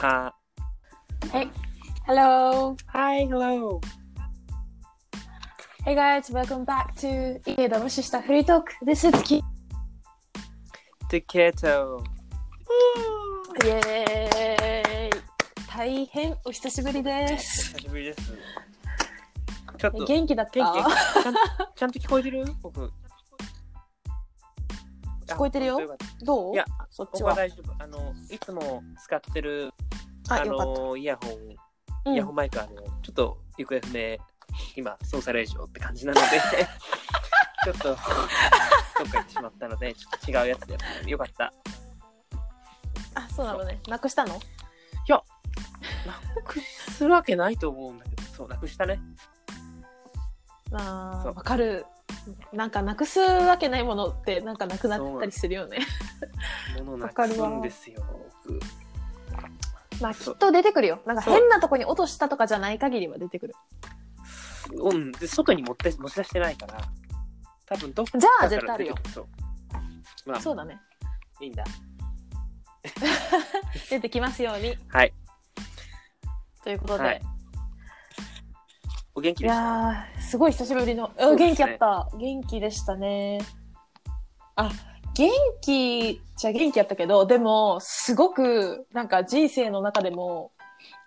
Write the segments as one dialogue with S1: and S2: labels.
S1: は。
S2: Hello.
S1: Hi, hello.
S2: Hey guys, welcome back to 家で無視したフリートーク。This is Ki.
S1: To Keto.
S2: イエーイ。大変お久しぶりです。
S1: 久しぶりです。ちょっと、
S2: 元気だった
S1: 元気ちゃん ちゃんと聞こえてる僕。
S2: 聞こえてる
S1: あ
S2: よ
S1: 本当かっ
S2: どう
S1: いや、
S2: そったち
S1: 僕は
S2: は。
S1: 大丈夫。あの、いつも使ってる、
S2: あ、
S1: あ
S2: よかっ
S1: の、イヤホン、
S2: た。う
S1: イ
S2: ん
S1: ヤホンマイク、あの、ちょっと行方不明、今、操作令状って感じなの で、ちょっと、どっか行ってしまったので、ちょっと違うやつで、よかった。
S2: あ、そうなのね。なくしたの
S1: なくすわけないと思うんだけど、そう、なくしたね。
S2: あ
S1: そ
S2: ー
S1: う
S2: わかる。なんかなくすわけないものってなんかなくなったりするよね。
S1: ものな
S2: わ
S1: く
S2: か
S1: す
S2: るわ
S1: んですよ、僕。
S2: まあき
S1: そ
S2: っ
S1: う
S2: と出てくるよ。なんか
S1: そう
S2: 変なとこに落としたとかじゃない限りは出てくる。
S1: うん、で外に持って持ち出してないから多分どっか
S2: じゃ
S1: か
S2: あ
S1: ら
S2: 絶対あるよ
S1: 出。てくそうまあ
S2: そうだね。
S1: いいんだ
S2: 出てきますように。
S1: はい
S2: ということで。
S1: はいお元気
S2: い
S1: でした
S2: やーすごい久しぶりの、
S1: そ
S2: うん
S1: うですね
S2: 元気だった元気でしたねあ元気じゃ元気やったけどでもすごくなんか人生の中でも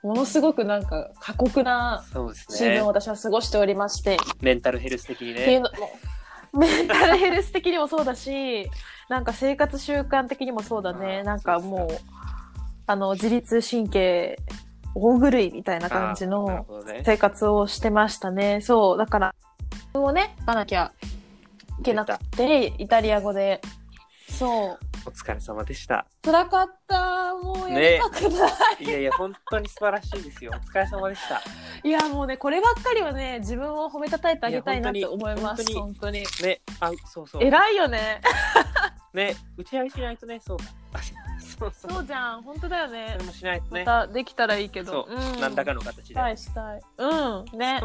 S2: ものすごくなんか過酷な
S1: そうです
S2: シーズ
S1: ね
S2: ンを私は過ごしておりまして、
S1: メンタルヘルス的に
S2: ってい
S1: ね
S2: うのもメンタルヘルス的にもそうだしなんか生活習慣的にもそうだね
S1: あー
S2: なんか
S1: そ
S2: も
S1: う
S2: うあの自律神経大狂いみたいな感じ
S1: あーなる
S2: の
S1: ほどね
S2: 生活をしてましたね。そう、だから、自分をね、行かなきゃいけなくて、イタリア語で。そう。
S1: お疲れ様でした
S2: 辛かった。もうやりたくない。
S1: いやいや本当に素晴らしいですよお疲れ様でした
S2: いや、もうね、こればっかりはね、自分を褒めたたえてあげたいなっ
S1: い
S2: て
S1: や本
S2: 思
S1: 当に
S2: います。本
S1: 本
S2: 当に。
S1: ねあそうそう
S2: 偉いよね。
S1: ね打ち上げしないとねそうだ そうそう
S2: そうじゃん。本当だよね
S1: それ。もしないと
S2: ま
S1: ね
S2: たできたらいいけど。
S1: そう何らか
S2: の。
S1: の形
S2: し
S1: で
S2: たいしたい。うん。ね。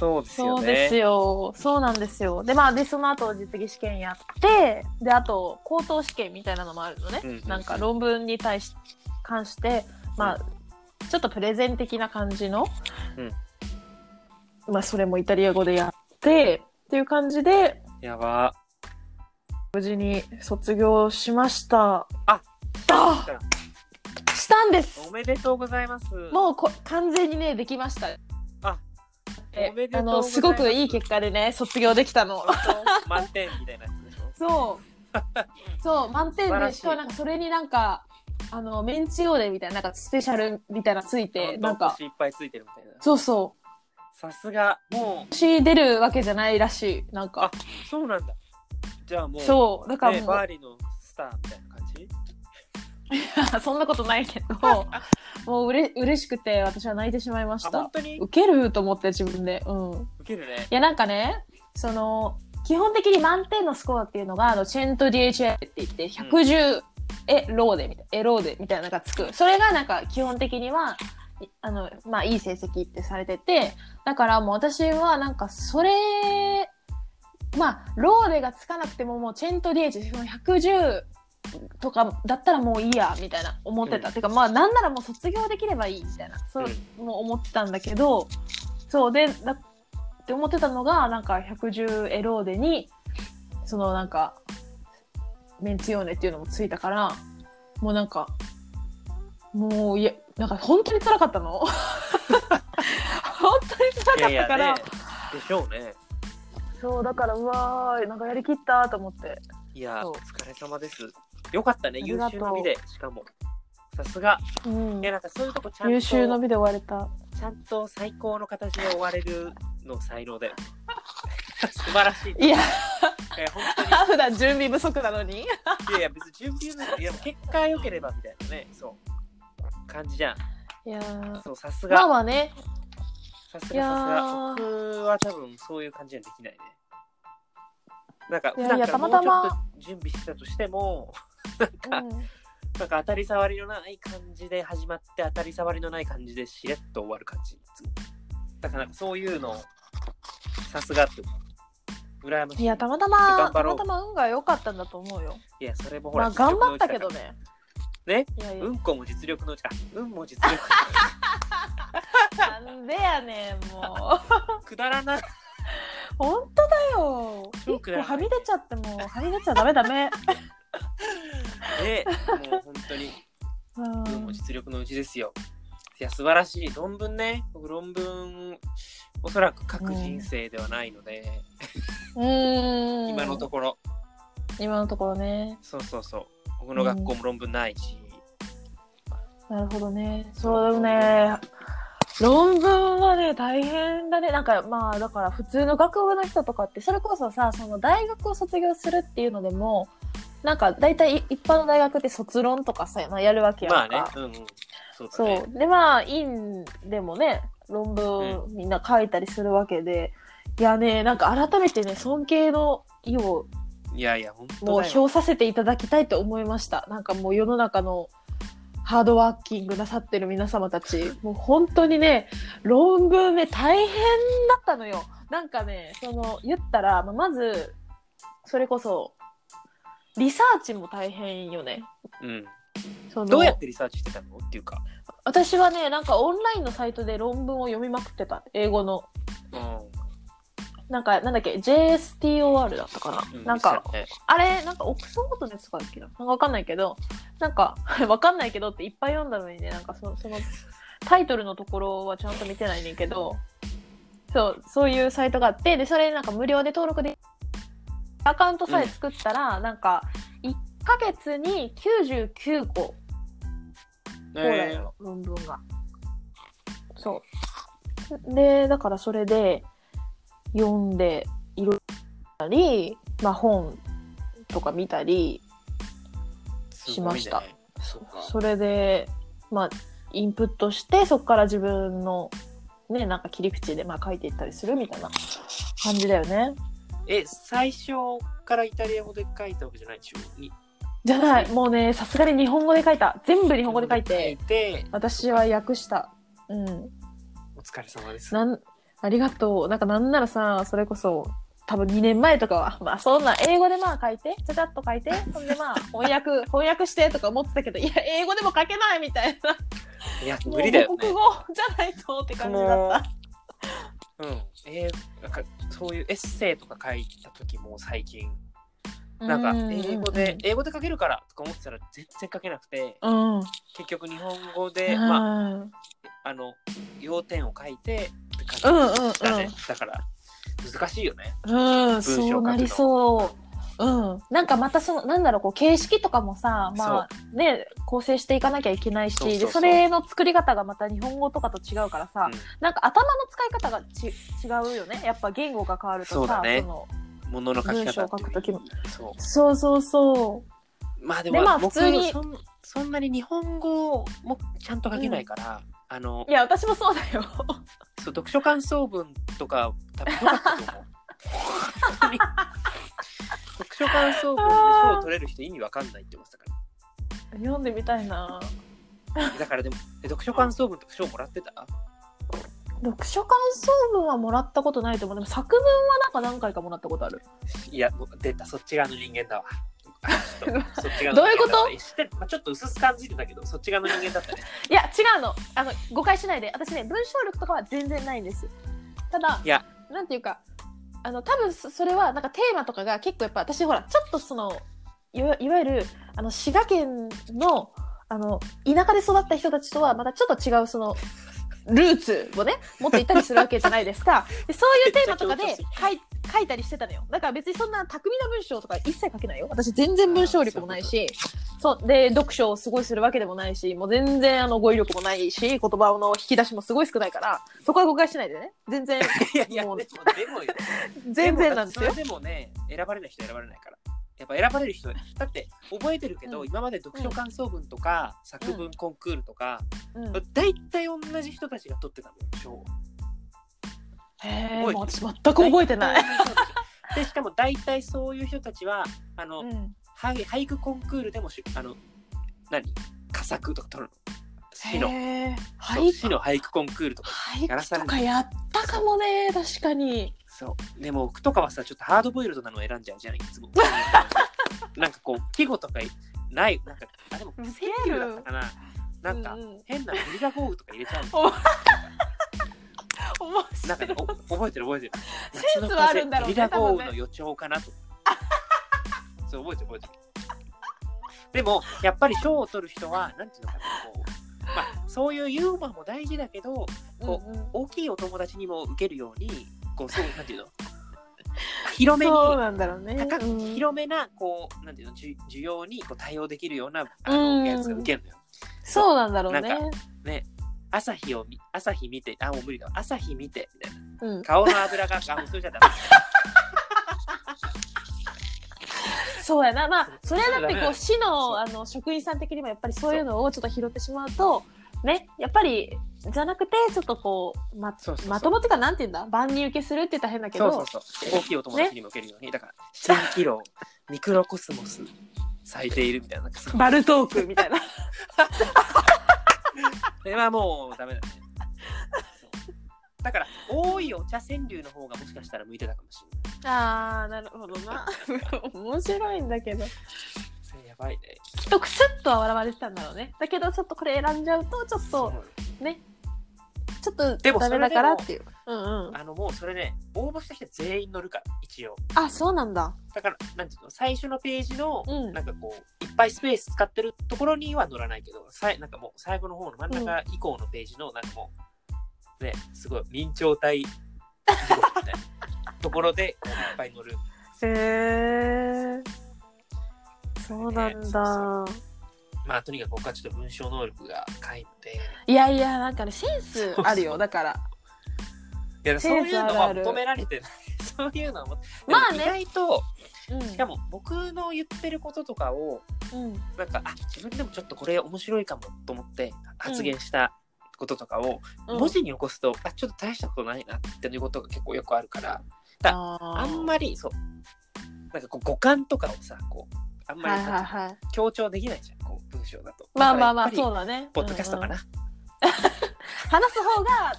S1: そうです
S2: そ
S1: よ
S2: うです
S1: ね
S2: よ。そうなんですよ。で、まあ、で、その後、実技試験やって、で、あと、口頭試験みたいなのもあるのね。
S1: うんうんうん
S2: なんか、論文に対し、関して、まあ、ちょっとプレゼン的な感じの、まあ、それもイタリア語でやって、っていう感じで、
S1: やば
S2: 無事に卒業しました。あしたんです
S1: おめでとうございます
S2: もうこ、完全にね、できました。
S1: あ
S2: で
S1: おめでと
S2: あ
S1: うござい
S2: の、
S1: ます
S2: すごくいい結果でね、卒業できた の。
S1: 満点みたいなやつでしょ
S2: そうそう満点
S1: 素晴
S2: で
S1: らしい
S2: しかもなんかそれになんかあのメンチオーデみたいななんかスペシャルみたいなついてなんか
S1: いっぱいついてるみたいな
S2: そうそう
S1: さすがも
S2: 私出るわけじゃないらしいなんか
S1: うそうなんだじゃあもう
S2: そうだから
S1: ね
S2: もう、
S1: バーリーのスターみたいな感じ
S2: そんなことない けどもううれ嬉しくて私は泣いてしまいまし
S1: あ本
S2: た
S1: 当にウ
S2: ウケると思って自分でうんい
S1: ケるね
S2: やなんかねその基本的に満点のスコアっていうのがあのチェント DHA って言って110、えローデみたいなエローデみたいなのがつくそれがなんか基本的にはいあのまあいい成績ってされててだからもう私はなんかそれまあローデがつかなくてももうチェント DH110 とかだったらもういいやみたいな思ってた、
S1: うん
S2: てかまあなんならもう卒業できればいいみたいなそう、もう思ってたんだけどそうでだって思ってたのがなんか110エローデにそのなんかメンツヨーネっていうのもついたからもうなんかもういやなんか本当に辛かったの 本当に辛かったから
S1: ねでしょうね
S2: そうだからうわーなんかやりきったと思って
S1: いや
S2: そう
S1: お疲れ様ですよかったね
S2: あり
S1: 優
S2: がと
S1: 秀
S2: う
S1: の美でしかもさすが
S2: うん
S1: いやなんかそういうとこちゃんと
S2: 優秀の美で終われた
S1: ちゃんと最高の形で終われるの才能だよ 素晴らしい
S2: いや
S1: え本当に
S2: 普段準備不足なのに
S1: いやいや別に準備なんていや結果が良ければみたいなねそう感じじゃん
S2: いやー
S1: そうさす
S2: まあ
S1: が
S2: まあね
S1: さす
S2: いや
S1: がさ
S2: ー
S1: すが僕は多分そういう感じにはできないねなんか
S2: い
S1: 普
S2: やい
S1: 段
S2: や
S1: からもうち
S2: た
S1: ょ
S2: ま
S1: った
S2: ま
S1: と準備してたとしても
S2: う
S1: か
S2: ん
S1: なんか当たり障りのない感じで始まって当たり障りのない感じでしれっと終わる感じいつもだからなんかそういうのさすがって思う羨ましい
S2: い
S1: い
S2: や
S1: や
S2: たまたま
S1: 頑
S2: た
S1: 張ろ
S2: ま
S1: う
S2: たま運が良かったんだと思うよ
S1: それもほ
S2: ま
S1: ら
S2: あ頑張ったけどね
S1: ね、
S2: いやいや
S1: うんこも実力のうち、あ、うんも実力。
S2: なんでやねんもう
S1: くだらない。
S2: 本当だよ
S1: 超
S2: 一
S1: くだら
S2: 個
S1: な
S2: はいみ出ちゃってもうはみ出ちゃダメダ メ、
S1: ね、もう本当に、
S2: う
S1: うん
S2: ん
S1: も、実力のうちですよ。いや、素晴らしい。論文ね、僕論文、おそらく書く人生ではないので、
S2: うん
S1: 今のところ、
S2: 今のところね
S1: そうそうそう。僕の学校も論文ないし、
S2: なるほどねそうだね論文はね大変だねなんかまあだから普通の学部の人とかってそれこそさその大学を卒業するっていうのでもなんか大体い一般の大学って卒論とかさやるわけやん
S1: ま
S2: か、
S1: あね、うんうん。そうだね
S2: そ。う。で、まあ、院でもね、論文みんな書いたりするわけで、いやね、なんか改めてね、尊敬の意を
S1: いやいや、本
S2: もう
S1: 当だよ。
S2: 表させていただきたいと思いました。なんかもう世の中のハードワーキングなさってる皆様たち、もう本当にね、論文ね、大変だったのよ。なんかね、その、言ったら、まあまず、それこそ、リサーチも大変よね。
S1: うん。
S2: その
S1: どうやってリサーチしてたのっていうか。
S2: 私はねなんかオンラインのサイトで論文を読みまくってた英語の
S1: う
S2: なんかなんだっけ JSTOR だったかな、
S1: ん。
S2: なんか、あれなんかオックスフォードのやつとかだっけななんかわかんないけどなんか わかんないけどっていっぱい読んだのにねなんかそのそのタイトルのところはちゃんと見てないねんけどそうそういうサイトがあってでそれなんか無料で登録でアカウントさえ作ったら、なんか1ヶ月に99個そうだ
S1: え
S2: よ、論文が。そう。で、だからそれで読んでいろいろたり、まあ本とか見たり、
S1: ー
S2: しました。
S1: すごいねそうか。
S2: それで、まあインプットして、そこから自分のね、なんか切り口でまあ書いていったりするみたいな感じだよね。
S1: え、最初からイタリア語で書いたわけじゃないでしょに
S2: じゃない、もうね、さすがに日本語で書いた。全部日
S1: 日
S2: 本語で書いて、私は訳した。う
S1: お
S2: ん。
S1: 疲れ様です。
S2: なんありがとう。なんかなんならさ、それこそ、多分2年前とかは、まあそんな、英語でまあ書いて、ちゃちゃっと書いて、ほんでまあ翻訳、 翻訳してとか思ってたけど、いや、英語でも書けないみたいな。
S1: いや、無理だよ
S2: もう
S1: ね
S2: 母。国語じゃないとって感じだった。
S1: うん。えーなんかそういうエッセイとか書いた時も最近、なんか英語で、英語で書けるからとか思ってたら全然書けなくて、
S2: うん。うん。
S1: 結局日本語で、まあ、
S2: あ、
S1: あの、要点を書いてって感じ
S2: うんうんうん
S1: だね。だから、難しいよね。
S2: う
S1: 章
S2: ん、
S1: 書く
S2: そ
S1: の
S2: うなりそう。うん、なんかまたそのなんだろうこう形式とかもさまあね構成していかなきゃいけないし
S1: そうそうそう
S2: でそれの作り方がまた日本語とかと違うからさ、なんか頭の使い方がち違うよねやっぱ言語が変わるとさ
S1: そうだね
S2: の
S1: ものの書き
S2: 文章
S1: 方
S2: を書く時も
S1: そう。
S2: そうそうそ
S1: まあで
S2: で
S1: も、
S2: まあ
S1: 僕
S2: 普通に
S1: そんそんなに日本語もちゃんと書けないから、あの
S2: ういや私もそうだよ
S1: そう読書感想文とか多分良か ったと思う本当に読書感想文で賞を取れる人意味わかんないって思ってたか
S2: 読んでみたいな
S1: らだからでもえ読書感想文とか賞もらってた
S2: 読書感想文はもらったことないと思うでも作文はなんか何回かもらったことある
S1: いやもう出たそっち側の人間だわあちょっとそっち側の人間だわ
S2: どういうこと
S1: え知ってる、まあ、ちょっと薄々感づいてたけどそっち側の人間だったね
S2: いや違うのあの誤解しないで私ね文章力とかは全然ないんですただ
S1: いや
S2: なんていうかあの多分そそれはなんかテーマとかが結構やっぱ私ほらちょっとそのいわいわゆるあの滋賀県のあの田舎で育った人たちとはまたちょっと違う そのルーツをね持っていたりするわけじゃないですかでそういうテーマとかで
S1: めっちゃ
S2: 書い書いたりしてたのよだから別にそんな巧みな文章とか一切書けないよ私全然文章力もないしそうで読書をすごいするわけでもないしもう全然あの語彙力もないし言葉の引き出しもすごい少ないからそこは誤解し ないでね 全然
S1: いやいやでも
S2: もう
S1: でもよ
S2: 全然なんです
S1: でも
S2: よ
S1: それでもね選ばれない人は選ばれないからやっぱ選ばれる人はだって覚えてるけど、
S2: うん
S1: 今まで読書感想文とか、作文コンクールとか、
S2: うん
S1: 大体同じ人たちが取ってたのよ賞を
S2: へ
S1: 覚えて
S2: え、もう私全く覚えてない。
S1: 大体同じ人たちでしかも大体そういう人たちはあの、
S2: うん、
S1: 俳俳句コンクールでもしあの何佳作とか取るの詩の
S2: へえ、
S1: そう
S2: 俳
S1: 詩の俳句コンクールとか
S2: 俳
S1: やらさ
S2: 句
S1: れ
S2: と
S1: る
S2: かやったかもね、確かに。
S1: そうでも僕 とかはさちょっとハードボイルドなのを選んじゃうじゃないいつもなんかこう季語とかない、なんか、あ、でも、
S2: ウケ
S1: セ
S2: る
S1: リュだったかな。なんか
S2: う、う
S1: 変なゲリラ豪雨とか入れちゃうの。なんかね、
S2: 面白
S1: お覚えてる覚えてる。
S2: センスはあるんだろう
S1: 夏の風ゲリ
S2: ね
S1: ラ豪雨の予兆かなと。そう覚えてる覚えてる。でもやっぱり賞を取る人はなんていうのかなこう、まあ、そういうユーモアも大事だけど
S2: そう
S1: こ大きいお友達にも受けるようにこうそうなん ていうの広めに
S2: そうなんだろうね
S1: 高く
S2: うん
S1: 広めなこうなんていうの需需要にこう対応できるようなあ
S2: うん
S1: のやつが受けるのよ。
S2: そうなんだろう
S1: な
S2: ね
S1: んね朝日を見朝日見てあもう無理だ朝日見てみたいな。
S2: うん
S1: 顔の油がガムそれじゃダメ
S2: そうやなまあそれはだって
S1: そう
S2: こ
S1: だ
S2: う
S1: ね
S2: 市
S1: そう
S2: のあの職員さん的にもやっぱりそういうのをちょっと拾ってしまうとねやっぱりじゃなくてちょっとこうま
S1: そうそうそう
S2: まともっていうかなんていうんだ万人受けするって言ったら変だけ
S1: そ
S2: ど
S1: うそうそう大きいお友達にも受けるように、だから新キ ロミクロコスモス咲いているみたいななんかそう
S2: バルトークみたいな
S1: それはもうダメだねそうだから多いお茶川柳の方がもしかしたら向いてたかもしれない
S2: あーなるほどな面白いんだけど
S1: それやばいね
S2: きっとクスッとは笑われてたんだろうねだけどちょっとこれ選んじゃうとちょっとねちょっと
S1: でも
S2: ダメだからっていううんうん
S1: あのもうそれね応募した人全員乗るから一応
S2: あそうなんだ
S1: だからなんていうの最初のページの、
S2: うん
S1: なんかこういっぱいスペース使ってるところには乗らないけどさいなんかもう最後の方の真ん中以降のページの、なんかもうねすごい明朝体みたいなところでいっぱい乗る
S2: へえそうなんだ
S1: まあとにかく僕はちょっと文章能力が皆無で
S2: いやいやなんかねセンスある
S1: そう
S2: よ
S1: そう
S2: だから
S1: いやそういうの
S2: センスあるあ
S1: は
S2: る
S1: 求められてない そういうのはも
S2: まあね
S1: でも意外と
S2: うん
S1: しかも僕の言ってることとかを
S2: うん
S1: なんかあ自分でもちょっとこれ面白いかもと思って発言したこととかを、文字に起こすとあちょっと大したことないなっていうことが結構よくあるからだ
S2: あ
S1: あん
S2: り
S1: まりそうなんかこう語感とかをさこうあんま
S2: は
S1: り
S2: い
S1: さ
S2: はいはい
S1: 強調できないじゃんこう文章だと
S2: まあまあまあ
S1: だからや
S2: そ
S1: っぱり
S2: うだね
S1: ポッドキャストか
S2: うんう
S1: な、
S2: ん話す方が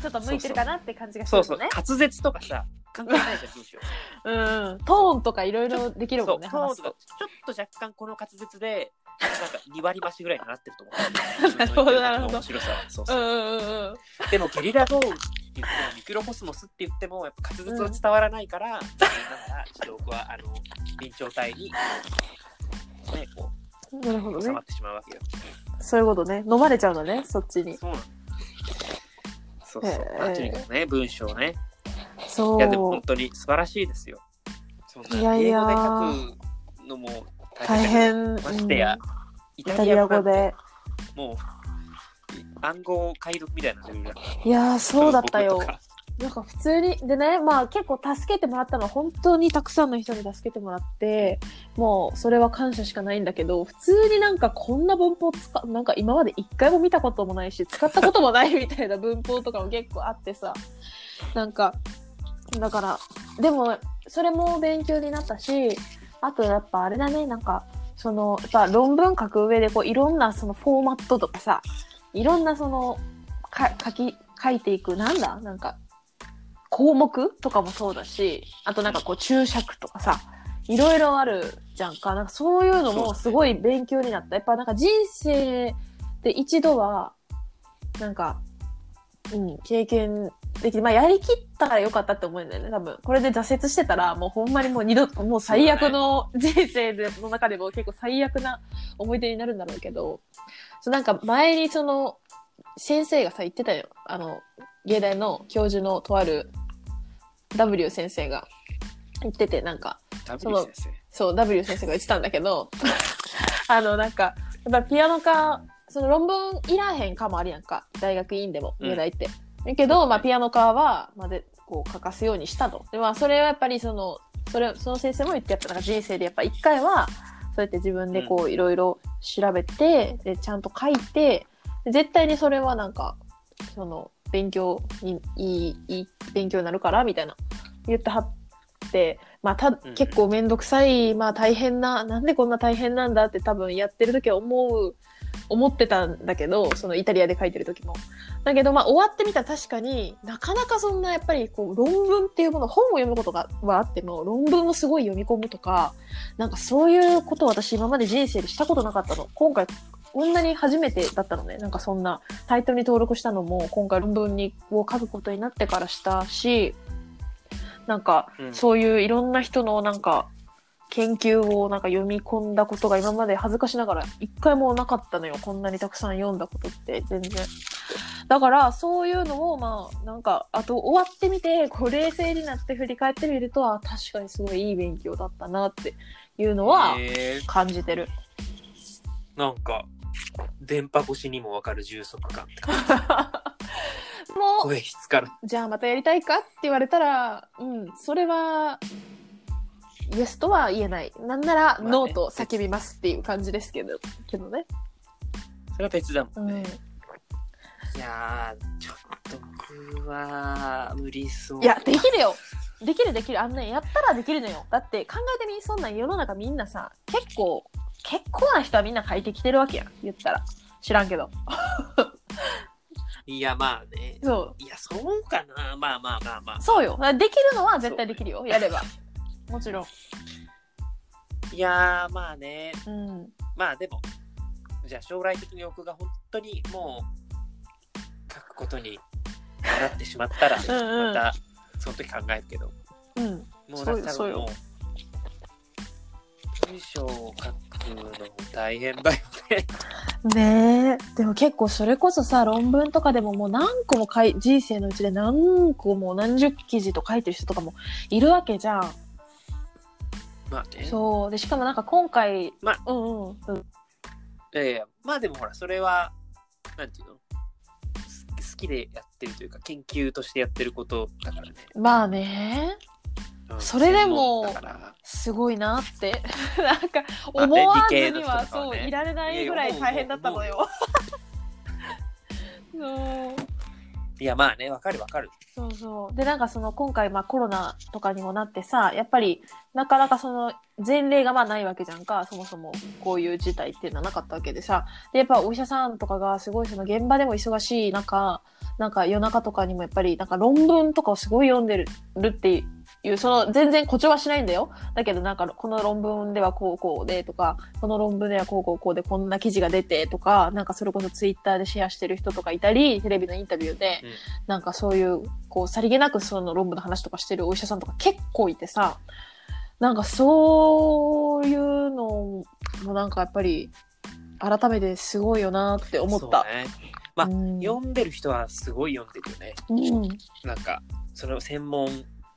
S2: ちょっと向いてるかなって感じがす
S1: そう
S2: る
S1: そ
S2: よ
S1: う
S2: ね
S1: 滑舌とかさ関係ないじゃん文 章
S2: うんうんトーンとかいろいろできるもんね
S1: そう
S2: 話
S1: ト
S2: す
S1: ーンと
S2: と
S1: かちょっと若干この滑舌でなんか2割増しぐらいになってると思う
S2: なるほどなるほど
S1: 面白さはそう
S2: う
S1: そうん
S2: うんうんうん
S1: でもゲリラ豪雨って言ってもミクロコスモスって言ってもやっぱ滑舌は伝わらないから、残念ながらちょっと僕はあの臨調体に、ね、こ
S2: なるほど
S1: う収
S2: ね
S1: まってしまうわけよ。
S2: そういうことね飲まれちゃうのねそっちに
S1: そうなのそうそう
S2: へー
S1: まあとにかくね文章ね
S2: そう
S1: いやでも本当に素晴らしいですよ。そん
S2: いや
S1: ない英
S2: や
S1: 語で書くのも
S2: 大変
S1: ましてや、
S2: うん
S1: イ
S2: イ
S1: タ
S2: タ
S1: リ
S2: リ
S1: ア
S2: ア
S1: 語
S2: 語
S1: で
S2: で
S1: もうい暗号解読みたいなレベルだから
S2: いやーそうだったよ
S1: 僕とか
S2: なんか普通にでねまあ結構助けてもらったのは本当にたくさんの人に助けてもらってもうそれは感謝しかないんだけど普通になんかこんな文法使なんか今まで一回も見たこともないし使ったこともないみたいな文法とかも結構あってさなんかだからでもそれも勉強になったしあとやっぱあれだねなんかそのやっぱ論文書く上でこういろんなそのフォーマットとかさいろんなそのか書き書いていくなんだなんか項目とかもそうだしあとなんかこう注釈とかさいろいろあるじゃんかなんかそういうのもすごい勉強になったやっぱなんか人生で一度はなんか、うん、経験できて、まあ、やりきったからよかったって思うんだよね多分これで挫折してたらもうほんまにもう二度ともう最悪の人生での中でも結構最悪な思い出になるんだろうけどそうなんか前にその先生がさ言ってたよあの芸大の教授のとある W 先生が言っててなんか
S1: W 先生。
S2: そう W 先生が言ってたんだけど あのなんかやっぱピアノ科その論文いらへんかもあるやんか大学院でも
S1: うん
S2: 芸大って。だけど、まあ、ピアノ科は、まあ、でこう欠かすようにしたと。でまあ、それはやっぱりそのそれその先生も言ってやったなんか人生でやっぱ一回はそうやって自分でこういろいろ調べてでちゃんと書いてで絶対にそれはなんかその勉強にいいいい勉強になるからみたいな言ってはって、まあ、た
S1: うん
S2: 結構面倒くさい、まあ、大変ななんでこんな大変なんだって多分やってる時は思う思ってたんだけどそのイタリアで書いてる時もだけどまあ終わってみたら確かになかなかそんなやっぱりこう論文っていうもの本を読むことがはあっても論文をすごい読み込むとかなんかそういうことを私今まで人生でしたことなかったの今回こんなに初めてだったのねなんかそんなタイトルに登録したのも今回論文にを書くことになってからしたしなんか
S1: うん
S2: そういういろんな人のなんか研究をなんか読み込んだことが今まで恥ずかしながら一回もなかったのよこんなにたくさん読んだことって全然だからそういうのをまあなんかあと終わってみてこう冷静になって振り返ってみるとあ確かにすごいいい勉強だったなっていうのは
S1: え
S2: 感じてる、
S1: ー、なんか電波越しにもわかる充足感って感じ
S2: も
S1: 声質から
S2: うじゃあまたやりたいかって言われたらうんそれはイエスとは言えないなんなら
S1: まあね
S2: ノーと叫びますっていう感じですけどけどね
S1: それは別だもん
S2: う
S1: ねい
S2: ん、
S1: やーちょっと僕は無理そう
S2: いやできるよできるできるあんねやったらできるのよだって考えてみそんなん世の中みんなさ結構結構な人はみんな書いてきてるわけやん言ったら知らんけど
S1: いやまあね
S2: そ
S1: いやそうかなまあまあまあまあ
S2: うそうよだからできるのは絶対できるよやればもちろん
S1: いやーまあね
S2: うん
S1: まあでもじゃあ将来的に僕が本当にもう書くことになってしまったら
S2: うんうん
S1: またその時考えるけど
S2: うん
S1: もう
S2: そうよ
S1: だった
S2: そう
S1: ら
S2: よ
S1: もう文章を書くのも大変だよね
S2: ねえでも結構それこそさ論文とかでももう何個も書い人生のうちで何個も何十記事と書いてる人とかもいるわけじゃん
S1: まあね
S2: そうでしかもなんか今回、
S1: まあ
S2: うんうんうん
S1: いやいやまあでもほらそれはなんていうのす好きでやってるというか研究としてやってることだからね、
S2: まあね
S1: うん
S2: それでも
S1: 専門だから
S2: すごいなって なんか
S1: まあ
S2: 思
S1: ね
S2: わず
S1: 理系の
S2: に
S1: 人
S2: は、
S1: とかは
S2: そ
S1: ね
S2: ういられないぐらい大変だったのよ。 そう
S1: いやまあねわかるわかる
S2: そうそうでなんかその今回まあコロナとかにもなってさやっぱりなかなかその前例がまあないわけじゃんかそもそもこういう事態っていうのはなかったわけでさでやっぱお医者さんとかがすごいその現場でも忙しい中なんか夜中とかにもやっぱりなんか論文とかをすごい読んでるるっていうその全然誇張はしないんだよだけどなんかこの論文ではこうこうでとかこの論文ではこうこうこうでこんな記事が出てとかなんかそれこそツイッターでシェアしてる人とかいたりテレビのインタビューで
S1: うん
S2: なんかそういうこうさりげなくその論文の話とかしてるお医者さんとか結構いてさなんかそういうのもなんかやっぱり改めてすごいよなって思った。
S1: そうねまあ
S2: うん
S1: 読んでる人はすごい読んでるよね
S2: うん
S1: なんかそれを専門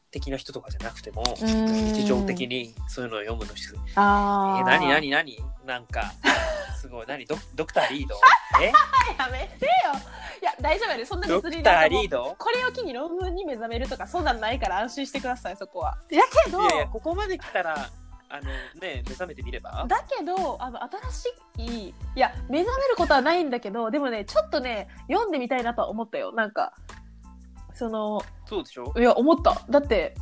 S1: 的な人とかじゃなくても
S2: うん
S1: 日常的にそういうのを読むの人え
S2: あー
S1: ー、何何何なんかすごい何ドドクターリー ドえ
S2: やめてよいや大丈夫やでそんな
S1: ド
S2: 別
S1: ク
S2: に
S1: タ
S2: な
S1: ー
S2: んかもう
S1: リード
S2: これを機に論文に目覚めるとかそんなんないから安心してくださいそこは。やけど
S1: いやいやここまで来たらあのね目覚めてみれば
S2: だけどあの新しいいや目覚めることはないんだけどでもねちょっとね読んでみたいなとは思ったよなんかその
S1: そうでしょ
S2: いや思っただって、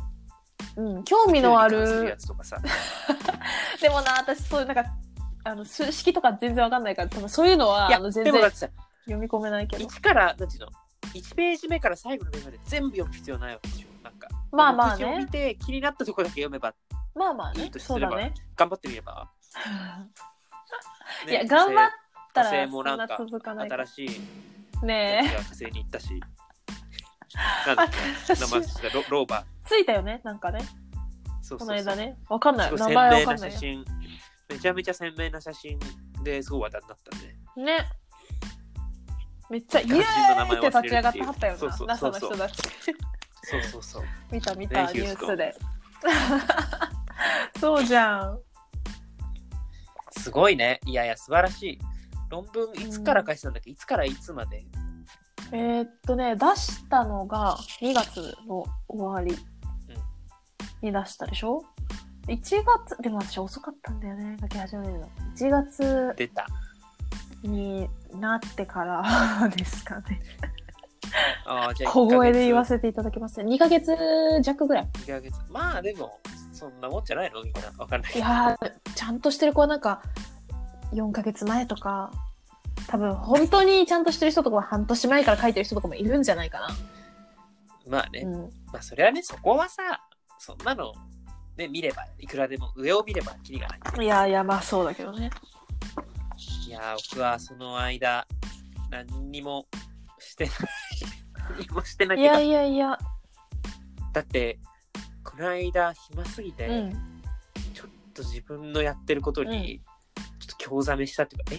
S2: うん、興味のあ
S1: 生理に関すや
S2: る
S1: つとかさ
S2: でもな私そういうなんかあの数式とか全然わかんないから多分そういうのはい
S1: や
S2: あの全
S1: でも
S2: 然
S1: だっ
S2: 読
S1: てさ
S2: み込めないけど
S1: 1からなんていうの1ページ目から最後のページまで全部読む必要ないわけでしょなんか
S2: まあま
S1: 目
S2: あ
S1: 次を
S2: ね
S1: 見て気になったところだけ読めば
S2: まあまあ
S1: いい
S2: ね
S1: とす
S2: そう
S1: れ
S2: だ
S1: ば
S2: ね。
S1: 頑張ってみれば、
S2: いや頑張った
S1: 火
S2: ら
S1: 星
S2: そ
S1: も
S2: ん
S1: なん
S2: な
S1: か
S2: 続かない
S1: 新しいやつ
S2: ね
S1: が火星に行ったしなんだっけ名前忘れたロローバ
S2: えついたよねなんかね
S1: ーそう
S2: こ
S1: そう
S2: の
S1: そう
S2: 間ねわかんない
S1: すごい
S2: 名
S1: 鮮
S2: 前わ
S1: 明
S2: かん
S1: な
S2: な
S1: 写
S2: いよ
S1: 真めちゃめちゃ鮮明な写真ですごい話題になったね
S2: ねめっちゃイエー
S1: 肝心の名
S2: イ
S1: 前
S2: っ
S1: を
S2: て立
S1: 忘れるって
S2: ち
S1: いう
S2: 上がってはったよ
S1: そうそう
S2: な NASA
S1: そうそう
S2: の人たち
S1: そうそうそう
S2: 見た見た、
S1: ね
S2: ニ
S1: ヒュ
S2: ュ
S1: ーストン
S2: ースでそうじゃん
S1: すごいねいやいや素晴らしい論文いつから返したんだっけ、いつからいつまで
S2: えーっとね出したのが2月の終わりに出したでしょ1月でも私遅かったんだよね書き始めるの1月
S1: 出た
S2: になってからですかね
S1: あーじゃあ
S2: 小声で言わ
S1: せ
S2: せていただきます2ヶ月弱ぐらい
S1: ヶ月まあでもそんなもんじゃないのみんなわかんない
S2: いやーちゃんとしてる子はなんか4ヶ月前とか多分本当にちゃんとしてる人とかは半年前から書いてる人とかもいるんじゃないかな。
S1: まあね、
S2: うん、
S1: まあそれはね、そこはさ、そんなの、ね、見れば、いくらでも、上を見れば、キリがない。
S2: いやいやまあそうだけどね。
S1: いやー、僕はその間、何にもしてない。何もしてない
S2: い
S1: けど
S2: や、いやいや。
S1: だって、この間、暇すぎて、
S2: うん。
S1: ちょっと自分のやってることに、ちょっと興ざめしたっていうか、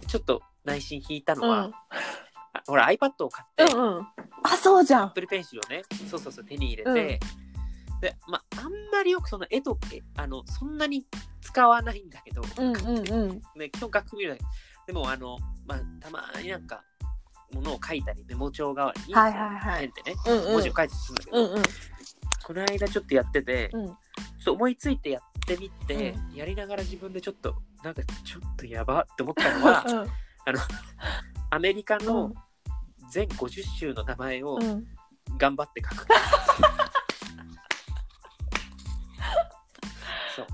S1: えちょっと内心引いたの
S2: う
S1: は、
S2: ん。
S1: あほら iPad を買って、
S2: うんうん。あそうじゃん。
S1: Apple Pencil をねそうそうそう手に入れて、でまああんまりよくその絵とえあのそんなに使わないんだけど、
S2: うんうんうん。
S1: ね、基本楽譜見るだけでもあの、まあ、たまになんかものを書いたりメモ帳代わりに、
S2: はいはいはい
S1: ペンでね
S2: うんうん。
S1: 文字を書いたりするんだけど、
S2: うんうん
S1: この間ちょっとやってて、ちょ
S2: うん。
S1: っと思いついてやってみて、やりながら自分でちょっとなんかちょっとやばって思ったの はアメリカ
S2: うん
S1: の全50州の名前を
S2: うん。
S1: 頑張って書 く。そう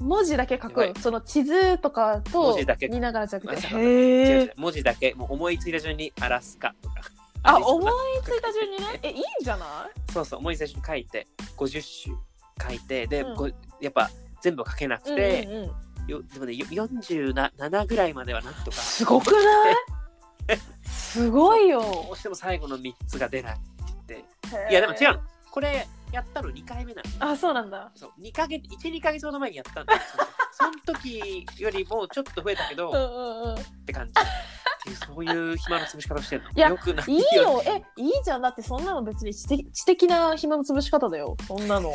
S2: 文字だけ書く
S1: や
S2: のその地図とかと
S1: 文字だけ
S2: 見ながらじゃなくて
S1: まあ
S2: へ
S1: 違う違
S2: え
S1: う文字だけもう思いついた順に「アラスカ」とか
S2: あ
S1: アリゾナ
S2: 思いついた順にねえいいんじゃな
S1: そうそう思いついた順に書いて50種書いてで、
S2: うん
S1: ごやっぱ全部は書けなく
S2: い
S1: て、
S2: うんうんうん
S1: よでもねよ47ぐらいまではなんとか
S2: すごくないすごいよ
S1: どうしても最後の3つが出ないって言っていやでも違うのこれやったの2回目なの
S2: あそうなんだ
S1: そう2ヶ月12ヶ月ほど前にやったんだよそのその時よりもちょっと増えたけど、
S2: うん
S1: っ
S2: うんうん
S1: て感じっていうそういう暇の潰し方してるの
S2: いや
S1: よくない
S2: いいよえいいじゃんだってそんなの別に知的知的な暇の潰し方だよそんな の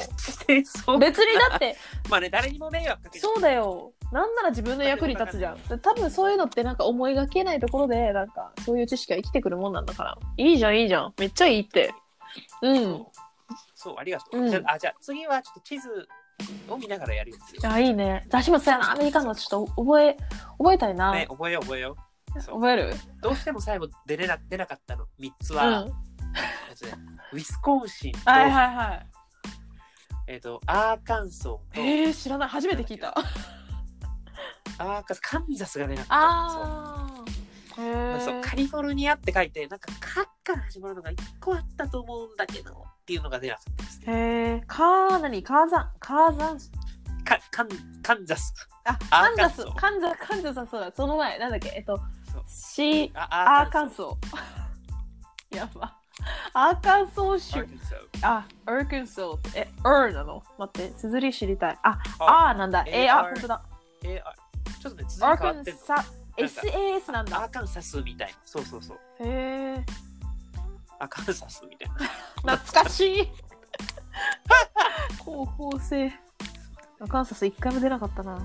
S1: そう
S2: 別にだって
S1: まあね誰にも迷惑かけない
S2: そうだよなんなら自分の役に立つじゃん 多分そういうのってなんか思いがけないところでなんかそういう知識が生きてくるもんなんだからいいじゃんいいじゃんめっちゃいいってう
S1: そ
S2: ん
S1: うそうありがとう、
S2: うん
S1: じゃああじゃあ次はちょっと地図を見ながらやるやつよ、
S2: あいいね私もさアメリカのちょっと覚え覚えたいな、
S1: ね、覚えよう覚えようそう
S2: 覚える
S1: どうしても最後出れな出なかったの3つ
S2: うん
S1: は、えっとねウィスコンシンと,、
S2: はいはいはい
S1: えっとアーカンソーと
S2: えー、知らない初めて聞いた
S1: アーカンカンザスが出なかったそう
S2: あーへ
S1: まあ
S2: ー
S1: そうカリフォルニアって書いてなんか「カ」から始まるのが1個あったと思うんだけどっていうのが出なかったですね
S2: へーカー何カーザンカーザン
S1: かカンカンザス
S2: あカ
S1: ア
S2: ン
S1: ー
S2: ザ
S1: カン
S2: ス
S1: ソー
S2: カンザカンザスはそうだその前なんだっけえっと
S1: そう
S2: シ
S1: あ
S2: アーカンソー やばアーカンソー
S1: アー
S2: 州
S1: カンソー
S2: あアーカンソーってえ R なの待って綴り知りたいあ
S1: あ
S2: R なんだ
S1: AR
S2: AR 本当だ
S1: えーあちょっとね続き変
S2: アー
S1: わ
S2: カ
S1: っ
S2: ン
S1: てんの
S2: サ
S1: なんか
S2: SAS なん
S1: ア
S2: だ
S1: ーカンサスみたいなそうそうそう
S2: へえ
S1: アーカンサスみた いな
S2: 懐かしい 高校生アカンサス一回も出なかったな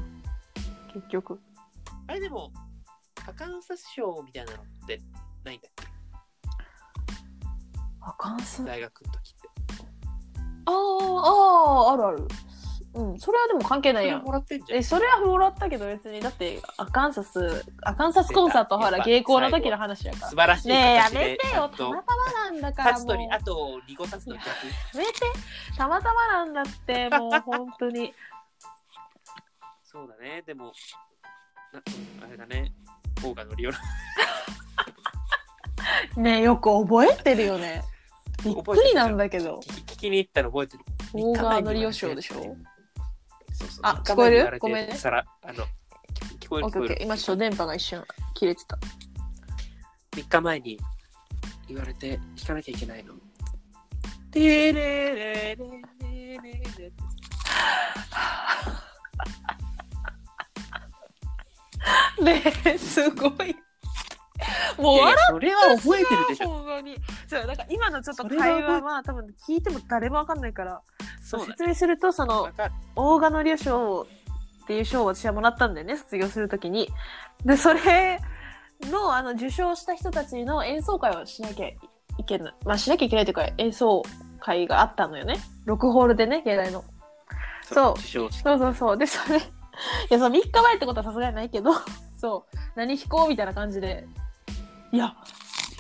S2: 結局
S1: あれでもアーカンサス賞みたいなのってないんだっけ
S2: アカンサスあ
S1: 大学の時って
S2: ーあーあるあるうんそれはでも関係
S1: そ
S2: ない
S1: れ
S2: やん
S1: もらってんじゃん
S2: えそれはもらったけど別にだってアカンサスアカンサスコンサート
S1: 出た
S2: ほら
S1: やっぱ
S2: 芸行の時の話やか
S1: 素晴らしい
S2: らねえや
S1: 形
S2: め
S1: で
S2: て
S1: ちゃ
S2: よ
S1: ん
S2: た
S1: と
S2: またまなんだから
S1: 立
S2: も
S1: つと
S2: う
S1: りあとリゴタスの逆
S2: やめてたまたまなんだってもう本当に
S1: そうだねでもなあれだねオーガのリオ ラ
S2: ねえよく覚えてるよねびっくりなんだけど
S1: 聞き聞きに行ったの覚えてる
S2: オーガーのリオショーでしょあ聞こえるごめんね
S1: さらあの聞聞こえる
S2: オ
S1: 聞
S2: ッケ
S1: こ
S2: ー
S1: え
S2: オ
S1: る
S2: ッケー今ちょっと電波が一瞬切れてた
S1: 3日前に言われて弾かなきゃいけないの。てれれれれれれれ
S2: ねえすごいもう
S1: いやいや
S2: 笑
S1: それは覚えてるでしょ。
S2: ほんまにそうなんか今のちょっと
S1: それは覚え
S2: 会話は多分聞いても誰もわかんないから
S1: そうだね。
S2: 説明するとその
S1: わかる
S2: 大賀のりょ賞っていう賞を私はもらったんだよね卒業するときにでそれのあの受賞した人たちの演奏会をしなきゃいけないまあしなきゃいけないというか演奏会があったのよね6ホールでね芸大のそう
S1: 受賞式
S2: そうそうそうでそれいやその3日前ってことはさすがにないけどそう何弾こうみたいな感じでいや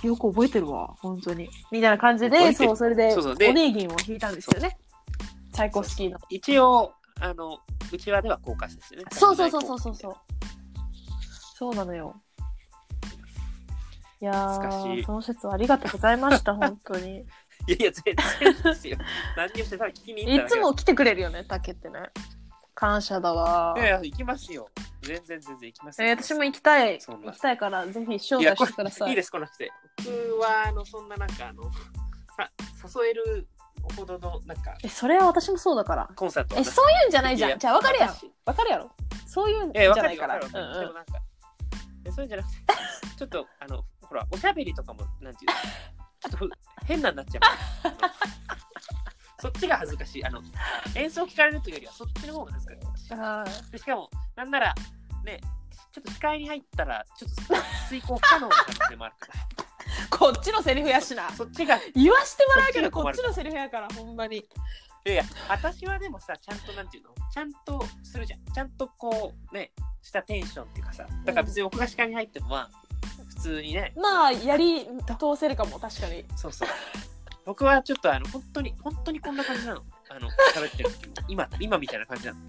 S2: よく覚えてるわ本当にみたいな感じ
S1: 覚
S2: で
S1: えてる
S2: そうそれで
S1: そう
S2: オ
S1: そうで
S2: ネーギンを弾いたんですよねチャイコフスキーの
S1: 一応あのうちわでは公開ですよね。
S2: そうそうそうそうそうそうそうなのよいや
S1: 懐かしい
S2: ーその説はありがとうござい ました、本当に。
S1: いやいや、全然です よ。何にもしてただ聞きに行
S2: い
S1: っただけ
S2: つも来てくれるよね、タケってね。感謝だわ
S1: い。やいや、行きますよ。全然全然行きますよ。
S2: えー私も行きたい。
S1: そん
S2: 行
S1: な
S2: きたいから、ぜひ招
S1: いや
S2: 待
S1: こ
S2: し
S1: れ
S2: てください。
S1: いいです、来なくて。僕は、あの、そんななんか、あの、さ誘えるほどの、なんか、
S2: え、それは私もそうだから。
S1: コンサートは
S2: え、そういうんじゃないじ
S1: い
S2: ゃ
S1: や
S2: ん。じゃあ、わかるやん
S1: 私。
S2: わかるやろ。そういうんじ
S1: え、
S2: ゃ
S1: わか
S2: な
S1: る
S2: い
S1: よわ
S2: か。
S1: からるよ。でも
S2: うんうん
S1: なんか、えそういうんじゃなくて、ちょっと、あの、ほら、おしゃべりとかも、なんていうの、ちょっとふ変なになっちゃうから。あ のそっちが恥ずかしい。あの、演奏聞かれるというよりは、そっちの方が恥ずかしい。
S2: あ
S1: でしかも、なんなら、ね、ちょっと視界に入ったら、ちょっと遂行不可能な可能性もあるか
S2: ーこっちのセリフや
S1: ら。
S2: しな。
S1: そっちが、い
S2: 言わしてもらうけど、
S1: こ
S2: こ
S1: っ
S2: っ
S1: ち
S2: ち
S1: が
S2: のセリフやから、ほんまに。
S1: やいや、私はでもさ、ちゃんとなんていうのちゃんとするじゃん。ちゃんとこう、ね、したテンションっていうかさ、だから別に僕が視界に入っても、まあ、普通にね、
S2: まあ、やり通せるかも、確かに。
S1: そうそう。僕はちょっとあの本当に本当にこんな感じなの。あの喋ってる時も今今みたいな感じなの。うん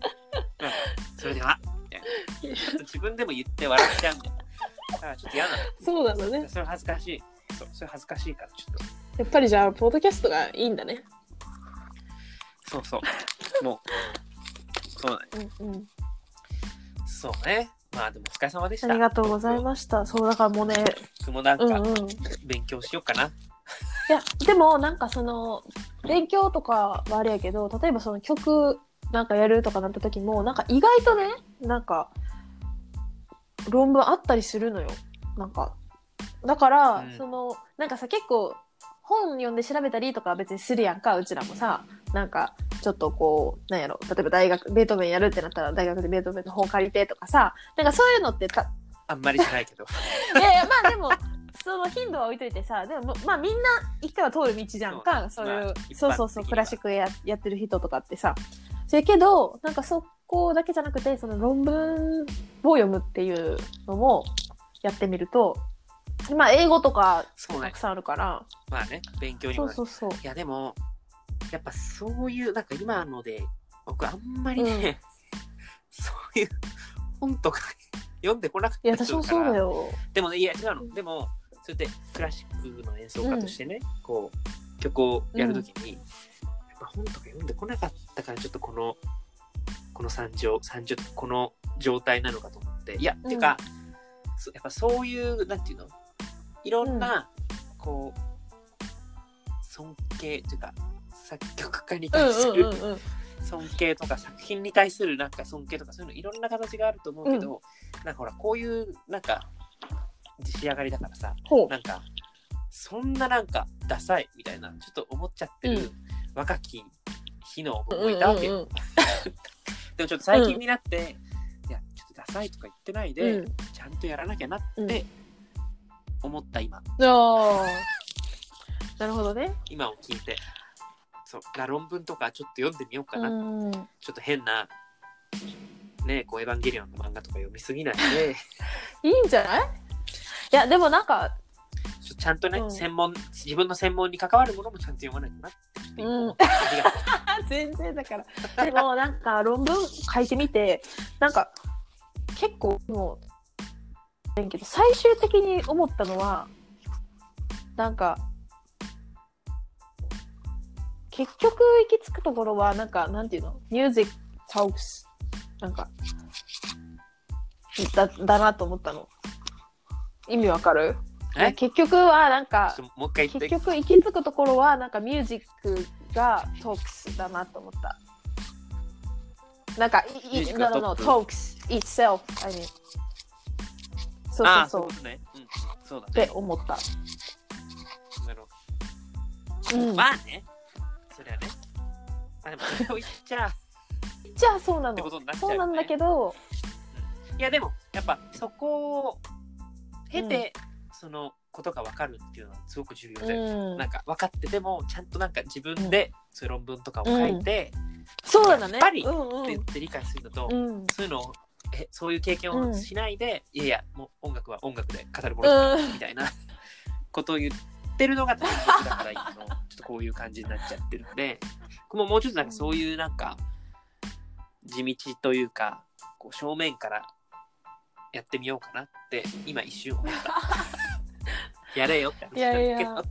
S1: それではみたいなちょっと自分でも言って笑っちゃうんだよ。だからちょっと嫌な
S2: そうなのね
S1: の。。それ恥ずかしい。そうそれ恥ずかしいからちょっ
S2: やっぱりじゃあ、ポッドキャストがいいんだね。
S1: と。そうそう。もうそうだね
S2: うんうん。
S1: そうね。まあでもお疲れ様でし
S2: あ
S1: た。
S2: りがとうございました。そうだからもうね、
S1: す。僕もなん
S2: うん
S1: か
S2: うん。い
S1: 勉強しようかな。
S2: や、でもなんかその、勉強とかはあれやけど、例えばその曲なんかやるとかなった時も、なんか意外とね、なんか、論文あったりするのよ。なんか。だから、
S1: うん
S2: その、なんかさ、結構、本読んで調べたりとかは別にするやんか、うちらもさ。なんか、ちょっとこう、なんやろ、例えば大学、ベートーベンやるってなったら、大学でベートーベンの本借りてとかさ、なんかそういうのってた
S1: あんまりしないけど。
S2: いやいやまあでもその頻度は置いといてさでもまあみんな一回は通る道じゃんか
S1: そ
S2: そうう,、
S1: ねまあ
S2: いう
S1: 一般的には
S2: そうそうそうクラシックややってる人とかってさそやけどなんかそこだけじゃなくてその論文を読むっていうのもやってみるとまあ英語とか
S1: そう
S2: た
S1: ね
S2: く。さんあるから、
S1: まあね勉強に
S2: そ
S1: も
S2: う
S1: なるし
S2: そうそう
S1: いやでもやっぱそういうなんか今ので僕あんまりね、 そういう本とか読んでこなかっ
S2: いや
S1: たり
S2: 私
S1: する
S2: も
S1: から
S2: そうだよ
S1: でもねいや違う
S2: うん
S1: のでもそれでクラシックの演奏家としてね、こう曲をやるときに、やっぱ本とか読んでこなかったからちょっとこのこの惨状惨状この状態なのかと思っていやっていうか、そやっぱそういうなんていうのいろんな、こう尊敬というか作曲家に
S2: うん
S1: 対す
S2: うんうん
S1: る
S2: うん
S1: 尊敬とか作品に対するなんか尊敬とかそういうのいろんな形があると思うけど、なんかほらこういうなんか仕上がりだからさ
S2: ほう
S1: なんかそんななんかダサいみたいなちょっと思っちゃってる、
S2: うん
S1: 若き日の僕もいたわけよ、
S2: うんうん
S1: でもちょっと最近になって、いやちょっとダサいとか言ってないで、
S2: うん
S1: ちゃんとやらなきゃなって
S2: うん
S1: 思った今
S2: あーなるほどね
S1: 今を聞いてそうな論文とかちょっと読んでみようかな、
S2: うん
S1: ちょっと変なねこう「エヴァンゲリオン」の漫画とか読みすぎない で
S2: いいんじゃないいやでもなんか
S1: ちょちゃんとね、
S2: うん
S1: 専門自分の専門に関わるものもちゃんと読まなきゃなってちょっと今思った、ありがとう
S2: 全然だからでもなんか論文書いてみてなんか結構もうだけど最終的に思ったのはなんか結局行き着くところはなんかなんていうのミュージック・タウクスなんかだだなと思ったの意味わかる
S1: え
S2: 結局はなんか
S1: ちょっともう一回言っ
S2: 結
S1: て
S2: 局行き着くところはなんかミュージックがトークスだなと思ったなんかい
S1: ミュー
S2: い
S1: ジックが
S2: no, no, no,
S1: ト
S2: トークス itself I mean そう
S1: ああ
S2: そうそう
S1: ういうことね、うん、そうだ
S2: っ
S1: ね
S2: て思った、
S1: なるほ
S2: う
S1: ど、
S2: ん、じゃ
S1: まあねそれはねあでもそれを言っちゃっ
S2: あそうな
S1: てこ
S2: の
S1: とになっちゃう、
S2: そ
S1: ね、
S2: うなんだけど
S1: いやでもやっぱそこを経て、そのことが分かるっていうのはすごく重要
S2: う
S1: で、
S2: ん
S1: なんか分かっててもちゃんとなんか自分でそういう論文とかを書いて、
S2: そうなのね
S1: やっぱり
S2: うんう
S1: って言っ
S2: ん
S1: て理解するのと、
S2: うん、うん
S1: そういうのをえそういう経験
S2: う
S1: を
S2: ん
S1: しないで、いやいやもう音楽は音楽で語るものだから
S2: うん
S1: みたいなことを言ってるのが多分僕だから今のちょっとこういう感じになっちゃってるんで僕ももうちょっとなんかそういうなんか地道というかこう 正面からやってみようかなって今一瞬思ったやれよって話なんだけど
S2: いやいや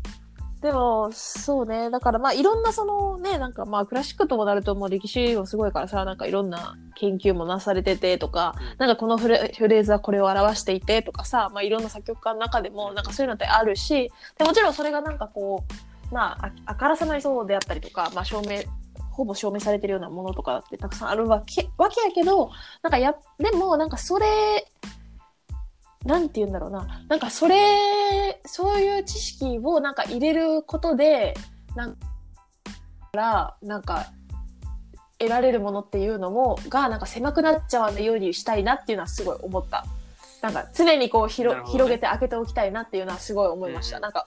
S2: でも、そうね。だからまあいろんなそのね、なんかまあクラシックともなるともう歴史もすごいからさ、なんかいろんな研究もなされててとか、なんかこのフレフレーズはこれを表していてとかさ、まあいろんな作曲家の中でもなんかそういうのってあるし、でもちろんそれがなんかこう、まあああからさまにそうであったりとか、まあ証明、ほぼ証明されてるようなものとかってたくさんあるわけ、わけやけど、なんかや、でもなんかそれ、なんて言うんだろうな。なんかそれ、そういう知識をなんか入れることで、なんから、なんか、得られるものっていうのも、が、なんか狭くなっちゃわないようにしたいなっていうのはすごい思った。なんか常にこう
S1: なる
S2: 広、
S1: ほどね
S2: 広げて開けておきたいなっていうのはすごい思いました。
S1: うん
S2: なんか、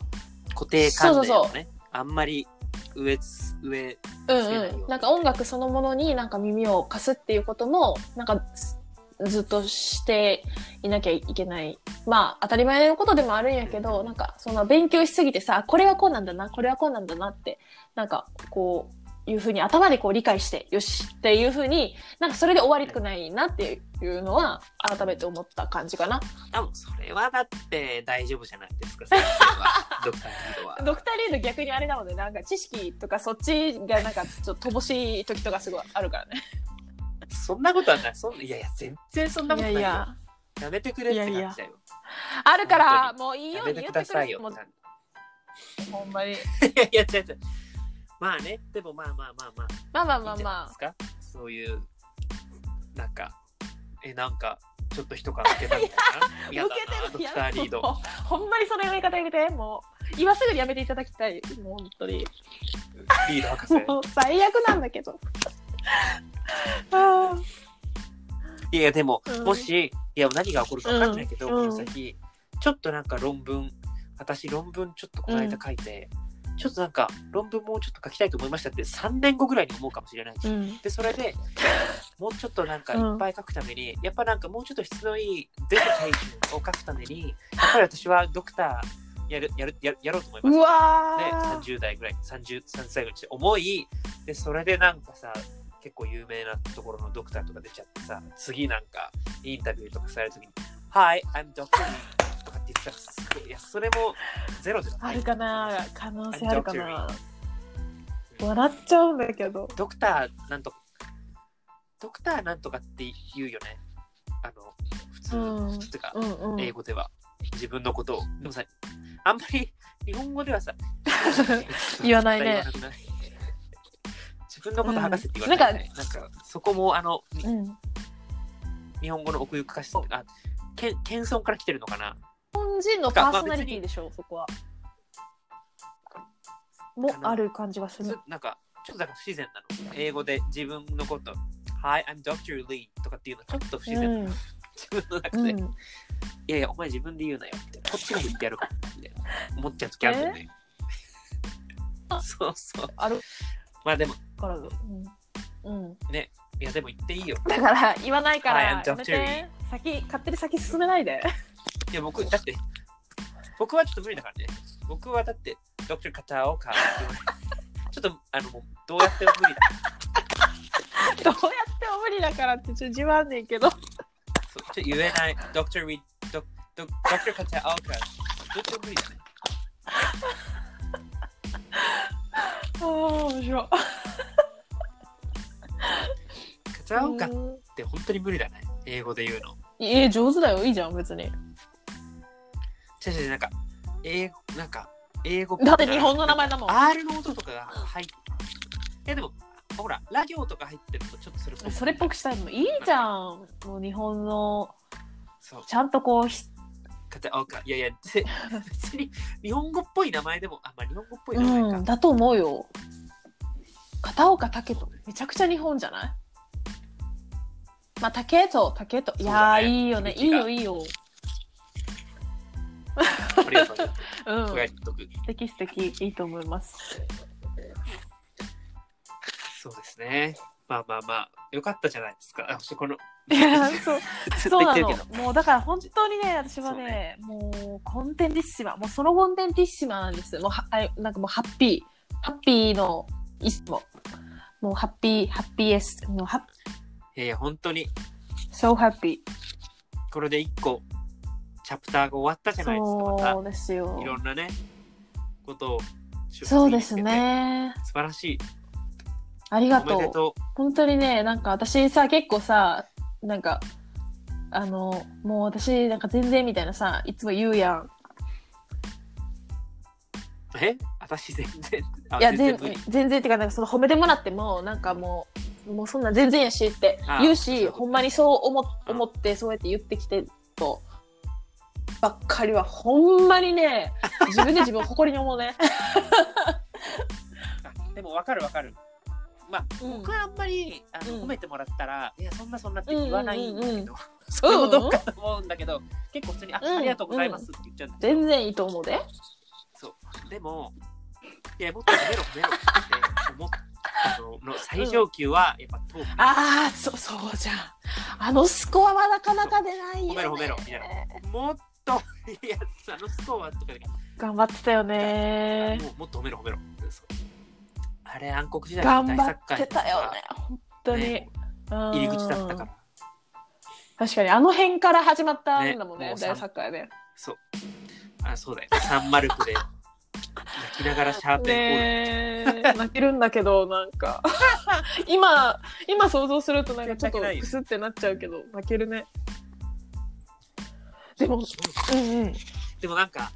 S1: 固定観念をね
S2: そうそう
S1: あんまり上つ上
S2: うん
S1: つけないように
S2: うん。なんか音楽そのものになんか耳を貸すっていうことも、なんかずずっとしていなきゃいけない。まあ当たり前のことでもあるんやけど、なんかその勉強しすぎてさ、これはこうなんだな、これはこうなんだなって、なんかこういうふうに頭でこう理解して、よしっていうふうに、なんかそれで終わりたくないなっていうのは改めて思った感じかな。
S1: 多分それはだって大丈夫じゃないですか先生はドクターリー ドは
S2: ドクターリード逆にあれだもんね、なんか知識とかそっちがなんかちょっと乏しい時とかすごいあるからね。
S1: そんなことはないそんいやいや全然そんなことないよやめてくれって感じだよ
S2: あるから
S1: 本
S2: もういいよ
S1: や
S2: うに
S1: め
S2: 言
S1: て
S2: っ
S1: く
S2: てくれ
S1: ださいよ
S2: も
S1: っ
S2: う
S1: て感じ
S2: ほんまに
S1: いやいや違う違うまあねでもまあまあまあまあ
S2: まあまあ
S1: いいん
S2: まあ
S1: じゃない
S2: ま
S1: ですかそういうなんかえなんかちょっと一皮抜けたみたいな
S2: あ
S1: 嫌だなド
S2: 抜け
S1: クターリード
S2: もうほんまにそのやめ方やめてもう今すぐにやめていただきたいもう本当に
S1: リード博士
S2: もう最悪なんだけどあ
S1: いやでも、
S2: うん
S1: もしいや何が起こるか分かんないけど、
S2: うん
S1: この先ちょっとなんか論文私論文ちょっとこの間書いて、ちょっとなんか論文もうちょっと書きたいと思いましたって3年後ぐらいに思うかもしれない、
S2: ーうん
S1: でそれ でもうちょっとなんかい
S2: うん
S1: っぱい書くために、やっぱなんかもうちょっと質のいい出る体験を書くためにやっぱり私はドクターやるやるやるやろうと思います
S2: うわ
S1: で
S2: ー
S1: 30代ぐらい33歳ぐらいにして重いでそれでなんかさ結構有名なところのドクターとか出ちゃってさ次なんかインタビューとかされるときに「Hi, I'm Dr. Lee」とかって言ってたらすごいいやそれもゼロじゃな
S2: あ
S1: い
S2: るかな可能性あるかな
S1: うん
S2: 笑っちゃうんだけど
S1: ドクターなんとドクターなんとかって言うよねあの普通、
S2: うん
S1: てか
S2: うんうん
S1: 英語では自分のことをでもさあんまり日本語ではさ
S2: 言わないね
S1: 絶対言わくない 自分のこと博士って言わない、ねなんかそこもあのに
S2: うん
S1: 日本語の奥行くかしあけん謙遜から来てるのかな
S2: 日本人のパーソナリティでしょそこはもある感じがす
S1: そ
S2: る
S1: なんかちょっとなんか不自然なの英語で自分のこと Hi, I'm Dr. Lee とかっていうのちょっと不自然、
S2: うん
S1: 自分の中
S2: う
S1: で、 い
S2: ん
S1: やいやお前自分で言うなよってこっちが言ってやるからみたいな思っちゃう時あるよねそうそう
S2: ある
S1: まあでも
S2: から、うんうん、
S1: いやでも言っていいよ
S2: だから言わないか
S1: はい
S2: ら
S1: I'm
S2: やめて先勝手に先進めないで
S1: いや、僕、だって、僕はちょっと無理だからね。僕はだって、ドクター片岡。ちょっと、あの、もうどうやっても無理だ。
S2: どうやっても無理だからってちょっと自慢ねんけど
S1: そうちょっと言えない。ドクターリドドドクター片岡。どっちも無理だね。
S2: ああ面白
S1: 片岡っ
S2: い
S1: て本当に無理だね。英語で言うの。
S2: え上手だよいいじゃん別に
S1: 違う違う違う、なんか、英語、なんか、英語
S2: だって日本の名前だもん
S1: R の音とかが入って。いや、でも、ほら、ラ行とか入ってると、ちょっとそれっぽく
S2: それっぽくしたいのいいじゃんもう日本の
S1: そう。
S2: ちゃんとこうひ
S1: 片岡。いやいや、 で別に、日本語っぽい名前でも、あんまあ日本語っぽい名前か。
S2: うんだと思うよ片岡武人めちゃくちゃ日本じゃないまあ武人武人い
S1: そう
S2: や
S1: だ
S2: ー、
S1: ね
S2: いいよねい
S1: 響
S2: い
S1: き
S2: よ
S1: が
S2: いいよ
S1: ありがとうございます。
S2: うん
S1: これやっとく
S2: 素敵素敵いいと思います
S1: そうですね。まあまあまあ、よかったじゃないですか。あ、そしてこの、
S2: いやそう
S1: ずっ
S2: そ
S1: と
S2: う
S1: 言っ
S2: な
S1: てるけど。
S2: のもうだから本当にね私はねもうコンテンティッシマもうそのコンテンティッシマなんですもうはあれなんかもうハッピーハッピーのいつももうハッピーハッピーエスのハッ
S1: いやいや、本当に、
S2: so happy
S1: これで一個、チャプターが終わったじゃないですか。ま
S2: そうです
S1: た
S2: よ
S1: い。ろんなね、ことを出発
S2: そう
S1: に
S2: で
S1: 向け
S2: す
S1: て。
S2: ね。
S1: 素晴らしい。
S2: ありが
S1: お
S2: と
S1: めで
S2: う。
S1: とう。
S2: 本当にね、なんか私さ、結構さ、なんか、あの、もう私、なんか全然みたいなさ、いつも言うやん。
S1: え私全然。あ
S2: いや、
S1: 全
S2: 全
S1: 然無理。
S2: 全然ってか、なんかその褒めてもらっても、なんかもう、もうそんな全然やしって
S1: ああ
S2: 言う
S1: そうい
S2: し、
S1: うこと
S2: ほんまにそう思っ
S1: うん
S2: 思って、そうやって言ってきてと、ばっかりは、ほんま にね、自分で自分を誇りに思うね。
S1: あでもわかるわかる。まあ、
S2: うん
S1: 僕はあんまりあの、
S2: うん
S1: 褒めてもらったら、いや、そんなそんなって言わないんだけど、
S2: うんうんうん
S1: それもどっかと思うんだけど、結構普通に、あ、
S2: うん
S1: ありがとうございますって言っちゃうんだけど、
S2: 全然いいと思うで。
S1: そう。でも、いや、もっと褒めろ褒めろって思ったのの最上級は、やっぱトーク、
S2: ああ、そ、そうじゃん。あのスコアはなかなか出ないよ、ね。
S1: 褒めろ褒めろみたいもっと、いや、あのスコアとかで、
S2: 頑張ってたよね。
S1: もうもっと褒めろ褒めろ。そうあれ、暗黒時代の
S2: 頑
S1: 大
S2: 張っ
S1: 作家
S2: てたよね。本当に。うん
S1: 入り口だったから。
S2: 確かにあの辺から始まったんだもん
S1: ね
S2: ね
S1: もうさん
S2: 大作家で
S1: そう。あ、そうだよ。サンマルクで泣きながらシャーペンを折る。
S2: ねえ泣けるんだけどなんか 今今想像するとなんかちょっとクスってなっちゃうけど泣けるねでもうん
S1: でもなんか、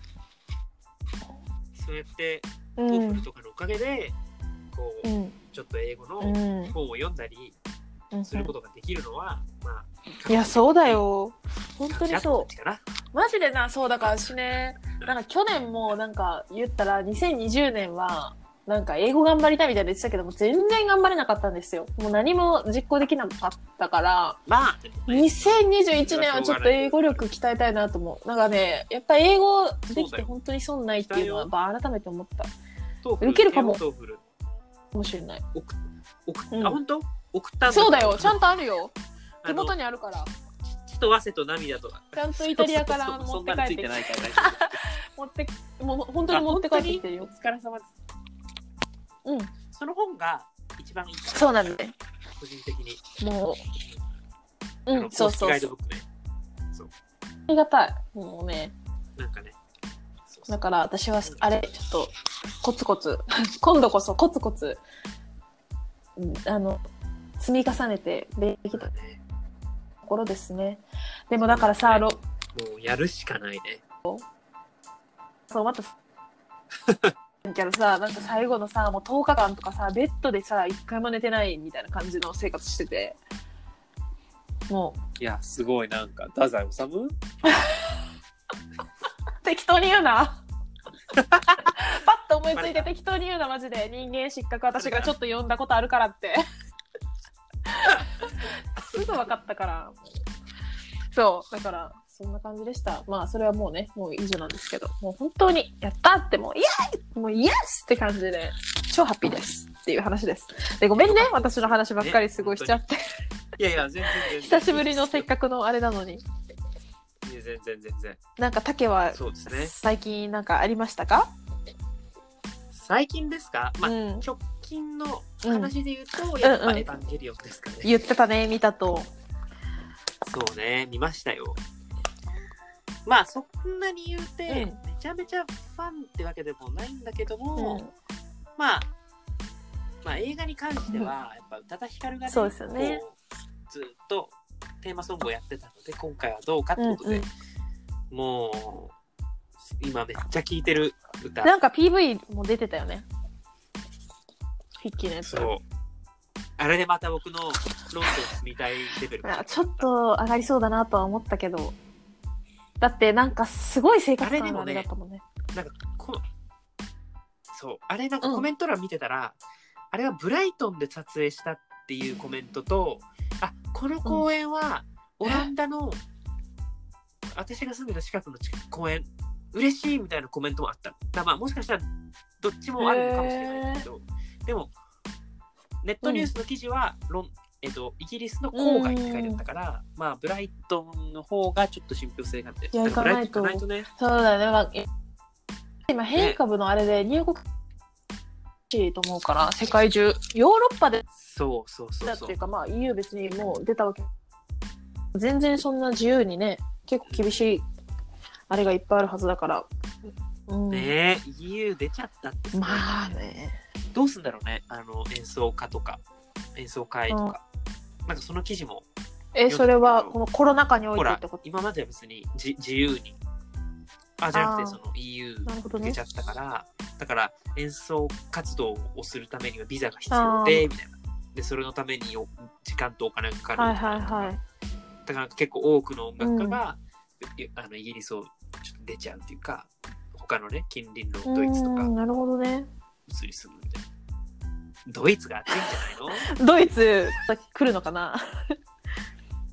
S1: そうやって、
S2: う
S1: トー
S2: ん
S1: クとかのおかげで、こ
S2: う
S1: う、
S2: ん
S1: ちょっと英語の
S2: うんうん
S1: 本を読んだり
S2: うん
S1: することができるのは、まあ、
S2: いやそうだ。よ本当にそう
S1: う。かな
S2: マジでな、そうだから私ね、なんか去年もなんか言ったら2020年は、なんか英語頑張りたいみたいな言ってたけども、全然頑張れなかったんですよ。もう何も実行できなかったから、
S1: まあ、
S2: 2021年はちょっと英語力鍛えたいなと思う。なんかね、やっぱ英語できて本当に損ないっていうのは、ば改めて思った
S1: トー
S2: 受けるかも
S1: トーフル。
S2: かもしれない。
S1: 送っ送っ
S2: うん
S1: あ、本当送ったん
S2: そうだよ、ちゃん
S1: と。
S2: とあるよ。
S1: 手
S2: 手
S1: 元
S2: 元
S1: に。
S2: にあるから。
S1: 血と汗と涙とか。
S2: ちゃんとイタリアから
S1: そ
S2: 持
S1: う
S2: っ
S1: そう
S2: て
S1: そんなの
S2: 帰
S1: つ
S2: っ
S1: い
S2: て
S1: て
S2: きて
S1: ないから大丈夫。
S2: 持って、もう本当に持って帰ってきてるよ
S1: あ。 本当にお疲れ様です。
S2: うん。
S1: その本が一番いいか
S2: そうなんで。
S1: な個人的に。
S2: もう。
S1: あ
S2: う
S1: の
S2: ん、そう
S1: 公式
S2: そ
S1: ガ
S2: う
S1: イ
S2: そ
S1: ド
S2: う。
S1: ブックね。
S2: ありがたい。もうね。
S1: なんかね。そうそう
S2: だから私は、あれ、ちょっと、コツコツ、 今度こそコツコツ、うんあの、積み重ねて、でき
S1: そう
S2: た
S1: だね
S2: ところですね。でもだからさ、あの、
S1: もうやるしかないね。
S2: そう、また、けどさ、なんか最後のさ、もう10日間とかさ、ベッドでさ、一回も寝てないみたいな感じの生活してて、も
S1: いや、すごいなんか、太宰治
S2: う、適当に言う な。パッと思いついて適当に言うな、マジで。人間失格、私がちょっと読んだことあるから って。すぐ分かったから。そう、だから、そんな感じでした。まあ、それはもうね、もう以上なんですけど、もう本当に、やったって、もう、イエーイもう、イエスって感じで、超ハッピーです。っていう話です。で、ごめんね、私の話ばっかりすごいしちゃって。
S1: いやいや、全然全然。
S2: 久しぶりのせっかくのあれなのに。
S1: いや全然全然。
S2: なんか、竹は、
S1: そうですね。
S2: 最近なんかありましたか、
S1: 最近ですかまあ、
S2: うん。
S1: 直近の話で言うと、やっぱエヴァンゲリオンですかね。
S2: 言ってたね、見たと。
S1: そうね、見ましたよ。まあ、そんなに言うて、
S2: うん
S1: めちゃめちゃファンってわけでもないんだけど
S2: う
S1: も、
S2: ん。
S1: まあ、まあ、映画に関しては、やっぱ宇多田ヒカルがね、
S2: そうですよね
S1: こうずっとテーマソングをやってたので、今回はどうかってことで、
S2: うん
S1: もう、今めっちゃ聴いてる歌。
S2: なんか PV も出てたよね。フィッキーのやつ。
S1: そう。あれでまた僕のロンドン住みたいレベル
S2: あちょっと上がりそうだなとは思ったけど。だってなんかすごい生活
S1: あれで
S2: 感
S1: も
S2: のあ
S1: ね
S2: れだったもんね。
S1: なんかこそうあれなんか
S2: うん
S1: コメント欄見てたら、あれはブライトンで撮影したっていうコメントとあこの公園はオランダの、私が住んでる近くの近く公園嬉しいみたいなコメントもあっただからまあもしかしたらどっちもあるのかもしれないけど、でもネットニュースの記事は、ロンえっと、イギリスの郊外って書いてあったから、まあブライトンの方がちょっと信憑性があって
S2: いや行かないと
S1: ブライトン行かないとね
S2: そうだよね。なんかえ今変異株のあれで入国しいと思うから、世界中。ヨーロッパで
S1: そうそうそ
S2: だ
S1: う
S2: っ
S1: そ
S2: て
S1: う
S2: いうか、まあ EU 別にもう出たわけ。全然そんな自由にね、結構厳しいあれがいっぱいあるはずだから。うん、
S1: ねえ EU 出ちゃったってすごいね
S2: まあね。
S1: どうすんだろうねあの演奏家とか演奏会とか、なんかその記事も
S2: え、それはこのコロナ禍におい
S1: ほ
S2: てっ
S1: ら
S2: てこと
S1: 今までは別にじ自由にあじゃなく
S2: あー
S1: てその EU
S2: なるほど
S1: 受
S2: ね
S1: けちゃったから、だから演奏活動をするためにはビザが必要
S2: あー
S1: でみたいなでそれのためにお時間とお金がかかる
S2: はい
S1: みた
S2: はいい
S1: な
S2: はい。
S1: だから結構多くの音楽家が、いあのイギリスをちょっと出ちゃうっていうか他のね近隣のドイツと
S2: う
S1: か
S2: んなるほどね。
S1: 移り住むみたいな、ドイツが熱いんじ ゃないの
S2: ドイツ来るのかな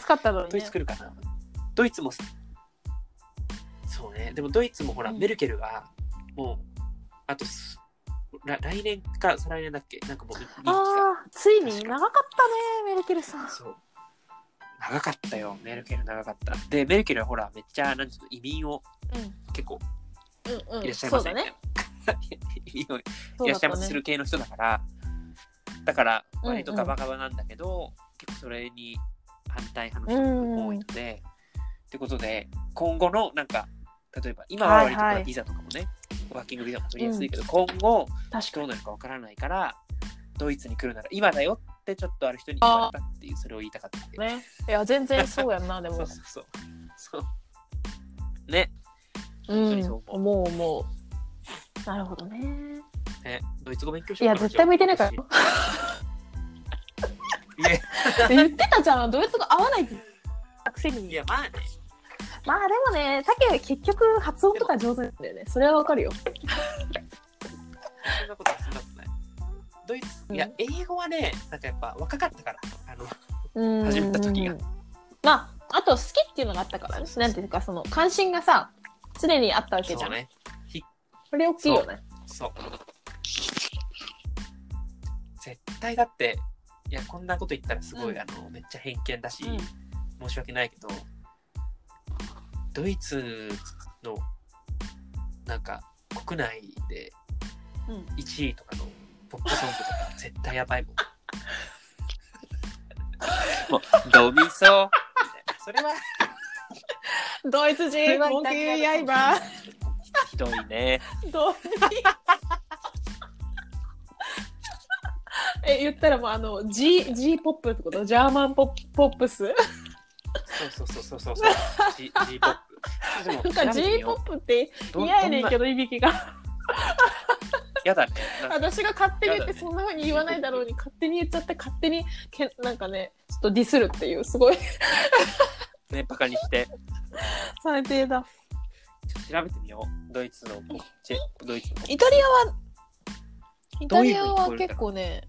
S2: 使ったのに、ね。
S1: ドイツ来るかなドイツもさそうねでもドイツもほら、
S2: うん
S1: メルケルがもうあとすら来年か再来年だっけなんかもう任期が
S2: ああ、ついに長かったね、メルケルさん。
S1: そう長かったよメルケル長かったでメルケルはほらめっちゃなんていうの移民を結構
S2: うん、うん、
S1: いらっしゃい
S2: そ
S1: ま
S2: う
S1: せ
S2: だ
S1: みたい
S2: ね。
S1: な 移民を
S2: そ
S1: いうら
S2: だ
S1: っ
S2: っ
S1: しゃ
S2: た
S1: いますす
S2: ね
S1: る系の人だからだから
S2: うん
S1: 割とガバガバなんだけど、結構それに反対派の人も多いので、ってことで今後のなんか例えば今は割と
S2: は
S1: ほ
S2: いは
S1: ら
S2: い
S1: ビザとかもね、ワーキングビザも取りやすいけど、今後
S2: 確か
S1: どうなるかわからないからドイツに来るなら今だよってちょっとある人に言われたっていうそれを言いたかったっていう
S2: にね。いや、全然そうやんな、で
S1: そ
S2: も
S1: う。そうそうそうね
S2: うん
S1: そう、
S2: 思う思う。なるほどね。
S1: ねドイツ語勉強し
S2: い
S1: よう
S2: や、
S1: かな
S2: 絶対向いてないから。
S1: 今日ね
S2: 言ってたじゃん、ドイツ語合わないって言ったくせ
S1: い
S2: に。
S1: やまあね
S2: まあでもね、さっきは結局発音とか上手なんだよね。それはわかるよ。
S1: そんなことはそんなことない。ドイツ、
S2: うん
S1: いや、英語はね、なんかやっぱ若かったから、あの、
S2: うん
S1: 始めた時が。
S2: まあ、あと好きっていうのがあったからね。なんていうか、その関心がさ、常にあったわけじ
S1: そ
S2: ゃ。
S1: うんね、
S2: これ大きいよね。
S1: そう。絶対だって、いや、こんなこと言ったらすごい、
S2: うん
S1: あの、めっちゃ偏見だし、
S2: うん
S1: 申し訳ないけど、ドイツの、なんか、国内で
S2: うん
S1: 1位とかのポップソング とか、絶対やばいもん。もう、ドミソみたいな。それは、
S2: ドイツ人、高級刃。
S1: ひどいね。
S2: ドイツ。 え、言ったらもうあの、G、G ポップってことジャーマンポップポップス
S1: そうそうそう そうそう。G, G ポップ。でも
S2: なんか G ポップって
S1: どん
S2: 嫌やねん
S1: ど
S2: け
S1: んな
S2: ど、いびきが。
S1: やだね。なんか
S2: 私が勝手に言っ
S1: やだ
S2: て
S1: ね
S2: そんな風に言わないだろうに勝手に言っちゃって勝手にけなんかねちょっとディスるっていうすごい
S1: ね、バカにして。
S2: 最低だ
S1: ちょっと調べてみよう。ドイツのチェ、ドイツの。
S2: イタリアはイ
S1: ど
S2: タ
S1: ういう
S2: リアは結構ね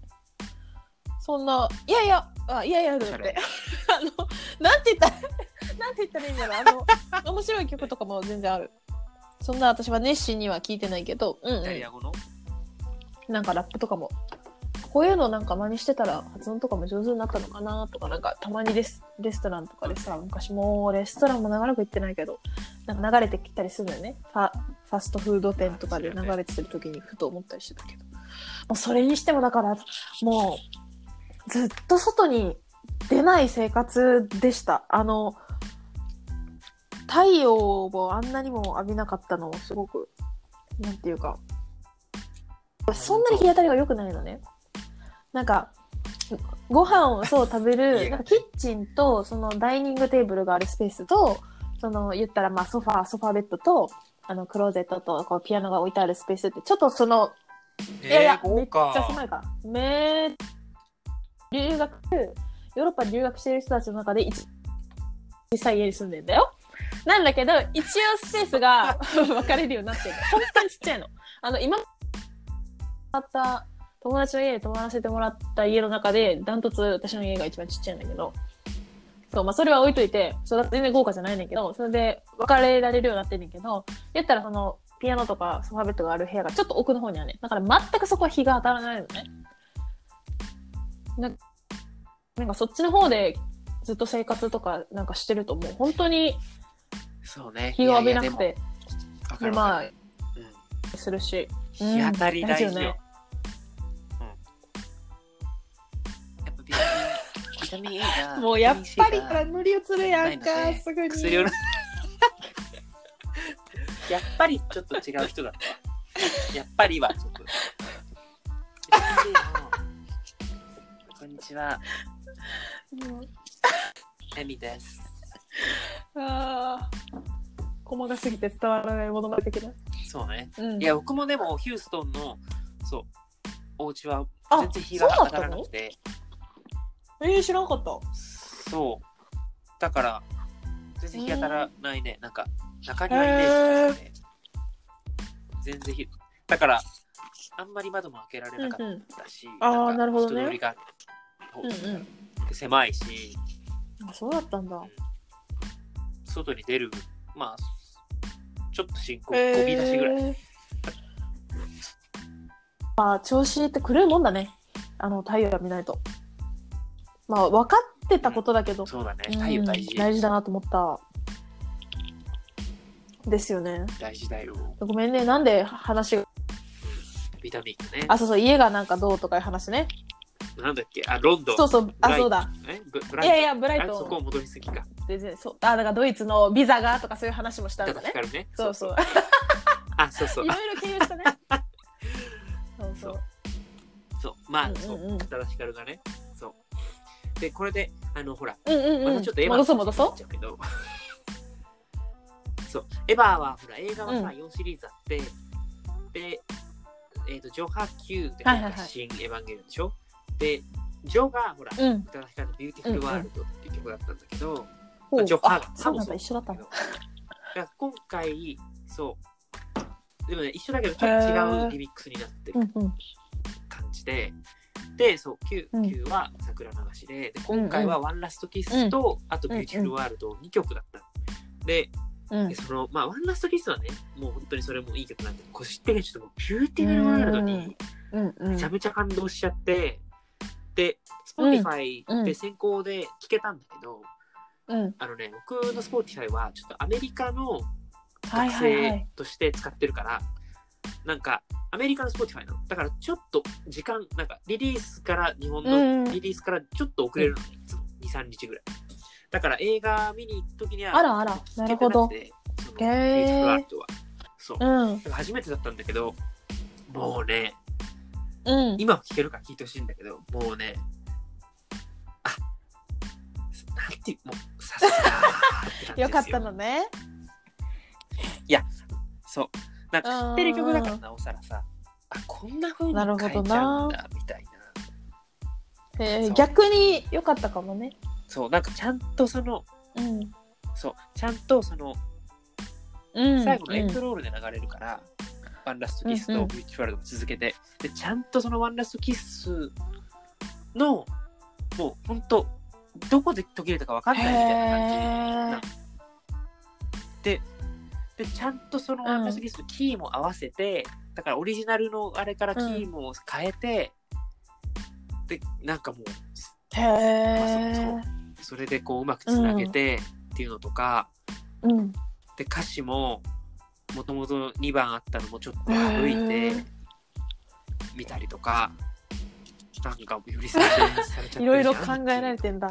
S2: そんないやいやあいやいやだっ
S1: おしゃれ
S2: て あのなんて言ったらなんて言ったらいいんだろう あの面白い曲とかも全然あるそんな私は熱心には聞いてないけどうん、
S1: イタリ
S2: う
S1: ア語の
S2: ん、なんかラップとかもこういうのなんか真似してたら発音とかも上手になったのかなとかなんかたまにレスレストランとかでさ昔もうレストランも長らく行ってないけどなんか流れてきたりするのよねファファストフード店とかで流れてる時にふと思ったりしてたけどもうそれにしてもだからもうずっと外に出ない生活でしたあの太陽をあんなにも浴びなかったのをすごくなんていうかそんなに日当たりが良くないのねなんかご飯をそう食べ
S1: 家
S2: る
S1: が
S2: なんかキッチンとそのダイニングテーブルがあるスペースとその言ったらまあソファーソファーベッドとあのクローゼットとこうピアノが置いてあるスペースってちょっとそのいやい
S1: 英
S2: や、め
S1: 語
S2: っちゃ狭
S1: か。
S2: いから。めっ留学、ヨーロッパに留学してる人たちの中で一、小さい家に住んでんだよ。なんだけど、一応スペースが 分かれるようになってる。本当にちっちゃいの。あの、今、あった友達の家で泊まらせてもらった家の中で、ダントツ私の家が一番ちっちゃいんだけど、そう、まあ、それは置いといて、それ全然豪華じゃないねんけど、それで別れられるようになってんねんけど、言ったらその、ピアノとかソファベッドがある部屋がちょっと奥の方にあるねん。だから全くそこは日が当たらないのね。なんか、なんかそっちの方でずっと生活とかなんかしてるともう本当に
S1: そうね。
S2: 日を浴びなく
S1: いやいや。
S2: て、
S1: でもわか
S2: め
S1: る
S2: ま
S1: わか
S2: あ
S1: る、うん
S2: するし。
S1: 日当たり大事よ。
S2: うん大事よね
S1: うんやっぱビタミン、ビタミン A が。
S2: もうやっ
S1: ビタ
S2: ぱり
S1: ミン C が
S2: 無理移るやん
S1: ないの
S2: か、
S1: です
S2: ぐに。
S1: 薬を飲 やっぱりちょっと違う人だったわ。やっぱりは、ちょっと。こんにちは、エミです。
S2: あー細かすぎて伝わらないものまで的な。
S1: そうね。
S2: うん
S1: いや、僕もでも、ヒューストンの、そう、お家は
S2: あ
S1: 全然日が当たらなくて、
S2: えー、知らなかった。
S1: そう。だから、全然日当たらないね。なんか、中庭イメージだったね。全然日、だから、あんまり窓も開けられなかっ
S2: うんうん
S1: たし、
S2: あー
S1: んか
S2: なるほどね
S1: 人通りが
S2: うんうん。
S1: 狭いし、
S2: あそうだったんだ。
S1: 外に出る、まあ、ちょっと深刻、ゴミ出しぐらい。
S2: えーまあ調子って狂うもんだね。あの太陽が見ないと。まあ分かってたことだけど、
S1: そうだね、
S2: うん
S1: 太陽大事、
S2: 大事だなと思った。ですよね。
S1: 大事だよ。
S2: ごめんね、なんで話が、
S1: ビタミンね。
S2: あ、そうそう、家がなんかどうとかいう話ね。
S1: なんだっけあ、ロンドン。
S2: そうそう、あ、そうだ。
S1: えブブ
S2: い
S1: ライトン
S2: やいや、ブライ
S1: あそ
S2: ト
S1: こ
S2: ン、
S1: 戻りすぎか。
S2: 全然、そう、あ、だからドイツのビザがとかそういう話もしたん
S1: だ
S2: だ
S1: か
S2: ね。
S1: らね。
S2: そうそう。。
S1: あ、そうそう
S2: い。ろいろ経由 したね。そうそう。
S1: そう。まあ、
S2: うん
S1: そうう。
S2: んうん
S1: 正しかるがね。そう。で、これで、あの、ほら、
S2: うんうん
S1: ま
S2: うん。
S1: たちょっとエヴァ
S2: 戻そう戻
S1: う
S2: そ。
S1: そう。エヴァは、ほら、映画はさ、
S2: う
S1: 4シリーズあって、で、えっと、ジョハ9で、
S2: はいはいはい
S1: 新エヴァンゲリオンでしょで、ジョが、ほら、
S2: う。うん。
S1: 宇多田ヒカルのビューティフルワールドっていう曲だったんだけど、
S2: ほう
S1: ジョハ
S2: あ
S1: ー、
S2: そうなんだ、一緒だったんだ。
S1: だから今回、そう。でもね、一緒だけど、ちょっと違うリミックスになってる
S2: うんうん。
S1: 感じで、で、そう、Q、
S2: うん
S1: Q は桜流しで、で、今回はワンラストキスと、あとビューティフルワールド2曲だった。で、
S2: うん
S1: で。その、まあ、ワンラストキスはね、もう本当にそれもいい曲なんで、こう知ってる人もビューティフルワールドに
S2: うんうん
S1: めちゃめちゃ感動しちゃって、で、Spotify で先行で聴けたんだけど、
S2: うん。
S1: あのね、僕の Spotify はちょっとアメリカの
S2: はい
S1: 学
S2: はいは
S1: 生
S2: い。
S1: として使ってるから、なんかアメリカの Spotify なのだからちょっと時間なんかリリースから日本
S2: うんう
S1: の
S2: ん
S1: リリースからちょっと遅れるのね、いつも23日ぐらいだから映画見に行く時には
S2: あらあら
S1: 聞けてくてその
S2: へー
S1: ビューティフルワールドはそうだ
S2: うん。
S1: から初めてだったんだけどもうね
S2: うん。
S1: 今も聴けるから聞いてほしいんだけどもうねあなんていうもうさすがーって感じですよ
S2: よかったのね。
S1: そう。なんか知ってる曲だからなおさらさ、あ、こんな風に
S2: なる
S1: 変
S2: ほ
S1: え
S2: ど
S1: ちゃうん
S2: な
S1: だ、みたいな。
S2: え
S1: そ
S2: ー
S1: う
S2: 逆によかったかもね。
S1: そう、なんかちゃんとその、
S2: うん。
S1: そう、ちゃんとその、
S2: うん。
S1: 最後のエン
S2: う
S1: ド
S2: ん
S1: ロールで流れるから、ワンラストキス
S2: うんう
S1: と
S2: ん
S1: ビューティフルワールドも続けて、で、ちゃんとそのワンラストキスの、もう本当どこで途切れたか分かんないみたいな感じ。
S2: へー
S1: でちゃんとそのワンラストキスとキーも合わせて、だからオリジナルのあれからキーも変えて、でなんかもう
S2: へ
S1: そ
S2: え
S1: う。それでこううまくつなげてっていうのとか、
S2: うん。
S1: で歌詞ももともと2番あったのもちょっと歩いて
S2: うん
S1: 見たりとか、なんかより再現されちゃってるじゃん
S2: いろいろ考えられてんだ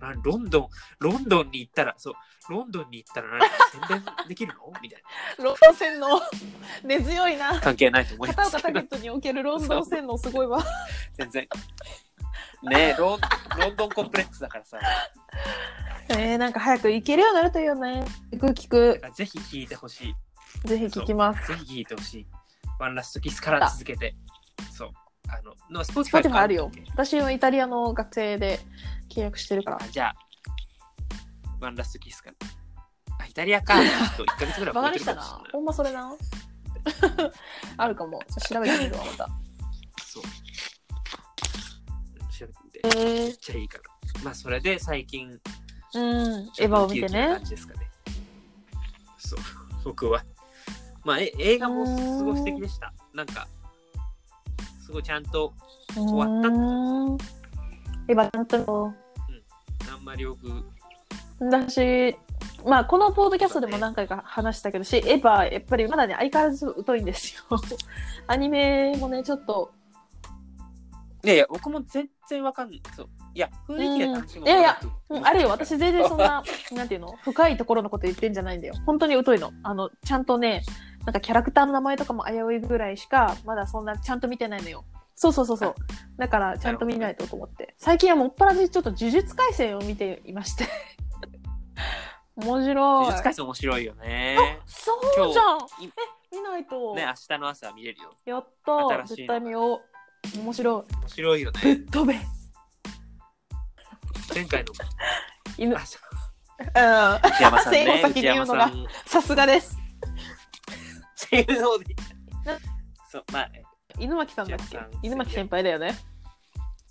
S1: なロンドンロンドンに行ったらそうロンドンに行ったら何か宣伝でき るのみたい
S2: ロンドン線の 根強いな
S1: な。関係ないと思い
S2: 片
S1: ます
S2: 岡
S1: けど
S2: 武人におけるロンドン線のすごいわ。
S1: 全然ねえロンロンドンコンプレックスだからさ
S2: えー、なんか早く行けるようになるといいよね。聞く
S1: だ
S2: 聞く
S1: か。らぜひ聴いてほしい
S2: ぜひ聞きます。
S1: ぜひ聴いてほしい。ワンラストキスから続けて。そう。あの、のスポーツ
S2: スポティファイあるよ。私はイタリアの学生で契約してるから
S1: あ。じゃあ、ワンラストキスから。あ、イタリアか。ちょっと1ヶ月ぐら い
S2: バカ
S1: 覚え
S2: に
S1: て
S2: し
S1: る
S2: た
S1: か
S2: な
S1: もしれ。な
S2: ほ
S1: い。
S2: んまそれな。 あるかも。調べてみるわ、また。
S1: そう。調べてみて。
S2: え
S1: めっ
S2: ー、
S1: ちゃいいから。まあ、それで最近、
S2: うん。エヴァを見て
S1: 感
S2: ね。
S1: じですかね。そう、 僕は。まあ、え映画もすごい素敵でした。なんか、すごいちゃんと、終わったって
S2: うーんエヴァちゃんと。
S1: あんまりよく、
S2: だし、まあ、このポードキャストでも何回か話したけどし、エヴァ、やっぱりまだね、相変わらず疎いんですよ。 アニメもね、ちょっと、
S1: いやいや、僕も全然わかんない。そう。いや、雰囲気で楽しむ
S2: うんいやいや
S1: 音楽
S2: うんあるよ私全然そんななんていうの深いところのこと言ってんじゃないんだよ本当に疎いのあのちゃんとねなんかキャラクターの名前とかも危ういぐらいしかまだそんなちゃんと見てないのよそうそうそうそうだからちゃんと見ないとと思って、最近はもっぱらでちょっと呪術廻戦を見てい まして面白
S1: 呪
S2: い
S1: 術廻戦面白いよね。
S2: そうじゃん
S1: 今日
S2: え見ないと、
S1: ね、明日の朝見れるよ。
S2: やった
S1: 新しいの
S2: 絶対見よう面白
S1: 面白いよ
S2: いぶ
S1: ね。
S2: っ飛べ
S1: 前回の
S2: 犬
S1: あそう
S2: うん
S1: 内山さん
S2: 最
S1: ね
S2: 後。先
S1: 内
S2: に言
S1: 山
S2: うのが
S1: さん。
S2: さすがです
S1: 性能で
S2: な。
S1: そう、まあ、ね
S2: 犬巻さんだっ
S1: 千
S2: け
S1: 秋さん
S2: 犬巻先輩だよね。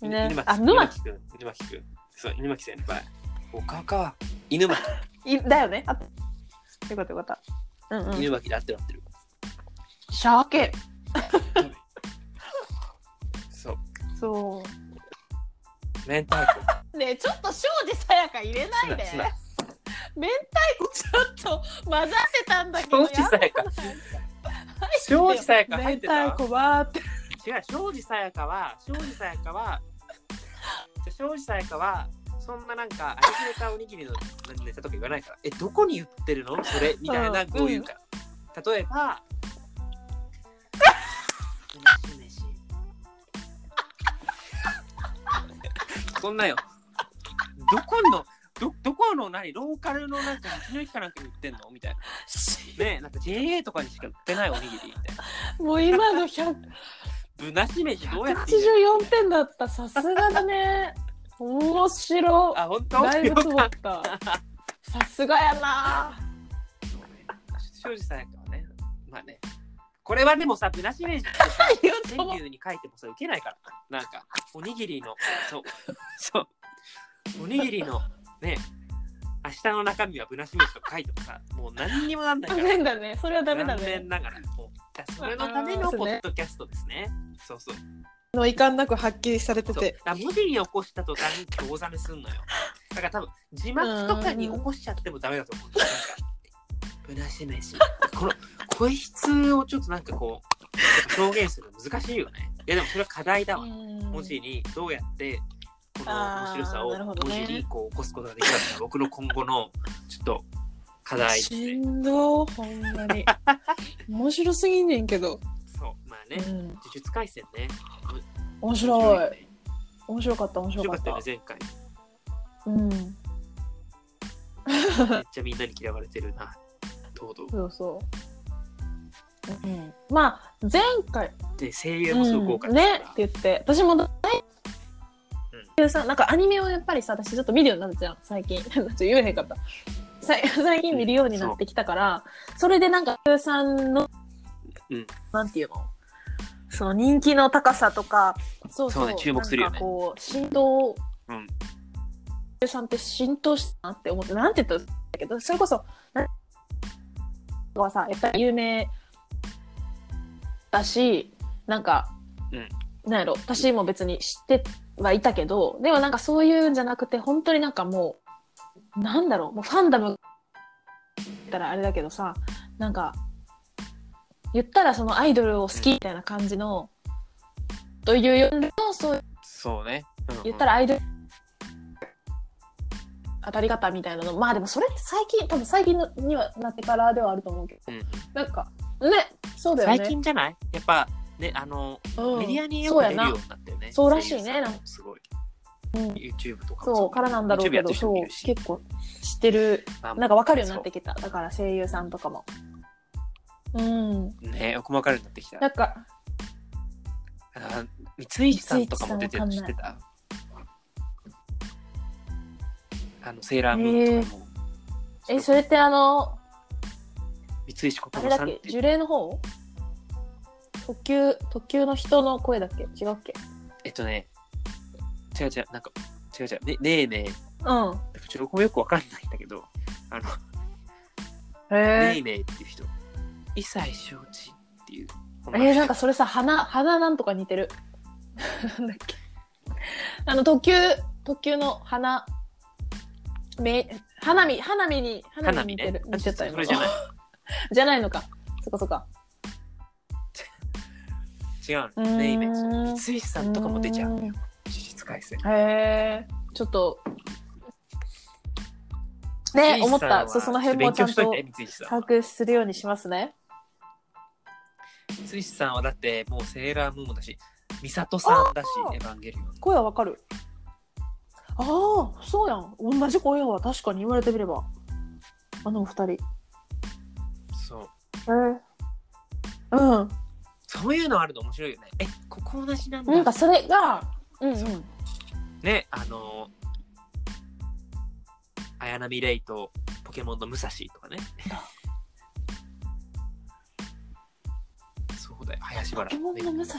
S2: ね
S1: 犬、巻
S2: あ、犬巻
S1: くん。犬巻くん。そう、犬巻先輩。おかか。犬巻、
S2: いだよね。あよかったよかった。うんうん。
S1: 犬巻で合ってる合って る。
S2: シャーケ。
S1: そう、
S2: そ
S1: 明太子。
S2: う。ねえちょっと庄司さやか入れないで
S1: ツ。ナ
S2: 明太子ちょっと混ざってたんだけど。
S1: 庄司さやか。庄司さやか入ってた
S2: 明太子はって。
S1: 違う、庄司さやかは、庄司さやかは、じゃ庄司さやかは、そんななんか、あれくれたおにぎりのネタとか言わないから、え、どこに言ってるのそれみたいな、
S2: うん
S1: こう言うから。例えば、すまし飯。こんなよ。どこの、ど、どこの何、ローカルのなんか、道の駅かなんかに売ってんのみたいな。ねえなんか JA とかにしか売ってないおにぎりみたいな。
S2: もう今の100
S1: ぶなし飯どうやって入れる
S2: 184点だった。さすがだね。面白。
S1: あ、本当
S2: だいぶすご
S1: よ
S2: か
S1: かっ
S2: った。さすがやな。
S1: たそうね庄司さやかはね、まあね。これはでもさ、ぶなし飯ってさ、
S2: 言うとも
S1: 川柳に書いてもさ、受けないから。なんか、おにぎりの、そう、そう、おにぎりの、ね、明日の中身はぶなし飯と書いてもさ、もう何にもなんない
S2: ダ
S1: から。
S2: メだね。それはダメだ
S1: 残
S2: ね
S1: 念。ながら。もうじゃあそれのためのポッドキャストですね。そうそう。
S2: の遺憾なく発揮されて
S1: そうだから文字に起こした途端に遠ざめすんのよ。だから多分字幕とかに起こしちゃってもダメだと思うんですよ。なんかぶなし飯。この声質をちょっとなんかこう表現するの難しいよね。いやでもそれは課題だわ。文字にどうやってこの面白さを
S2: あーなるほ
S1: 文
S2: どね
S1: 字にこう起こすことができたのか僕の今後のちょっと課題です
S2: し
S1: ね。
S2: んどーほんま に面白すぎんねんけど、
S1: そうまあね
S2: う
S1: 呪
S2: ん、
S1: 術廻戦ね。
S2: 面
S1: 面白
S2: 白い
S1: いよね
S2: 面白かった面
S1: 面
S2: 白
S1: 白
S2: か
S1: か
S2: っ
S1: ったたよね前回。
S2: うん
S1: めっちゃみんなに嫌われてるな。とうとう。
S2: そうそう、うん、まあ前回
S1: で声優もすごく豪華
S2: うん
S1: ですから
S2: ねって言って私も大優さんなんかアニメをやっぱりさ私ちょっと見るようになったじゃん最近 ちょっと言えへんかったさい 最近見るようになってきたからそれでなんか声優さんの、
S1: うん
S2: なんていうのその人気の高さとかそうそ
S1: そ
S2: う
S1: うね注目するよね
S2: なんかこう浸透
S1: うん
S2: 声優さんって浸透したなって思ってなんて言ったんだけどそれこそなんはさやっぱり有名だしなんか、
S1: うん
S2: なんやろ私も別に知ってはいたけどでもなんかそういうんじゃなくて本当になんかもうなんだろうもうファンダムって言ったらあれだけどさなんか言ったらそのアイドルを好きみたいな感じの、というよりのそう
S1: そうね。うんうん
S2: 言ったらアイドル当たり方みたいなのまあでもそれって最近多分最近のにはなってからではあると思うけど
S1: うんうん
S2: なんかねそうだよね
S1: 最近じゃないやっぱ、ね、あの、
S2: うん
S1: メディアによ
S2: そ
S1: く
S2: う
S1: 出
S2: や
S1: るよ
S2: な
S1: うになったよね。
S2: そうらしいね
S1: 声優さんもすごい。
S2: うん
S1: YouTube とかも
S2: そうからなんだろう
S1: YouTube
S2: け
S1: やって
S2: ど
S1: る人
S2: そ
S1: もいうるし
S2: 結構知ってる
S1: まあ
S2: なんか分かるようになってきただから声優さんとかもうん
S1: ね、よくわかるようになってきた。
S2: なんか
S1: あ三石さんとかも出てるの
S2: 三
S1: 知
S2: 石
S1: っ
S2: さん
S1: てたあの、セーラームーンとかも。
S2: えそれってあの
S1: 三石
S2: あ
S1: 琴
S2: れ
S1: 乃
S2: だ
S1: さ
S2: っ
S1: んって
S2: け
S1: いう
S2: 呪霊の方特急特急の人の声だっけ違うっけ
S1: えっとね、違う違う、なんか、違う違う、ねねえね
S2: うん
S1: え、ちょっと僕もよくわかんないんだけど、あの、ね
S2: へ
S1: えねえっていう人。一切承知っていう。
S2: えー、なんかそれさ鼻鼻なんとか似てる なんだっけあの特急特急の鼻め花見花見に花
S1: 花
S2: 見に
S1: 見
S2: 似て
S1: ね
S2: る。似てた
S1: あ
S2: よ
S1: それじゃない。
S2: じゃないのか。そこそこ。
S1: 違う
S2: うー
S1: の。
S2: ん
S1: ねイメージ。三石さんとかも出ちゃうのよ。呪術使い捨て。
S2: へえちょっとね思ったそうその辺もちゃ
S1: 勉
S2: ん
S1: 強し
S2: と
S1: といて、三石さん
S2: 把
S1: は。
S2: 握するようにしますね
S1: 三石さんはだって、もうセーラームーンもだし、美里さんだし
S2: あ、ー
S1: エヴァンゲリオン。
S2: 声はわかるああそうやん同じ声は確かに言われてみればあのお二人へえ
S1: そう。
S2: うん
S1: そういうのあるの面白いよね。え、ここ同じなんだ。
S2: なんかそれがうんうん
S1: ね、あの綾波レイとポケモンの武蔵とかね。そうだよ、林
S2: ポ
S1: 原。
S2: ケモンの武蔵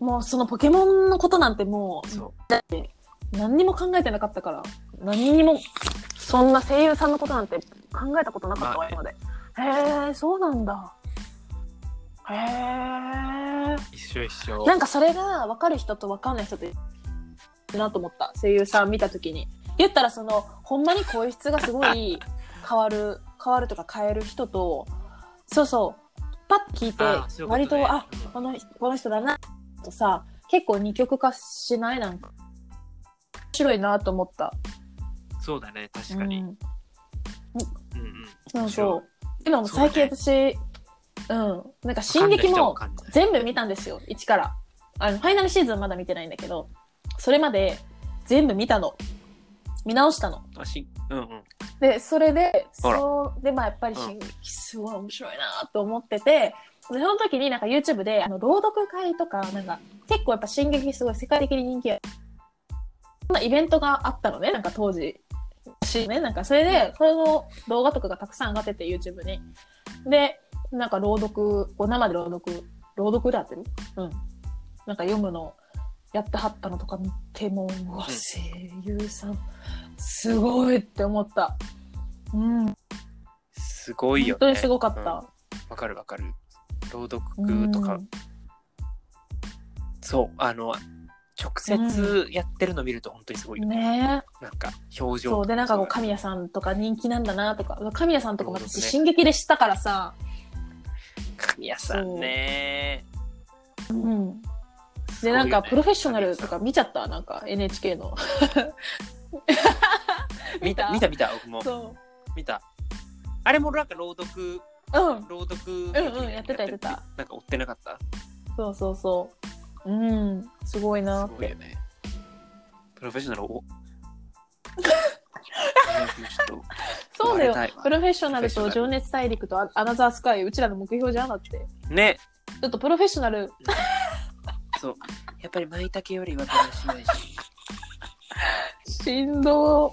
S2: もうそのポケモンのことなんてもう
S1: そう。
S2: 何にも考えてなかったから何にもそんな声優さんのことなんて考えたことなかったわ今まで、へえそうなんだへえ
S1: 一緒一緒。
S2: なんかそれが分かる人と分かんない人といるなと思った声優さん見た時に言ったらそのほんまに声質がすご い変わる変わるとか変える人とそうそうパッと聞いて
S1: あーそうい
S2: 割
S1: うこと
S2: と
S1: ね
S2: あこのこの人だなとさ結構二極化しないなんか面白いなと思った
S1: そうだね、確かに。
S2: う
S1: うん
S2: ん
S1: うん。
S2: そ
S1: そ
S2: うそう。今も最近私、うん、なんか進撃も全部見たんですよ、一から。あの、ファイナルシーズンまだ見てないんだけど、それまで全部見たの。見直したの。
S1: あしうんうん。
S2: で、それで、
S1: あら
S2: そう、で、まあやっぱり進撃すごい面白いなと思ってて、で、その時になんか YouTube で、あの、朗読会とか、なんか、結構やっぱ進撃すごい世界的に人気や。そんなイベントがあったのね、なんか当時。し、ね、なんかそれで、それの動画とかがたくさん上がってて、YouTube に。で、なんか朗読、こう生で朗読、朗読であってるうん。なんか読むの、やってはったのとか見ても、うわ、
S1: うん
S2: 声優さん、すごいって思った。うん。
S1: すごいよ、ね。
S2: 本当にすごかった。
S1: うんわかるわかる。朗読
S2: うん
S1: とか、そう、あの、直接やってるの見ると本当にすごいよね。
S2: ねえ
S1: なんか、表情
S2: そうでなんかこう
S1: と
S2: 神谷さんとか人気なんだなとか神谷さんとかも
S1: そうで
S2: 私
S1: すね
S2: 進撃で知ったからさ、
S1: 神谷さんね。
S2: う
S1: す
S2: ん、
S1: ごい
S2: で
S1: よね
S2: なんかプロフェッショナルとか見ちゃったなんか NHK の
S1: 見た見た見た僕も
S2: そ
S1: 見たあれもなんか朗読
S2: ううん
S1: 朗読
S2: うんうんやってたやってた
S1: なんか追ってなかった
S2: そうそうそううんすごいなっ
S1: すごい
S2: て
S1: よねプロフェッショナルを
S2: そうだよプ
S1: よ
S2: ロフェッショナルと情熱大陸とアアナザースカイうちらの目標じゃんだって
S1: ね
S2: ちょっとプロフェッショナル
S1: そうやっぱり舞茸よりは悲しないし
S2: しんど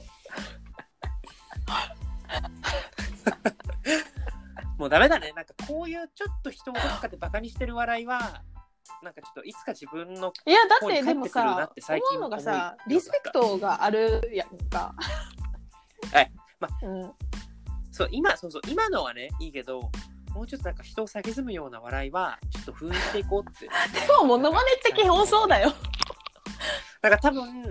S1: もうダメだねなんかこういうちょっと人をどっかでバカにしてる笑いはなんかちょっといつか自分の
S2: いやだ
S1: ここ
S2: っ
S1: に帰ってて
S2: でも
S1: くるな
S2: さ
S1: って
S2: 思
S1: 最近
S2: うの
S1: 思
S2: が
S1: う
S2: さ
S1: よ
S2: リスペクトがあるやんか
S1: はいま
S2: あうん
S1: そう今そうそう今のはねいいけどもうちょっとなんか人を蔑むような笑いはちょっと封印していこうって
S2: でもモノマネって基本そうだよ。
S1: だから多分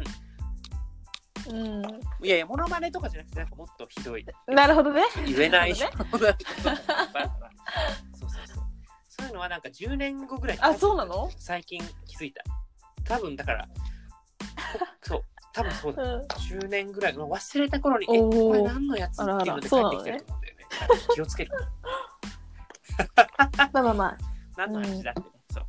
S2: うん。
S1: いやいや、モノマネとかじゃなくて、なんかもっとひどい。
S2: なるほどね。
S1: 言えない
S2: な
S1: 人
S2: る
S1: だから そうそうそう。そういうのはなんか10年後ぐらいに
S2: あそうなの
S1: 最近気づいた。多分だから、 そう、多分そうだ。
S2: うん。
S1: 10年ぐらい、もう忘れた頃に、え、
S2: おー
S1: これ何のやつっていうので帰ってきてると思うんだよね。 気をつける。
S2: まあまあま
S1: 何の話だってね。そう。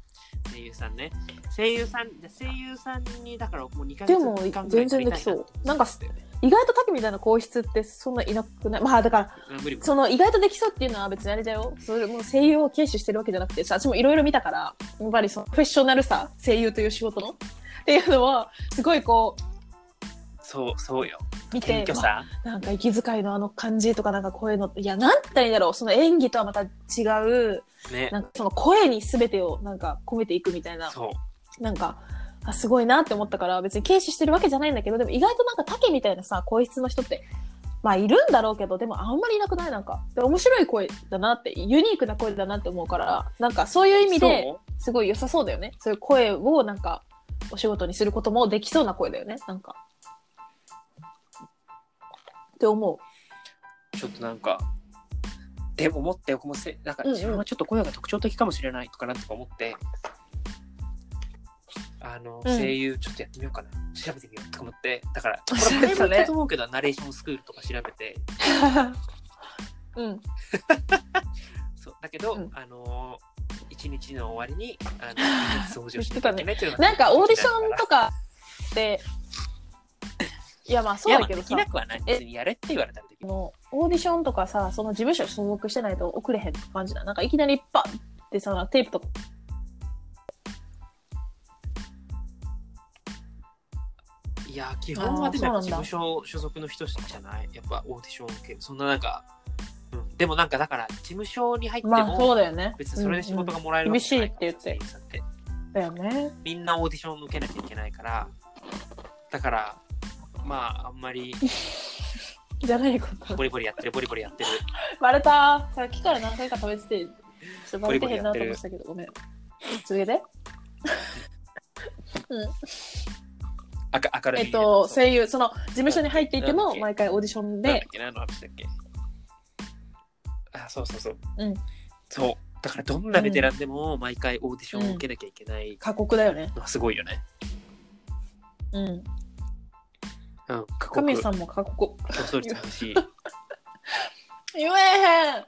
S1: 声優さんね。声優さん、じゃあ声優さんに、だからもう2
S2: あ。
S1: ヶ
S2: で
S1: 月
S2: も
S1: 間ぐら
S2: 全
S1: い撮
S2: 然
S1: り
S2: で
S1: たい
S2: きそ
S1: な
S2: う。なんか
S1: と思って
S2: 意外とタケみたいな皇室ってそんないなくない。まあだから
S1: うん無理無理
S2: その意外とできそうっていうのは別にあれだよ。それもう声優を軽視してるわけじゃなくて、私もいろいろ見たから、やっぱりそのプロフェッショナルさ、声優という仕事のっていうのはすごいこう
S1: そう、そうよ。
S2: 見
S1: 謙
S2: て。
S1: 虚さ。
S2: なんか息遣いのあの感じとかなんか声のいやなんて言ったらいいんだろうその演技とはまた違う
S1: ね。
S2: なんかその声に全てをなんか込めていくみたいな
S1: そう。
S2: なんかあすごいなって思ったから別に軽視してるわけじゃないんだけどでも意外となんか竹みたいなさ声質の人ってまあいるんだろうけどでもあんまりいなくないなんかで面白い声だなってユニークな声だなって思うからなんかそういう意味で
S1: そう
S2: すごい良さそうだよねそういう声をなんかお仕事にすることもできそうな声だよねなんか。って思う。
S1: ちょっとなんか、でも思って、僕もせ、なんか
S2: うんうん
S1: 自分はちょっと声が特徴的かもしれないとかなとか思って、あの、
S2: うん
S1: 声優ちょっとやってみようかな調べてみようとか思ってだからこ
S2: 調
S1: れ
S2: べて
S1: 前も
S2: ね
S1: 言ったと思うけどナレーションスクールとか調べて
S2: うん。
S1: そうだけど、
S2: うん
S1: あの一日の終わりにあの 技術を補助しなきゃいけないというのが
S2: なんかオーディションとかって、いやまあそうだけど
S1: いやま
S2: さ
S1: あ、できなくはない別にやれって言われたらでき
S2: あ
S1: る
S2: のオーディションとかさ、その事務所所属してないと送れへんって感じだ。なんかいきなりパッってさ、テープとか。
S1: いや基本はでもやっぱ
S2: あ
S1: 事
S2: ーそうなんだ
S1: 務所所属の人じゃないやっぱオーディション受けるそんななんか、うん、でもなんかだから事務所に入っても、
S2: まあそうだよね。
S1: 別にそれで仕事がもらえる
S2: うん
S1: わけじゃない
S2: 厳しいって言って
S1: 声優さんって
S2: うんうんだよね。
S1: みんなオーディション受けなきゃいけないからだからまああんまり
S2: じゃないこと。
S1: ボリボリやってるボリボリやってる
S2: バレたさっきから何回か食べてて、ちょっとバレてへんなと思ってたけど、ごめん。続けて。
S1: あか明るい
S2: えっと、
S1: そう
S2: 声優、その事務所に入ってい
S1: な
S2: て
S1: んだっ
S2: も、
S1: け
S2: 毎回オーディション
S1: なんだ
S2: で
S1: っ、け何の話だっけあそうそうそう、
S2: うん
S1: そうだからどんなベテランでも毎回オーディションを受けなきゃいけない
S2: 過酷だよね。
S1: のはすごいよね、
S2: うん。
S1: うん、過酷
S2: 神さんも過酷。
S1: 競争率もある し
S2: 言えへ ん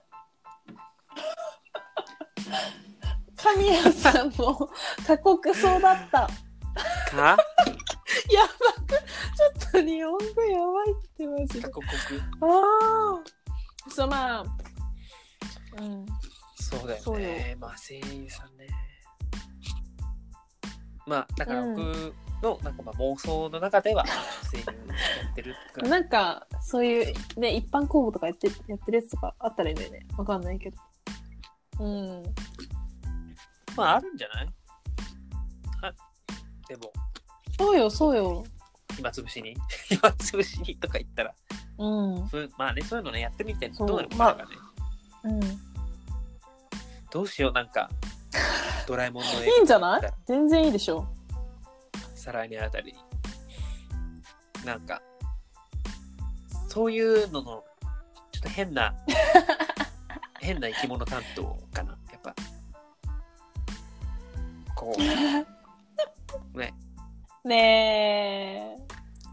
S2: 神谷さんも過酷そうだった。
S1: か
S2: やばく、ちょっと日本語やばいってマジで
S1: 過。酷
S2: ああ。そう、まあ。うん。
S1: そうだ
S2: そ
S1: よ
S2: う
S1: ね
S2: よ
S1: まあ声優さんねまあだから僕のなんかまあ妄想の中では声優やってるって
S2: なんかそういうね一般公募とかやってやってるやつとかあったらいいんだよねわかんないけどうん
S1: まああるんじゃないあでも
S2: そうよそうよ
S1: 暇つぶしに 暇つぶしにとか言ったら
S2: うんうん
S1: そういうまあねそういうのねやってみて
S2: そう
S1: どうなるか
S2: まあ
S1: なんかね、どうしようなん かドラえもんの
S2: いいん
S1: 絵
S2: じゃない全然いいでしょ
S1: 再来年あたりになんかそういうののちょっと変 な変な生き物担当かなやっぱこうね
S2: ねえ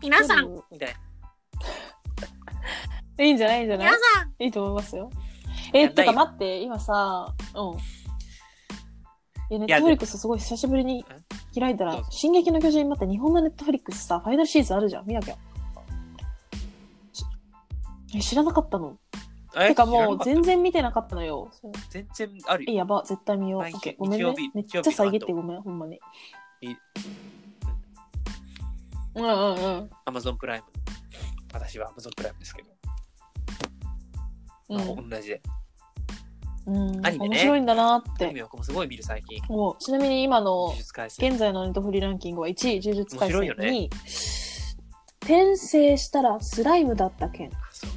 S1: 皆みたい
S2: いいんじゃないいいんじゃない
S1: 皆
S2: さんいいと思いますよえ
S1: やんな
S2: て
S1: い
S2: か待って今さうんいやネ
S1: い
S2: ッ
S1: や
S2: トフリックスすごい久しぶりに開いた
S1: どう
S2: ら
S1: ぞ
S2: 「進撃の巨人」待って日本のネットフリックスさファイナルシーズンあるじゃん見なきゃしえ知らなかったの
S1: な
S2: てか
S1: 知ら
S2: も
S1: な
S2: う
S1: かった
S2: 全然見てなかったのよ。
S1: 全然ある
S2: え、
S1: よ
S2: やば、絶対見よう。オ
S1: 毎日
S2: ッケーごめんね
S1: 日曜日。
S2: めっちゃ遮ってごめん、ほんまに。
S1: いい
S2: うんうんうん。
S1: アマゾンプライム私はアマゾンプライムですけど、
S2: う
S1: まあ
S2: ん
S1: 同じで
S2: うん、
S1: アニメね
S2: 面白いんだなっ
S1: アニ
S2: て。
S1: メ僕もすごい見る最近
S2: もうちなみに今
S1: 呪
S2: の
S1: 術廻戦
S2: 現在のネットフリランキングは1位、呪術廻
S1: 面
S2: 戦
S1: 白いよ
S2: に、転生したらスライムだった件。
S1: あそう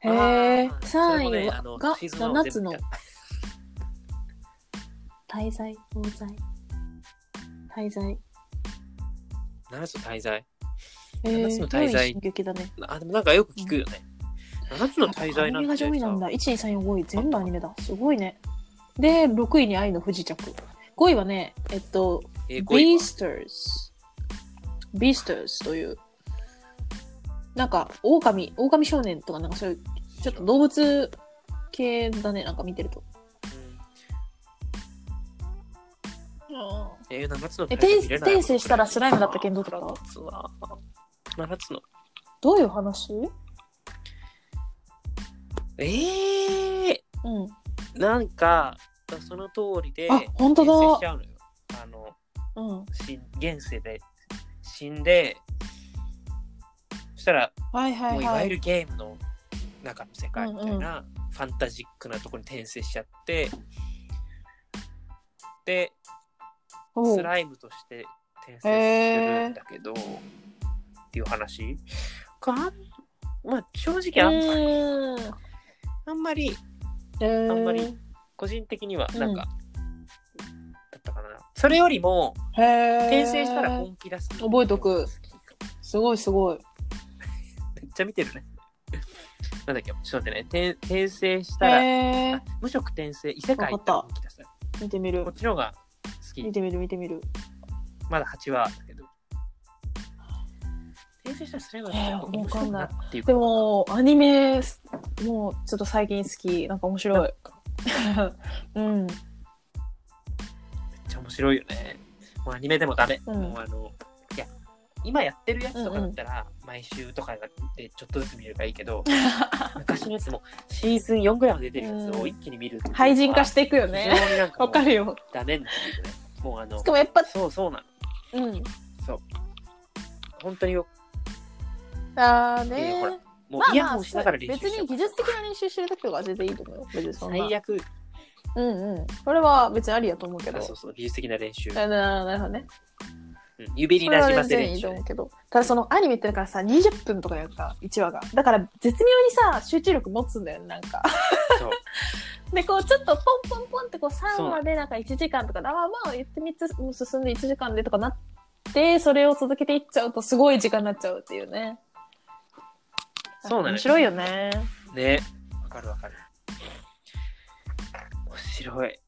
S2: へえ。
S1: あーそれ
S2: 3
S1: も
S2: 位
S1: ね
S2: は
S1: あの
S2: が
S1: シーズンワン
S2: 7つの
S1: 全部見
S2: 滞在、王在。滞在。
S1: た七つの滞在
S2: えー、
S1: 七つの滞在
S2: 良い進撃だね。
S1: あでもなんかよく聞くよね、七つの滞在な
S2: アニ
S1: ん
S2: メが
S1: て
S2: 上位なん
S1: さ
S2: だ。1、2、3、4、5位。全部アニメだ。すごいね。で、6位に愛の不時着。5位はね、えっと、
S1: え
S2: ビ
S1: ー五位
S2: ー
S1: は
S2: スターズ。ビースターズという、なんか、狼、狼少年とか、なんかそういう、ちょっと動物系だね、なんか見てると。
S1: うんえー、七つの
S2: え、
S1: 滞
S2: 転
S1: 在見れない
S2: 転生したらスライムだったけんどうとか
S1: 七つは七つの
S2: どういう話うん。
S1: ええー、なんかその通りで
S2: あ、本当
S1: 転生しち
S2: だ。
S1: ゃうのよあの
S2: うん。
S1: 死ん現世で死んでそしたら
S2: はいは
S1: もう
S2: い
S1: いわ
S2: は
S1: ゆ
S2: い。
S1: るゲームの中の世界みたいな、ファンタジックなところに転生しちゃってで
S2: お
S1: ス
S2: う
S1: ライムとして転生するんだけど、っていう話かまあ正直あん,、
S2: うーん
S1: あんまり
S2: えー
S1: あんまり個人的にはなんか、だったかなそれよりも
S2: へー
S1: 転生したら本気出すの
S2: 覚えとく
S1: 好きかも
S2: すごいすごい。
S1: めっちゃ見てるね。なんだっけ、ちょっと待ってね。転転生したら、
S2: へえ
S1: あ無職転生、異世界行ったら本気出す
S2: 見てみる
S1: こっ。ちの方がき
S2: 見。てみる見てみる
S1: まだ8話だけど。訂正したらすれば
S2: えー
S1: 面白いなっていう
S2: でもアニメもうちょっと最近好きなんか面白い うん
S1: めっちゃ面白いよね。もうアニメでもダメ。
S2: うん
S1: もうあの、いや、今やってるやつとかだったら、毎週とかでちょっとずつ見ればいいけ ど、昔のやつもシーズン4ぐらいまで出てるやつを一気に見るっていうのは
S2: 廃人化していくよね
S1: 非常になんかもう
S2: わかるよ
S1: ダメになっていくね。もうあの
S2: し、かもやっぱ
S1: そうそうな
S2: うん
S1: の。そう。本当によ
S2: あー
S1: いいよ
S2: ね
S1: ほらも
S2: まあ
S1: うイヤホンしながら練習
S2: 別
S1: しよ
S2: に技術的な練習してる時とかは全然いいと思うよ別にそんな
S1: 最悪
S2: うんうんこれは別にありやと思うけど
S1: あそうそう、技術的な練習。
S2: なななるほどね
S1: うん指に
S2: そ
S1: な
S2: れは
S1: じま
S2: 全
S1: せ
S2: 然
S1: 練
S2: いい
S1: 習
S2: と
S1: ね
S2: 思う。けどただそのアニメってだからさ20分とかやるから1話がだから絶妙にさ集中力持つんだよねなん か
S1: そう。
S2: でこうちょっとポンポンポンってこう3
S1: そうな
S2: 話
S1: の
S2: でなんか1時間とかあまあまあ言って3つもう進んで1時間でとかなってそれを続けていっちゃうとすごい時間になっちゃうっていうね
S1: そうなのよ
S2: 面白いよね
S1: ねわかるわかる面白い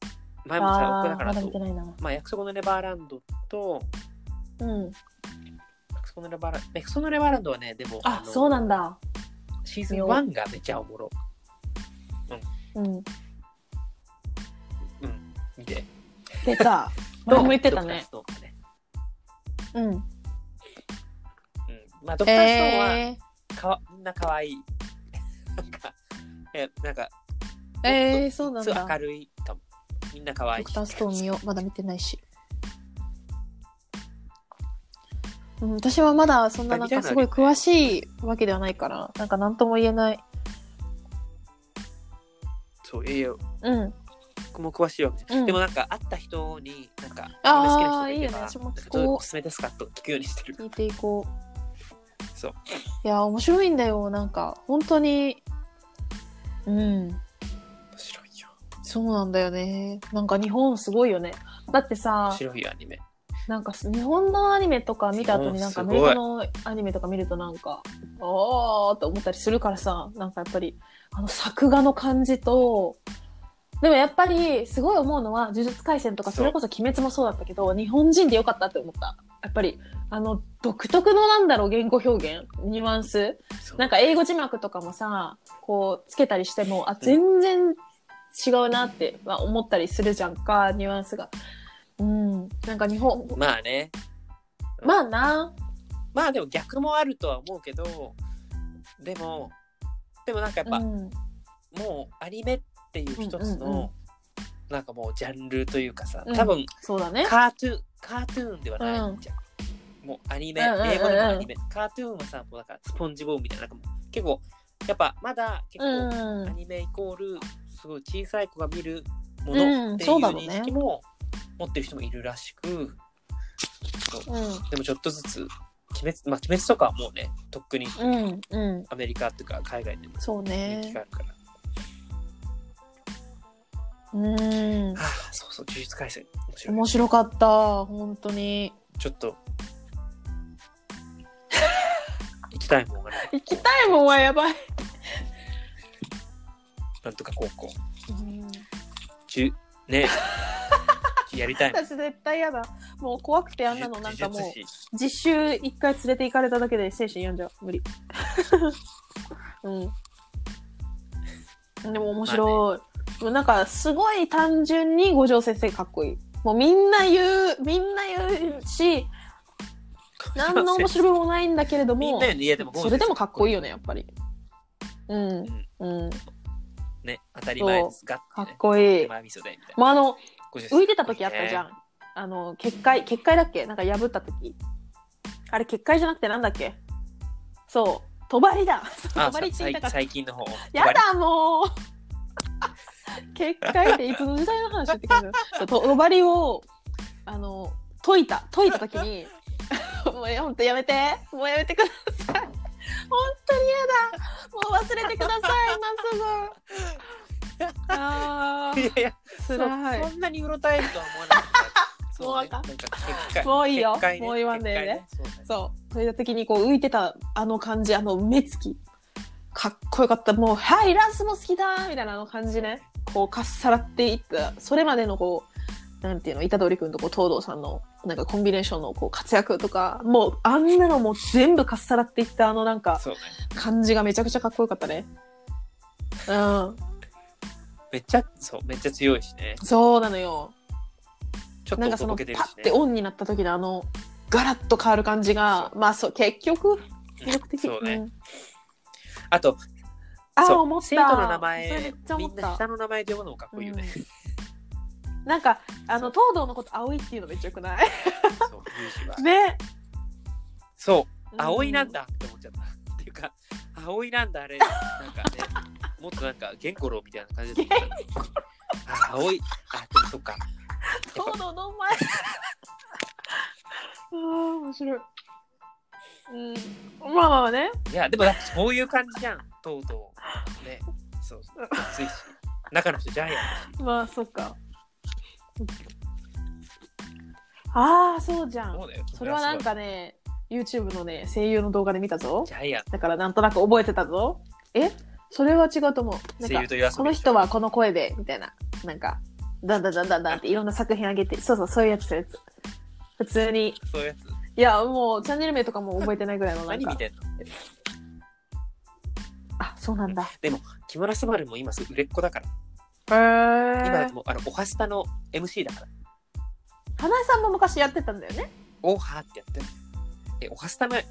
S1: 前もさ
S2: あ
S1: 僕
S2: ー
S1: だか
S2: ま
S1: ら
S2: だ
S1: と
S2: 見てないな
S1: まあ約束のネバーランドと
S2: うん
S1: 約束のネバーランド約束のネバーランドはねでも
S2: あ
S1: の
S2: そうなんだ
S1: シーズン1がめちゃおもろ
S2: うん
S1: 見て
S2: 出 た前も言ってたね
S1: ドクターストーンがね、
S2: うん
S1: うん、まあドクターストーンは
S2: え
S1: かわ、みんな可愛い なんかえなんか
S2: ー、えー、そうなん
S1: すごい明
S2: だ
S1: るいかもみんな可愛
S2: ド
S1: い
S2: クターストーン見ようまだ見てないし、うん、私はまだそんななんかすごい詳しいわけではないからなんか何とも言えない
S1: そうええよ
S2: うん
S1: 僕も詳しいわけじゃ、
S2: うん
S1: ん、でもなんか会った人になんかアニ
S2: あー
S1: メ好きな人がいれば
S2: いいよね私も聞こう
S1: どういうおすすめですかと聞くようにしてる
S2: 聞いていこう
S1: そう
S2: いや面白いんだよなんか本当にうん
S1: 面白いよ
S2: そうなんだよねなんか日本すごいよねだってさ
S1: 面白いよアニメ
S2: なんかす日本のアニメとか見た後になんかア
S1: うん
S2: メ
S1: すごい
S2: リカのアニメとか見るとなんかおーって思ったりするからさなんかやっぱりあの作画の感じとでもやっぱりすごい思うのは「呪術廻戦」とか
S1: そう
S2: それこそ「鬼滅」もそうだったけど日本人でよかったって思ったやっぱりあの独特のなんだろう言語表現ニュアンス
S1: そう
S2: なんか英語字幕とかもさこうつけたりしてもあ全然違うなって、まあ、思ったりするじゃんかニュアンスが。うん、なんか日本
S1: まあね
S2: まあな。
S1: まあでも逆もあるとは思うけどでもでもなんかやっぱ、
S2: うん、
S1: もうアニメっていう一つの、
S2: うんうんうん
S1: なんかもうジャンルというかさ
S2: うん
S1: 多分、
S2: そうだね。
S1: カートゥーンカートゥーンではないじゃん、もうアニメ、
S2: うんうんうんうん
S1: 英語でもアニメカートゥーンはさもうなんかスポンジボーンみたいななんかもう結構やっぱまだ結
S2: う
S1: 構、
S2: ん
S1: ア。ニメイコールすごい小さい子が見るものっていう
S2: うんそうだろうね
S1: 認識も持ってる人もいるらしく、そう
S2: う
S1: でもちょっとずつ鬼滅,、まあ、鬼滅とかはもうねとっくに
S2: ん。うん。うん。
S1: アメリカっていうか海外でも
S2: そう
S1: 人気が
S2: ね
S1: あ。るから、
S2: うん。
S1: ああそうそう呪術廻戦面白い
S2: 面白かった。本当に。
S1: ちょっと行きたいもんがね
S2: 行きたいもんはやばい。
S1: なんとか高校じゅね やりたいもん
S2: 私絶対嫌だ。もう怖くてあんなのなんかも
S1: 呪
S2: う
S1: 術師
S2: 実習一回連れて行かれただけで精神病んじゃう無理。うん。でも面白い。でもなんかすごい単純に五条先生かっこいい。もうみんな言う、みんな言うし、何の面白みもないんだけれど
S1: みん
S2: も
S1: な、よねいやでも
S2: それでもかっこいいよ
S1: ね、
S2: ね、やっぱり。うん、うん、
S1: ね当たり前ですが
S2: かっこいい。
S1: 前味噌でみたいな
S2: もうあの、
S1: 50
S2: 浮いてた時あったじゃ
S1: ね
S2: ん。あの、結界、結界だっけなんか破った時。あれ、結界じゃなくてなんだっけそう、帳だ。
S1: あ
S2: 帳って言いた
S1: さ
S2: かった。
S1: 最近の方
S2: やだ、もう 結界っていつの時代の話って感じだそう帳を、あの、解いた、解いた時に、 もうやほんとやめて、もうやめてください。本当に嫌だ。もう忘れてください、 今すぐ。あー
S1: いやいやそ
S2: 辛い
S1: そんなにうろたえるとは思わなかった
S2: もうわかん
S1: そうねなんか結界
S2: もういいよ
S1: 結界
S2: もう言わんでええね
S1: 結界ねそうね
S2: そう。解いた時にこう浮いてたあの感じ、あの目つき。かっこよかった。もう、はい、ラスも好きだみたいなあの感じね。こう、かっさらっていった。それまでのこう、なんていうの虎杖君とこう東堂さんのなんかコンビネーションのこう活躍とかもうあんなのもう全部かっさらっていったあのなんか
S1: そうね。
S2: 感じがめちゃくちゃかっこよかったね。うん、
S1: めっちゃ、そう、めっちゃ強いしね。
S2: そうなのよ。
S1: ちょっ
S2: なん
S1: と
S2: かそ
S1: と
S2: の
S1: ぼ
S2: パ
S1: けてるし
S2: ッて
S1: ね。
S2: オンになった時のあのガラッと変わる感じがまあそう結局魅力的。
S1: そうね
S2: ん
S1: あと、
S2: あ
S1: そ
S2: ー
S1: う
S2: 思った。
S1: 生徒の名
S2: それめ
S1: 前
S2: っちゃ、
S1: み
S2: 思っ
S1: んな下
S2: た。
S1: の名前で呼ぶのもかっこいいよね。
S2: なんかあの東堂のこと青いっていうのめっちゃよくない？
S1: そう、ユージは。
S2: ね。
S1: そうう、葵なん。だって思っちゃった。っていうか、葵なんだ、あれ。なんかね、もっとなんか、ゲンゴロウみたいな感じだと思ったあ、葵、あ、でもそっか。
S2: 東堂の前。あ あ面白い。うん。まあまあね。
S1: いや、でもだってそういう感じじゃん、とうとう。ね。そうそう。暑いし。中の人ジャイアンだし。
S2: まあそっか。ああそうじゃん
S1: そ。うだよ。
S2: それはなんかね YouTube のね声優の動画で見たぞ
S1: ジャイアン。
S2: だからなんとなく覚えてたぞえそれは違うと思う
S1: 声
S2: なん
S1: 優
S2: か
S1: と夜遊びでしょ
S2: この人はこの声でみたいななんかだんだんだんだんだんっていろんな作品あげてそうそうそういうやつそういうやつ普通に
S1: そういうやつ。
S2: いやもうチャンネル名とかも覚えてないぐらいのなん
S1: 何
S2: か
S1: 見てんの
S2: あそうなんだ
S1: 木村昴も今すぐ売れっ子だから。
S2: へ
S1: 今だ
S2: え
S1: ともう、あの、おはスタの MC だから。
S2: 花井さんも昔やってたんだよね
S1: おはってやってる。え、おはスタのや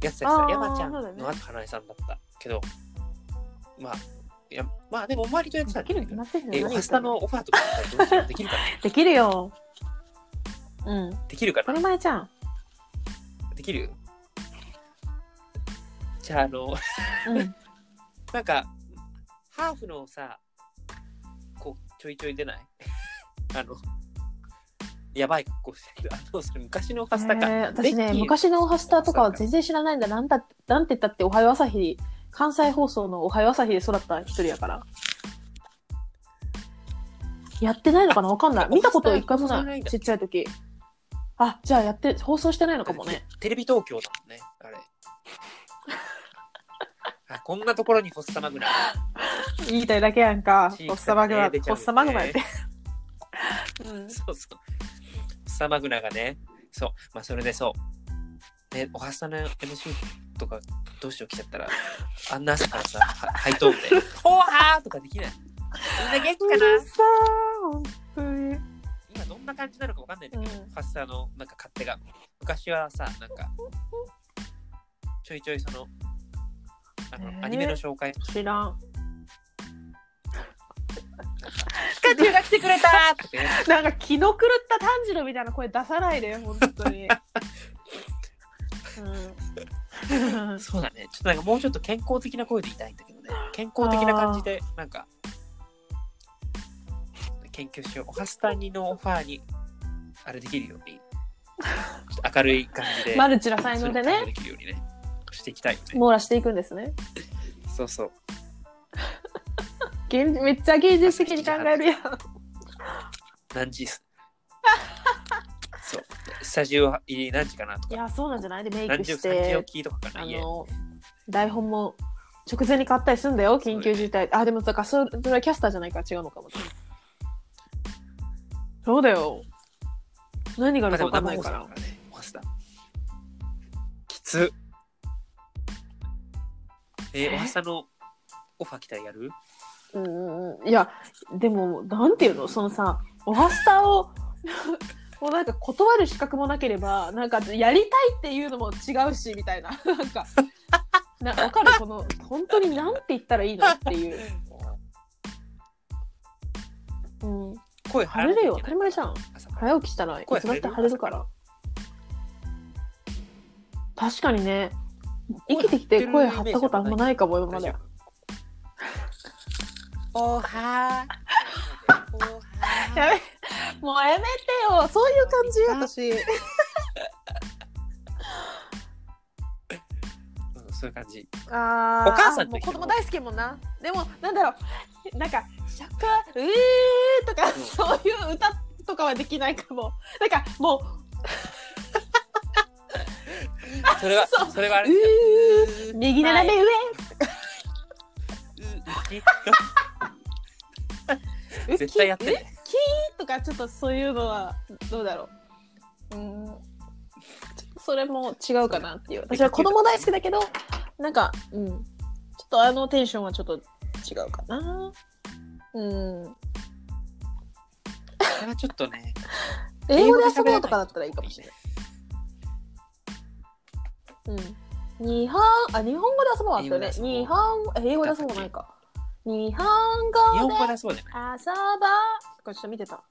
S1: つやつ
S2: あ
S1: さ、
S2: ー
S1: 山ちゃん
S2: そうだよね
S1: の後、花江さんだったけど、まあ、いや、まあでも、割とやってた
S2: で
S1: んだ
S2: きる
S1: け
S2: よ
S1: ど
S2: うにな。ってんじ
S1: え、
S2: ゃ
S1: お
S2: ない
S1: はスタのオファーとかだったらどうし ようできるかな
S2: できるようん
S1: できるか
S2: 当
S1: な
S2: たり前じゃん、
S1: できるじゃあ、あの、
S2: うん、
S1: なんか、ハーフのさ、こう、ちょいちょい出ない あの、やばい格好してる。あ の、それ昔のパスタか。
S2: えー私
S1: ベッ
S2: ね
S1: キー
S2: 昔の「オハスタ」とかは全然知らないんだなんだなんて言ったって「おはよう朝日」関西放送の「おはよう朝日」で育った一人やからやってないのかなわかんない
S1: あ
S2: 見たこと一回も
S1: オハスタ
S2: な
S1: ない
S2: い
S1: んだ
S2: ちっちゃい時あじゃあやって放送してないのか もね
S1: テレビ東京だもんね、あ れ。あこんなところにフォッサマグナ。
S2: 言いたいだけやんか
S1: 地域
S2: ホッサマグナ
S1: 差ね
S2: ホ
S1: 出ちゃうよね
S2: ッサマグナやってう ん
S1: そうそう。フォッサマグナがね、そう、まあそれでそう。ね、おはさの MC とかどうしよう来ちゃったら、あんな朝からさ、はハイト ーンで、おはーとかできない。みんな元気
S2: う
S1: かな
S2: るさー本当に
S1: 今どんな感じなのかわかんないんだけど、
S2: うん
S1: ファスターのなんか勝手が昔はさなんかちょいちょいそのあの、
S2: えー
S1: アニメの紹介とか
S2: 知らん
S1: 「ピカチュウが来てくれた!」と かや る
S2: なんか気の狂った炭治郎みたいな声出さないで、本当に。うん、
S1: そうだねちょっとなんかもうちょっと健康的な声で言いたいんだけどね健康的な感じでなんか研究しようおはスタにのオファーにあれできるようにちょっと明るい感じで
S2: マルチな才能で
S1: そういうの
S2: ね、
S1: できるようにねしていきたいよね
S2: 網羅していくんですね。
S1: そうそう
S2: 現めっちゃ芸術的に考え るやん。
S1: 何時っすそうスタジオ入り何時かなと
S2: い
S1: か
S2: や、そうなんじゃないで、メイ
S1: 何
S2: ク
S1: 時
S2: し
S1: 3時
S2: て、
S1: 起きとかか
S2: あ
S1: な家
S2: の、台本も直前に買ったりすんだよ、緊急事態。あ、でも、だからそれ、それはキャスターじゃないから違うのかも。そうだよ。何があ
S1: まあ
S2: る
S1: でも
S2: か分か
S1: 生
S2: んない
S1: 放送
S2: か
S1: だからら。ねマスターきつえー、
S2: え
S1: おはさのオファー来たらやる
S2: うんうんうんいやでもなんていうのそのさオハスタを もうなんか断る資格もなければなんかやりたいっていうのも違うしみたいな なんかなわかるこの本当になんて言ったらいいのっていう、うん、
S1: 声張
S2: 晴れるよ当たり前じゃ
S1: ん
S2: ん早起きしたらい
S1: 声
S2: つだ
S1: 晴れ
S2: っ
S1: る
S2: て晴れるから確かにね生きてきて声張ったことあんまないかも今まで
S1: おはーおはー
S2: やめ、もうやめてよ。そういう感じ、私。
S1: うん そういう感じ
S2: あ
S1: ーお母さん
S2: も
S1: の
S2: う
S1: 時
S2: 子
S1: も
S2: 供大好きやもんな。でも、なんだろう。なんか、シャカ、うえーとか、
S1: ん
S2: そういう歌とかはできないかも。なんか、も
S1: そ れは
S2: そう
S1: それはあ
S2: う、
S1: れ
S2: うー、右斜め上、
S1: うう
S2: うき
S1: 絶対やって
S2: う
S1: ね
S2: きとかかちょっとそういうのはどうだろう。うん。ちょっとそれも違うかなっていう。私は子供大好きだけど、なんか、うん。ちょっとあのテンションはちょっと違うかな。うん。
S1: れはちょっとね、
S2: 英語で遊ぼうとかだったらいいかもしれない。うん。日本、あ、日本語で遊ぼうあったよね。
S1: 英
S2: 日
S1: 語
S2: 本、え英語で遊ぼうないか。日本
S1: 日
S2: 語
S1: 本
S2: で
S1: 語だそうじゃない。
S2: 遊ぼうこれちょっと見てた。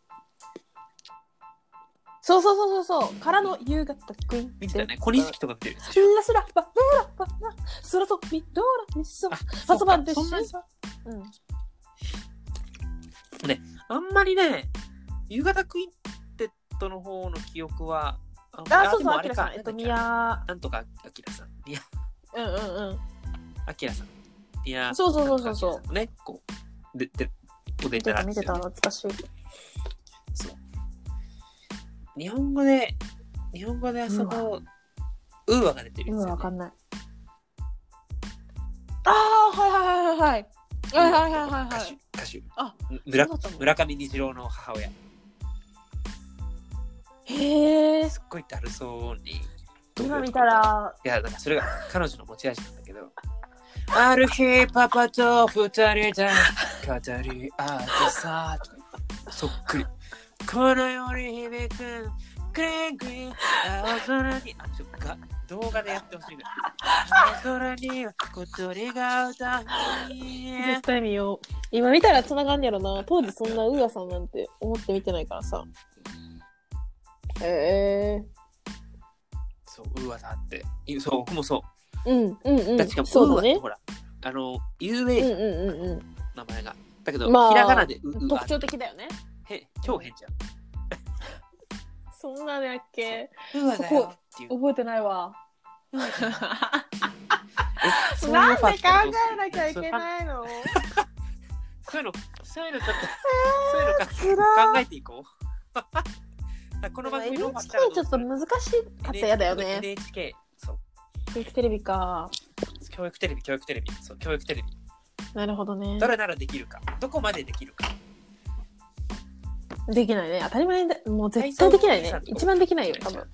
S2: そうそうそうそうそう。からの夕方クイーン。
S1: 見てたね。小錦とか見てる。
S2: スラスラバドラバラスラソミドラミソ
S1: あ
S2: パソバンでし
S1: そ
S2: ょ
S1: うかそんなに
S2: うん
S1: あんまりね、夕方クインテットの方の記憶は、あ
S2: あそう
S1: で
S2: そう
S1: も
S2: アキラさんえっと
S1: なんだ
S2: ミ
S1: っけ
S2: ヤ
S1: なんとかあきらさん。いや、
S2: うんうんうん
S1: あきらさん。いや、
S2: そうそうそうそうそう
S1: う。ね、こう、で、で、お出
S2: 見て
S1: た
S2: た
S1: ら
S2: 見てた懐かしい
S1: そう。日本語で、日本語で遊ぼう。ウーアが出てる
S2: うん
S1: やつよね
S2: わかんないああはいはいはいはいはいはいはいはいはい
S1: 歌手。歌手。
S2: あ
S1: 村
S2: そうだったの
S1: 村上虹郎の母親。
S2: へえ
S1: すっごいだるそうに。
S2: 今見た。ら
S1: いや、なんかそれが彼女の持ち味なんだけど。ある日、パパと二人で語り合ってさ、とかそっくり。この世に響く、グリーングリーン、青空に、あ、ちょっとが動画でやってほしいぐらい。青空には小鳥が歌う。
S2: 絶対見よう今見たら繋がんねやろな当時そんなウーアさんなんて思って見てないからさへえ
S1: そう、ウーアさんって。いそう、僕もそう。
S2: うんうんうん
S1: だってしかも、
S2: そ
S1: ウ
S2: う
S1: ーア
S2: だ
S1: って
S2: ね
S1: ほら、あの、遊
S2: うん
S1: 泳
S2: う
S1: 者
S2: んうんうん
S1: 名前が。だけど、
S2: まあ
S1: ひらがなでウウア
S2: 特徴的だよね。
S1: へ超変じゃん。
S2: そんなんやっけ
S1: ウーアだよっていう。
S2: 覚えてないわ。
S1: そういう
S2: なん
S1: オ
S2: で
S1: ファ
S2: 考
S1: ー来たらどうする
S2: えなきゃいけ
S1: そう
S2: ないの
S1: そういうの、そういうのちょっと、そういうのか
S2: つら
S1: 考えていこう。この番組のオファー来た
S2: ?NHK
S1: らどう
S2: ち
S1: す
S2: ょ
S1: る
S2: っと難しかったら嫌だよね。
S1: NHK、そう、
S2: 教育テレビか。
S1: 教育テレビ、教育テレビ、そう、教育テレビ。
S2: なるほどね
S1: ど。れならできるか、どこまでできるか。
S2: できないね。当たり前だ。もう絶対できないね。一番できないよ、多分。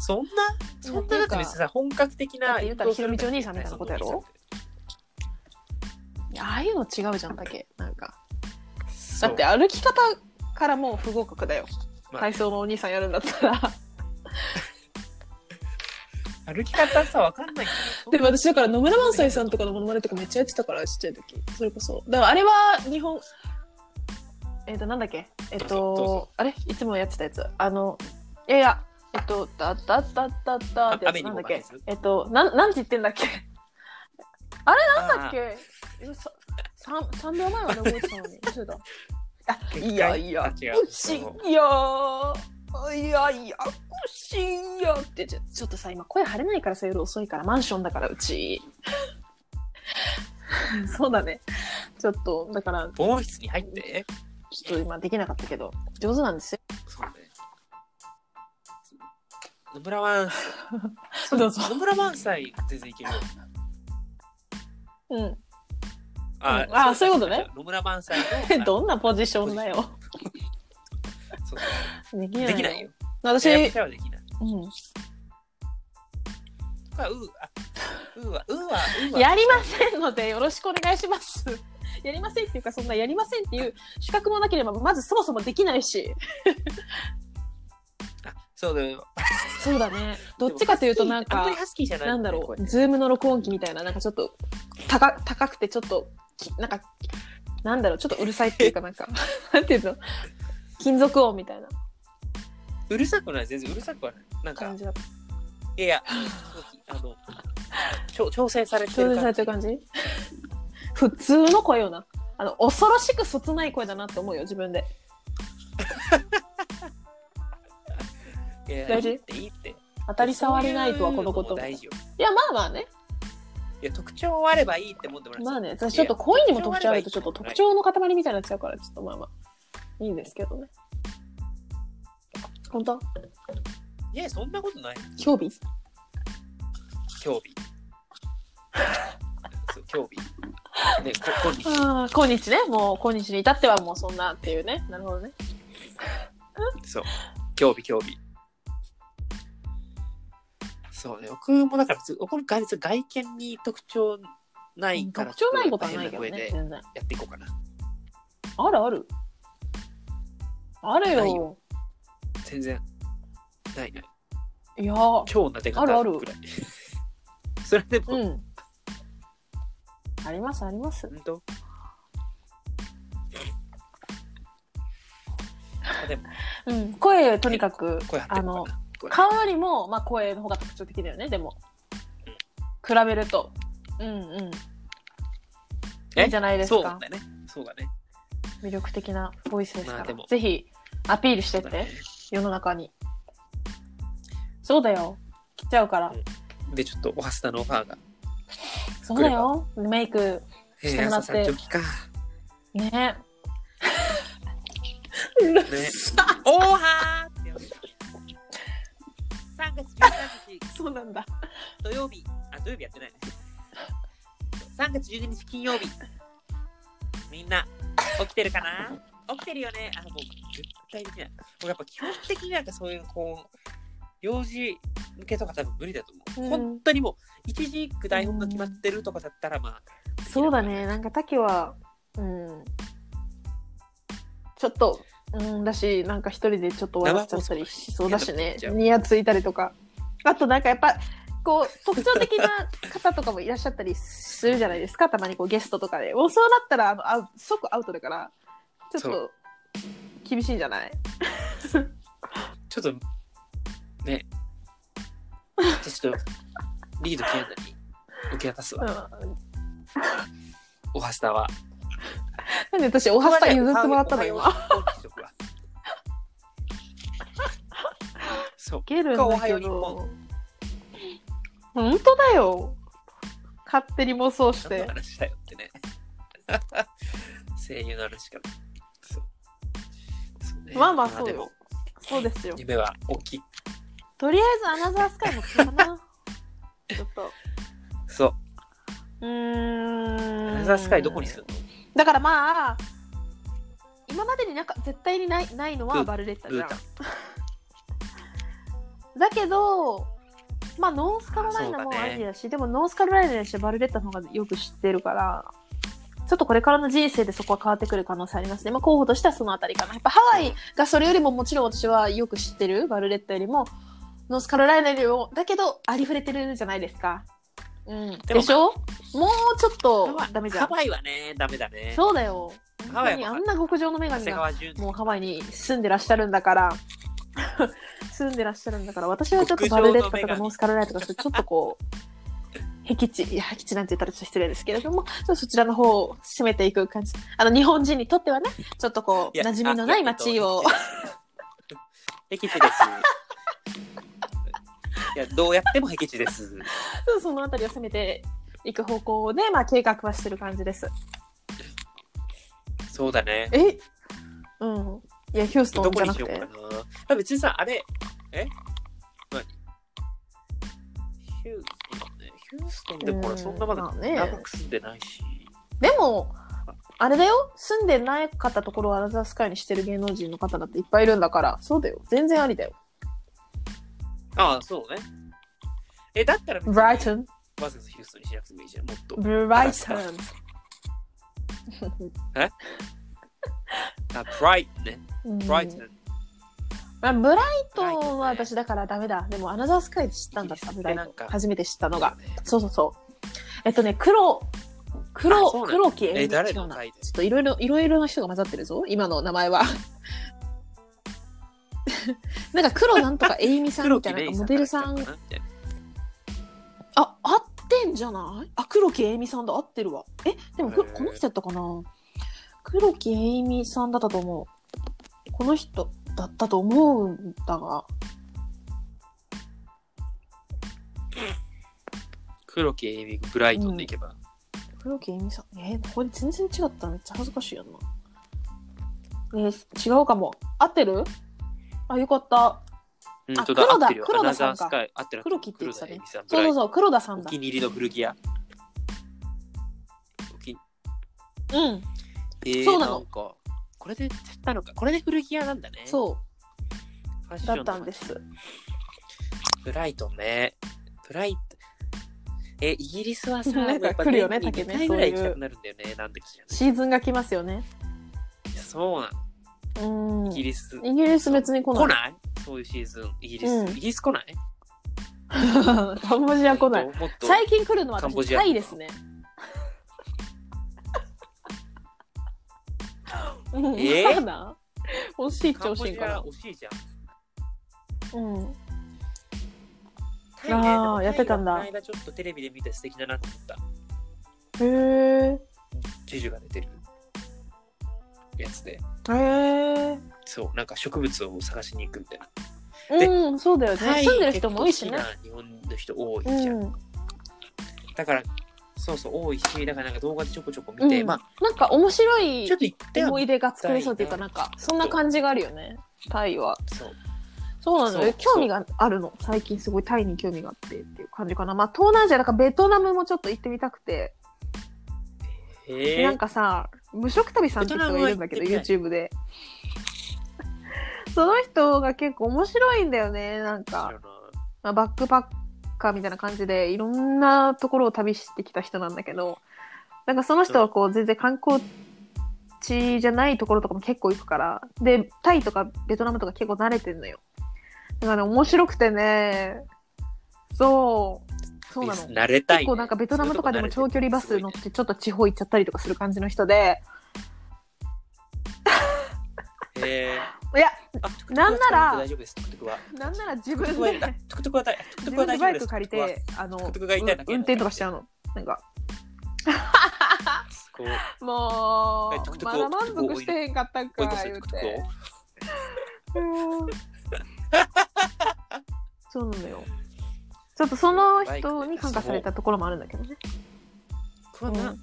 S1: そんな、そんなだって別にさ、本格的
S2: だっ
S1: な
S2: て言
S1: 運
S2: ったら
S1: 動
S2: ひ
S1: す
S2: ろ
S1: る
S2: み
S1: み
S2: ち
S1: た
S2: お
S1: いな。
S2: 兄さんみたいなことやろいやああいうの違うじゃん だけ。なんか。
S1: そ
S2: だ
S1: う
S2: って歩き方からもう不合格だよ。
S1: まあ
S2: 体操のお兄さんやるんだったら。
S1: 歩き方さ、わかんないけど。
S2: でも私だから野村萬斎さんとかのモノマネとかめっちゃやってたからちっちゃい時それこそだからあれは日本えっ、となんだっけえっ、
S1: どうぞどうぞ
S2: とあれいつもやってたやつあのいやいやえっとだだだだだってや
S1: 雨に
S2: つなん
S1: も負
S2: だっ
S1: け
S2: け
S1: ず
S2: えっとなんなんて言ってんだっけ
S1: な
S2: なんだっけさ三三秒前まで覚えてたのに嘘だあいやいや
S1: あ違う
S2: 不思議よいやいや不思議よってちょちょっとさ今声張れないからさ夜遅いからマンションだからうち そうだねちょっとだから
S1: 防音室に入って。
S2: ちょっと今できなかったけど上手なんですよ
S1: そうね。野村萬
S2: どうぞ
S1: 野村萬斎全然いけるよ。
S2: うん
S1: あ
S2: うんあそういうことね。
S1: 野村萬斎の。
S2: どんなポジションだよ
S1: そう
S2: できない
S1: できないよ。
S2: 私、
S1: やっちゃはできない。
S2: う
S1: これはうーあうーはうーはうー
S2: ん、
S1: は。
S2: やりませんのでよろしくお願いします やりませんっていうかそんなやりませんっていう資格もなければまずそもそもできないし
S1: そうだよ。
S2: そうだね どっちかというとなん
S1: あん
S2: か
S1: まりハスキーじゃない。
S2: なんだろ
S1: こ
S2: う、
S1: やって
S2: ズームの録音機みたいな、なんかちょっと高高くてちょっとき、なんか、なんだろう、ちょっとうるさいっていうか、なんか、 なんていうの、金属音みたいな
S1: うるさくない全然うるさくはない。なんか
S2: 感じだった。
S1: いやいやあのちょ調整されて
S2: 表
S1: る
S2: 現さ
S1: 感
S2: れ
S1: じ
S2: てる感じ普通の声よな。あの、恐ろしくそつない声だなって思うよ、自分で。
S1: いやいや
S2: 大事
S1: いいっていいって。
S2: 当たり障りないとはこのこ
S1: そ
S2: と
S1: ういうも
S2: も。い
S1: 大事よ。
S2: や、まあまあね。
S1: いや特徴あればいいって思ってもらって
S2: まあね、私ちょっと声にも特徴あると、ちょっと特
S1: ない
S2: 徴の塊みたいになっちゃうから、ちょっとまあまあ、いいんですけどね。本当
S1: いやそんなことない
S2: 興味
S1: 興味そう興味ね、ここに。
S2: うん今日ね、もう今日に至ってはもうそんなっていうね。なるほどね。
S1: そう。興味興味。そうね、僕もだから、つ僕も外外見に特徴ないから、
S2: 特徴ないことはないけどね、
S1: ちょっと変な声で
S2: 全然。
S1: やっていこうかな。
S2: あるある。ある
S1: ない
S2: よ。
S1: 全然、ないない。
S2: いやー、
S1: 超なで方
S2: あ
S1: くらい。
S2: るある
S1: それでも、
S2: うん。ありますあります。
S1: 本当あでも
S2: うん。声とにかく、
S1: 声張って
S2: あ
S1: るの
S2: の
S1: か、な声
S2: 顔よりも、まあ、声の方が特徴的だよね、でも。比べると。うんうん。
S1: え
S2: いいじゃないです
S1: そうだ
S2: か。
S1: ねそうだね
S2: 魅力的なボイスですか
S1: まあで
S2: ら
S1: も。
S2: ぜひ、アピールしてっ
S1: そうだ
S2: て
S1: ね、
S2: 世の中に。そうだよ。来ちゃうから
S1: うん。でちょっとおはスタのオファーが
S2: そうだよ。メイク、
S1: 「え
S2: して
S1: ー、
S2: もら
S1: 朝
S2: って
S1: さんジョキか」
S2: ね。
S1: ね「オーハー!」ってやる3月13日
S2: そうなんだ。
S1: 土曜日あ土曜日やってないね3月12日金曜日みんな起きてるかな起きてるよねあもう絶対できない僕やっぱ基本的になんかそういうこう幼児向けとか多分無理だと思う、
S2: うん
S1: 本当にもう一時句台本が決まってるとかだったらまあ、
S2: そうだね。なんか、タキは、うん。ちょっと、うん、だし、なんか一人でちょっと笑っちゃったりしそうだしね
S1: 生放送。
S2: ニヤついたりとか。あと、なんかやっぱ、こう、特徴的な方とかもいらっしゃったりするじゃないですか。たまにこう、ゲストとかで。もうそうだったら、あの、アウ即アウトだから、ちょっ
S1: そ
S2: と、厳しいんじゃない
S1: ちょっとねちょっとリードキアナに受け渡す
S2: うん。
S1: わ、
S2: な
S1: おはスタは
S2: んで私、おはスタ譲ってもらったの、
S1: お
S2: 今。
S1: はよう日本にしとくわ。そう。
S2: けるん
S1: お
S2: だ
S1: は
S2: け
S1: よう日
S2: ど
S1: 本。
S2: 本当だよ。勝手に妄想し
S1: 何の
S2: て。
S1: 話だよってね。声優の話から。そう。そうね
S2: まあまあそう
S1: で
S2: よ
S1: も。
S2: そうですよ。
S1: 夢は大きい。
S2: とりあえずアナザースカイも聞かな。ちょっと。
S1: そう。
S2: うーん。
S1: アナザースカイどこにするの
S2: だからまあ、今までになんか絶対にないないのは
S1: ル
S2: バルレッタじ
S1: ル
S2: ゃ
S1: ータ。ン。
S2: ん だけど、まあノースカロライナも
S1: そうだ
S2: ア
S1: ね
S2: ジだし、でもノースカロライナにしてバルレッタの方がよく知ってるから、ちょっとこれからの人生でそこは変わってくる可能性ありますね。まあ候補としてはそのあたりかな。やっぱハワイがそれよりももちろん私はよく知ってる、バルレッタよりも、ノースカロライナよりも、だけどありふれてるじゃないですか。うん。
S1: でも
S2: でしょもうちょっと
S1: ハワイ
S2: ダメじゃ
S1: ハ
S2: ん。
S1: ワイはね、ダメだね。
S2: そうだよ。
S1: ハワ
S2: 本当
S1: イ
S2: に
S1: も
S2: あんな極上の女
S1: 長
S2: 神
S1: 谷
S2: が。
S1: 川淳
S2: もうハワイに住んでらっしゃるんだから、 住んでらっしゃるんだから、私はちょっとバルレッタと
S1: 極上の女神
S2: かノースカロライナとか、ちょっとこう、僻地、いや、僻地なんて言ったらちょっと失礼ですけれども、ちょっとそちらの方を攻めていく感じ。あの、日本人にとってはね、ちょっとこう、馴染みのない街 を、。
S1: ヘキチです。いや、どうやってもヘキチです。
S2: そのあたりを攻めていく方向で、まあ、計画はしてる感じです。
S1: そうだね。
S2: えうん。いや、ヒュースト
S1: ど
S2: ンじ
S1: こ
S2: ゃ
S1: に
S2: な
S1: し
S2: く
S1: ようか
S2: て
S1: な。。あ別にさ、あれ、え何ヒューストンね。ヒューストンでもほ
S2: う
S1: ら、
S2: ん
S1: そんなまだ
S2: まあね
S1: 長く住んでないし。
S2: でも、あれだよ住んでない方ところをアナザースカイにしてる芸能人の方だっていっぱいいるんだから、そうだよ。全然ありだよ。
S1: ああ、そうね。え、だったら別に
S2: ブライトン
S1: わざわざヒューストンにしなくてもいいじゃん、もっと。
S2: ブライトン
S1: あ、ブライトンね。
S2: うん
S1: ブライトン。
S2: あブラ
S1: ブラ
S2: イト
S1: イトン
S2: ン
S1: ね
S2: は私だからダメだ。でもアナザースカイで知ったんだった、
S1: イ
S2: ブ
S1: ギリスで
S2: ライ
S1: なんか
S2: トン。初めて知ったのが。
S1: ね
S2: そうそうそう。えっとね、黒、
S1: あそう
S2: 黒、
S1: なの
S2: 黒木え
S1: え、
S2: み違
S1: 誰
S2: う
S1: の
S2: な。
S1: 回で
S2: ちょっといろいろ、いろいろな人が混ざってるぞ。今の名前は。 なんか黒なんとかえいみさんみたいな、なんかモデルさん
S1: 黒木メイから来たのかなみ
S2: あ、合ってんじゃないあ、黒木えいみさんだ。合ってるわ。え、でもく、
S1: へー
S2: この人だったかな黒木えいみさんだったと思う。この人だったと思うんだが。
S1: たいな黒木エイミブライトンで行けば。
S2: 黒木えいみさん。えーこれ全然違った。めっちゃ恥ずかしいやんな。えー違うかも。合ってるあ、よかった。
S1: うん
S2: あ
S1: とだ、
S2: 黒
S1: 合
S2: 田
S1: ってるよ。
S2: 黒
S1: アナ
S2: 田
S1: ザ
S2: さ
S1: ー
S2: ん
S1: ス
S2: か
S1: カイ。合ってる。
S2: 黒木って言ってたね
S1: 黒田エイミさんブ
S2: そう
S1: ライト
S2: そう
S1: ン
S2: そう、黒田さん
S1: お
S2: だ
S1: 気。に入りの古着屋。お気
S2: うん、
S1: えー、
S2: そうなの
S1: んかこれで売っちゃったのかこれで古着屋なんだねう
S2: そ
S1: ファッシ
S2: う
S1: ョン
S2: だ
S1: の
S2: ったんです。
S1: ブライトンねブライトえイギリスはさ
S2: なんか
S1: やっぱ
S2: 来るよね
S1: 年に
S2: 竹ね
S1: 二回ぐらい
S2: そ
S1: 行
S2: う
S1: きた
S2: いう
S1: くなるんだよねなんでか知らない
S2: シーズンが来ますよね。
S1: いやそうなの
S2: うん。
S1: イギ リス
S2: イギリス別に来
S1: 来
S2: ない。
S1: ないそういうシーズンイギリス、
S2: うん
S1: イギリス来ない
S2: カンボジア来ない。
S1: もっともっと
S2: 最近来るのは
S1: カンボ
S2: 私
S1: ジア
S2: タイですね。うん、
S1: え
S2: そうなん惜しいっちゃ
S1: カン
S2: 惜
S1: ボ
S2: しいん
S1: ジ
S2: か
S1: ア
S2: な。
S1: 惜しいじゃん
S2: うん。
S1: タイねで
S2: あー
S1: もタイ
S2: やってたんだ
S1: はこの間ちょっとテレビで見て素敵だなと思った
S2: へえ。
S1: ジュジュが出てるやつで
S2: へえ。
S1: そうなんか植物を探しに行くみたいなで
S2: うん、そうだよね。
S1: タイ
S2: 住んでる人も多いしね
S1: 結。構好きな日本の人多いうじゃん、
S2: ん。
S1: だからそうそう多いしだからなんか動画でちょこちょこ見て、
S2: うん
S1: まあ
S2: なんか面白い
S1: ちょっと行っては
S2: 思い出が作れそうっていうか、
S1: み
S2: なんか、そんな感じがあるよね。タイは。
S1: そう
S2: そうなの
S1: そ
S2: よ
S1: う。
S2: 興味があるの。最近すごいタイに興味があってっていう感じかな。まあ、東南アジア、だからベトナムもちょっと行ってみたくて。
S1: へ
S2: で
S1: え
S2: なんかさ、無職旅さんって人がいるんだけど、
S1: ベトナムは行って
S2: YouTube で。 その人が結構面白いんだよね。なんか、まあ、バックパッカーみたいな感じで、いろんなところを旅してきた人なんだけど、なんかその人はこう、全然観光地じゃないところとかも結構行くから、で、タイとかベトナムとか結構慣れてんのよ。だからね、面白くてね、そう、そうなの。
S1: 慣れたい、
S2: 結構なんかベトナムとかでも長距離バス乗
S1: の
S2: ってちょっと地方行っちゃったりとかする感じの人で
S1: え
S2: いや
S1: ー、
S2: なんなら
S1: トゥクトゥクは大丈夫ですトゥクトゥク は
S2: なんなら自
S1: トゥ
S2: 分
S1: クトゥクは
S2: で
S1: 痛いトゥクトゥクは痛いトゥクトゥクは大丈夫
S2: 自分でバイ
S1: です
S2: ク借り
S1: トゥクトゥ
S2: てあの
S1: トゥクトゥクが痛いだけ
S2: 運転とかしちゃうのなんか
S1: クはすごい
S2: も
S1: えトゥク
S2: う
S1: トゥ
S2: ま
S1: クを
S2: だ満足してへんかったん
S1: 追い
S2: か
S1: 越せトゥ
S2: 言う
S1: クトゥク
S2: て
S1: を
S2: うんそうなのよちょっとその人に感化されたところもあるんだけどね、
S1: これ
S2: う
S1: なん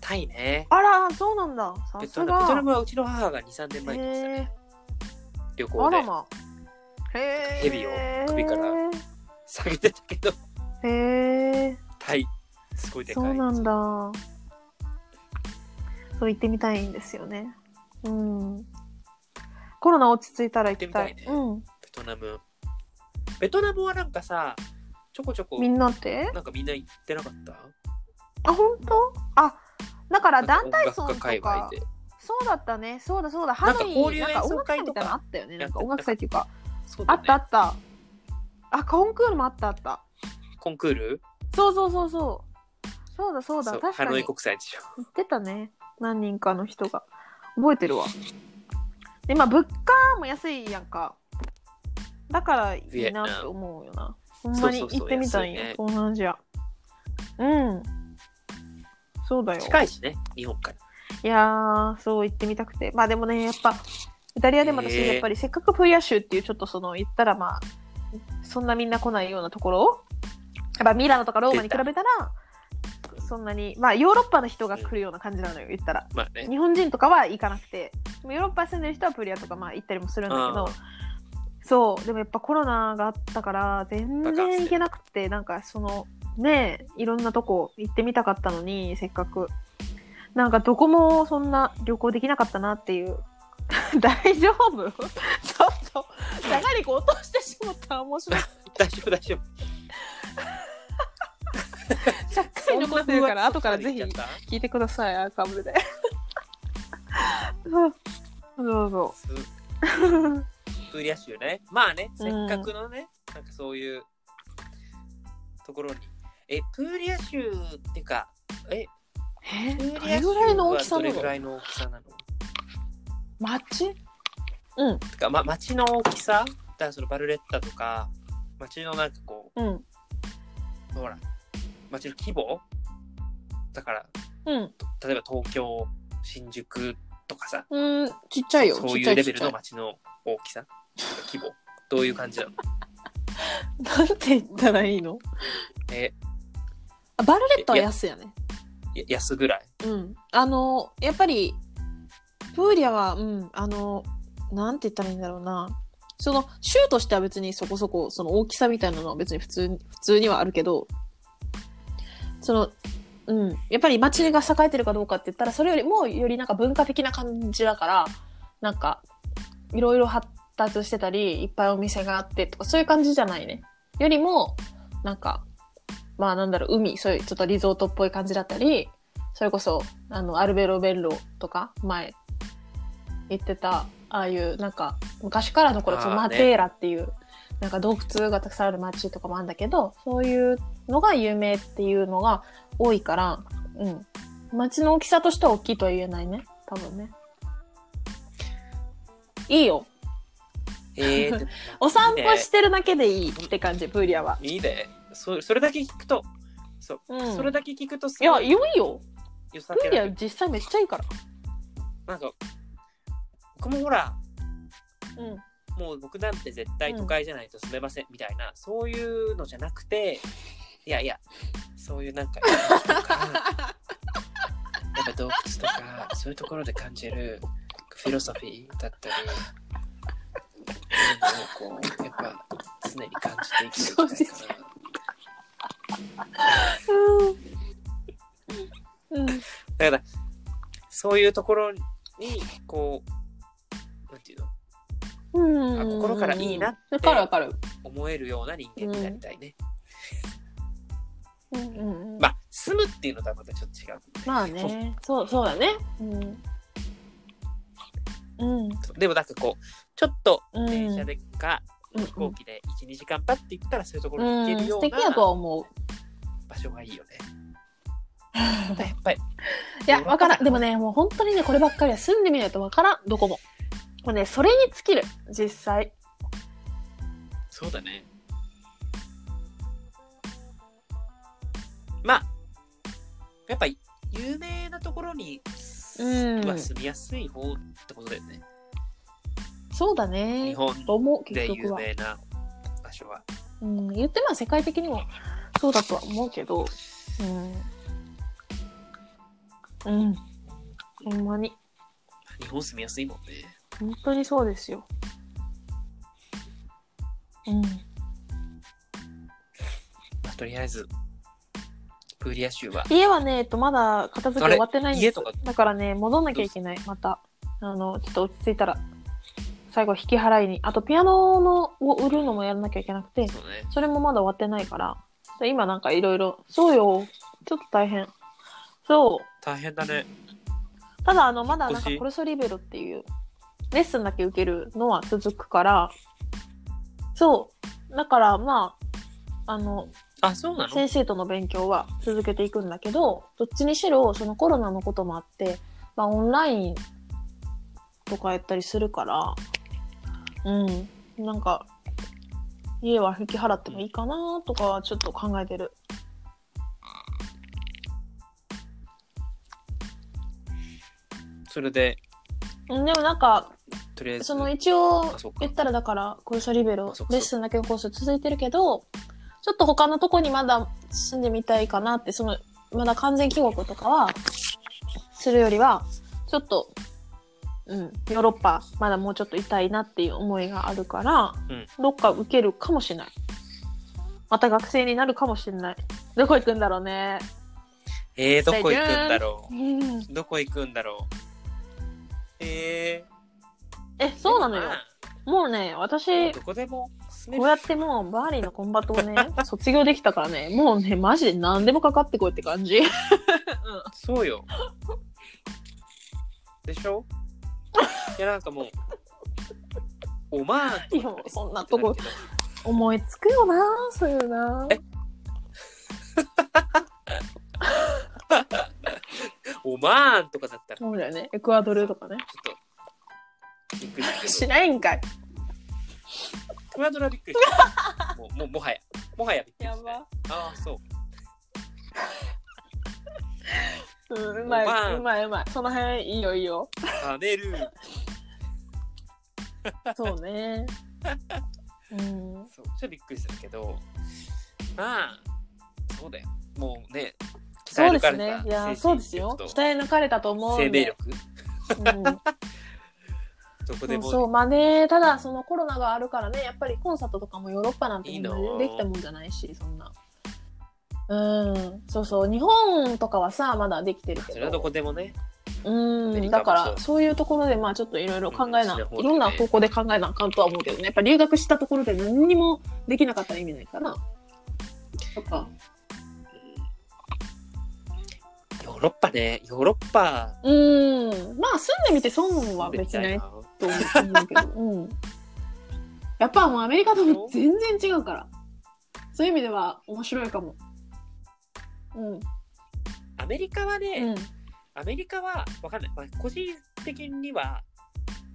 S1: タイね
S2: あらそうなんださ
S1: ベトナ
S2: す
S1: ムベトナ
S2: が
S1: ムはうちの母が23年前に行ってたね旅
S2: あ
S1: 行で
S2: らまへえ
S1: 蛇を首から下げてたけど
S2: へえ
S1: タイすごいでかい
S2: そうなんだそう行ってみたいんですよねうんコロナ落ち着いたら行きたい
S1: 行ってみたい
S2: うん
S1: ベトナムベトナムはなんかさちょこちょこ
S2: みんなって
S1: なんかみんな行ってなかった
S2: あ本当あだから
S1: なん
S2: 団
S1: か音楽家界
S2: 体村と
S1: 隈
S2: か
S1: で
S2: そうだったねそうだそうだ
S1: なん
S2: ハ
S1: か
S2: ノ
S1: 交流
S2: イなんか
S1: 演
S2: 音
S1: 奏
S2: 楽祭
S1: 会
S2: みた
S1: とか
S2: いなのあったよねなん
S1: やってた
S2: か音楽祭っていうか
S1: そうだ、
S2: あ
S1: ね、
S2: ったあったあコンクールもあったあった
S1: コンクール
S2: そうそうそうそうそうだそうだ
S1: そう
S2: 確か
S1: ハノイ
S2: に
S1: 国際でしょ
S2: 言ってたね何人かの人が覚えてるわでまあ物価も安いやんかだからいいなって思うよなほんまに
S1: そうそうそう
S2: 行ってみたいよ
S1: 安いね
S2: 東南アジアうんそうだよ
S1: 近いしね日本から
S2: いやーそう行ってみたくてまあでもねやっぱイタリアでも私
S1: へー
S2: やっぱりせっかくプリア州っていうちょっとその言ったらまあそんなみんな来ないようなところをやっぱミラノとかローマに比べたらそんなにまあヨーロッパの人が来るような感じなのよ言ったら
S1: まあね
S2: 日本人とかは行かなくてでもヨーロッパ住んでる人はプリアとかまあ行ったりもするんだけ
S1: あ
S2: どそうでもやっぱコロナがあったから全
S1: 爆発
S2: 然
S1: で
S2: 行けなくてなんかそのねえいろんなとこ行ってみたかったのにせっかくなんかどこもそんな旅行できなかったなっていう 大丈夫 ちょっとじゃがりこ落としてしまったら面白い
S1: 大丈夫大丈夫
S2: しゃっかり残ってるから後からぜひ
S1: そんなふわっと
S2: 聞いてくださいアーカイブで そうそうそう
S1: まで行っちゃったプーリア州ねまあねせっかくのね、なんかそういうところにえプーリア州っていうかえ
S2: え
S1: プー
S2: ど
S1: リア
S2: れ
S1: 州
S2: ぐらいの大
S1: は
S2: きさ
S1: ど
S2: な
S1: れぐ
S2: の
S1: らいの大きさなの
S2: 町
S1: てか、ま、町の大きさだからそのバルレッタとか町のなんかこ
S2: うん
S1: うほら町の規模だから
S2: うん
S1: 例えば東京新宿とかさ
S2: うんちっちゃいよ
S1: そう
S2: ちっ
S1: い
S2: ちゃ
S1: う
S2: い
S1: レ
S2: ち
S1: ベ
S2: っ
S1: ル
S2: ちゃ
S1: の
S2: い
S1: 町の大きさ規模どういう感じなの
S2: なんて言ったらいいの
S1: え
S2: あバルレットは安いよね
S1: や安ぐらい
S2: うんあのやっぱりプーリアはうんあのなんて言ったらいいんだろうなその州としては別にそこそこその大きさみたいなのは別に普通に普通にはあるけどそのうん、やっぱり街が栄えてるかどうかって言ったらそれよりもよりなんか文化的な感じだからなんかいろいろ発達してたりいっぱいお店があってとかそういう感じじゃないね。よりもなんかまあなんだろう海そういうちょっとリゾートっぽい感じだったりそれこそあのアルベロベッロとか前言ってたああいうなんか昔からのこれ
S1: あー
S2: ト
S1: ね
S2: マテーラっていう、なんか洞窟がたくさんある街とかもあるんだけどそういうのが有名っていうのが多いから、うん、街の大きさとしては大きいとは言えないね多分ねいいよ
S1: えー、でも
S2: お散歩してるだけでいいって感じプーリアは、
S1: いいね。そそれだけ聞くと、そう、
S2: うん、
S1: それだけ聞くとす
S2: いや
S1: ごい
S2: 良いよ
S1: 良さ
S2: プ
S1: げ
S2: ーリ
S1: だ
S2: ア
S1: けど
S2: 実際めっちゃいいから
S1: なんか、僕もほら、
S2: うん
S1: もう僕なんて絶対都会じゃないと住めませんみたいな、そういうのじゃなくて、いやいや、そういうなんか、とかやっぱ洞窟とか、そういうところで感じるフィロソフィーだった り、そういうのをこう、やっぱ常に感じて生きていきたいかな。
S2: うんうん
S1: だから、そういうところに、こう、なんていうの、
S2: うん
S1: あ心からいいなって
S2: わかるわかる。
S1: 思えるような人間になりたいね。
S2: うんうんうん、
S1: まあ、住むっていうのとはまたちょっと違う。
S2: まあね、そうそうだね。うん。うん。
S1: そうでもなんかこう、ちょっと
S2: うん
S1: 電車でか、
S2: うん
S1: 飛行機で1、2時間パッて行ったらそういうところに行
S2: う
S1: け
S2: ん、
S1: るよ
S2: 素
S1: う
S2: 敵やと
S1: な
S2: は思う。
S1: 場所がいい よね。やっぱり、
S2: いや、わからん。でもね、もう本当にね、こればっかりは住んでみないとわからん。どこも。もうね、それに尽きる。実際。
S1: そうだね。まあ、やっぱり有名なところに
S2: うん
S1: は住みやすい方ってことだよね。
S2: そうだ
S1: 日
S2: ね。
S1: 本
S2: と思う、結
S1: で
S2: 局
S1: 有
S2: は。
S1: 名な場所は。
S2: うん。言ってまあ世界的にもそうだとは思うけど。うん。うん。ほんまに。
S1: 日本住みやすいもんね。
S2: 本当にそうですよ。うん。
S1: まあ、とりあえず、プーリア州は。
S2: 家はね、えっと、まだ片付け終わってないんで
S1: あれ家
S2: す
S1: とか。
S2: だからね、戻んなきゃいけない、また。あの、ちょっと落ち着いたら、最後引き払いに。あと、ピアノのを売るのもやらなきゃいけなくて、
S1: そうね。
S2: それもまだ終わってないから、で今なんかいろいろ、そうよ、ちょっと大変。そ
S1: 大変だね。
S2: う。ただ、あの、まだなんか
S1: 引っ越し
S2: コルソリベロっていう、レッスンだけ受けるのは続くから、そう。だから、まあ、あの、
S1: あ、そうなの
S2: 先生との勉強は続けていくんだけどどっちにしろそのコロナのこともあって、まあ、オンラインとかやったりするからうんなんか家は引き払ってもいいかなとかはちょっと考えてる。
S1: それで、
S2: うんでもなんか
S1: とりあえず。
S2: その一応
S1: あそっか
S2: 言ったらだからコルソリベロ
S1: あそっかそっか
S2: レッスンだけのコース続いてるけどちょっと他のとこにまだ住んでみたいかなってそのまだ完全帰国とかはするよりはちょっと、うん、ヨーロッパまだもうちょっといたいなっていう思いがあるから、
S1: うん
S2: どっか受けるかもしれないまた学生になるかもしれないどこ行くんだろうね、
S1: えー、どこ行くんだろ
S2: うん、
S1: うどこ行くんだろうえー、
S2: えそうなのよ
S1: ま
S2: もうね
S1: あ
S2: 私
S1: どこでも住
S2: こう
S1: め
S2: や
S1: る
S2: ってもうバーリーのコンバトを ね、卒業できたからね、もうね、マジで何でもかかってこいって感じ。
S1: そうよ。でしょいや、なんかもう、おまーんと
S2: いやもうそんなとこ
S1: ってなるけど
S2: 思いつくよなそういうな
S1: えおまーんとかだったら、ちょ
S2: そうだよね。エクアドルとかね。
S1: っと、びっくりしたけ
S2: しないんかい。
S1: ど、クアドラびっ くりした。もう、もうもはや、もはやびっくりした。あ。あー、そう。
S2: うん、うまい、
S1: おばん
S2: うまい、うまい。その辺、いいよ、い いよ。
S1: 跳ねる。
S2: そうね。うん。
S1: そう、ちょっとびっくりしたけど、まあ、そうだよ。もうね、
S2: そうで
S1: か
S2: す
S1: れ
S2: ね
S1: た。
S2: いや、
S1: 精神
S2: そうですよ。
S1: 力と
S2: 鍛え抜かれたと思うんで。
S1: 生命力、
S2: うん
S1: どこで
S2: うんそう
S1: も
S2: まあねただそのコロナがあるからねやっっぱりコンサートとかもヨーロッパなんて
S1: いい
S2: 全
S1: の
S2: 然できたもんじゃないしそんなうん、そうそう日本とかはさまだできてるけ
S1: それはど
S2: ど
S1: こでもね。ア
S2: う
S1: メ
S2: ん
S1: リカも
S2: だか
S1: そ
S2: ら
S1: う
S2: そういうところでまあちょっといろいろ考えな、
S1: うん
S2: いろんな方向で考えなあかんとは思うけどねやっぱ留学したところで何にもできなかったら意味ないからそっか
S1: ヨーロッパね、ヨーロッパ。
S2: うんまあ住んでみて損は別にないと思うけど、うん、やっぱもうアメリカとも全然違うからそういう意味では面白いかもうん
S1: アメリカはね、
S2: うん
S1: アメリカはわかんない、まあ、個人的には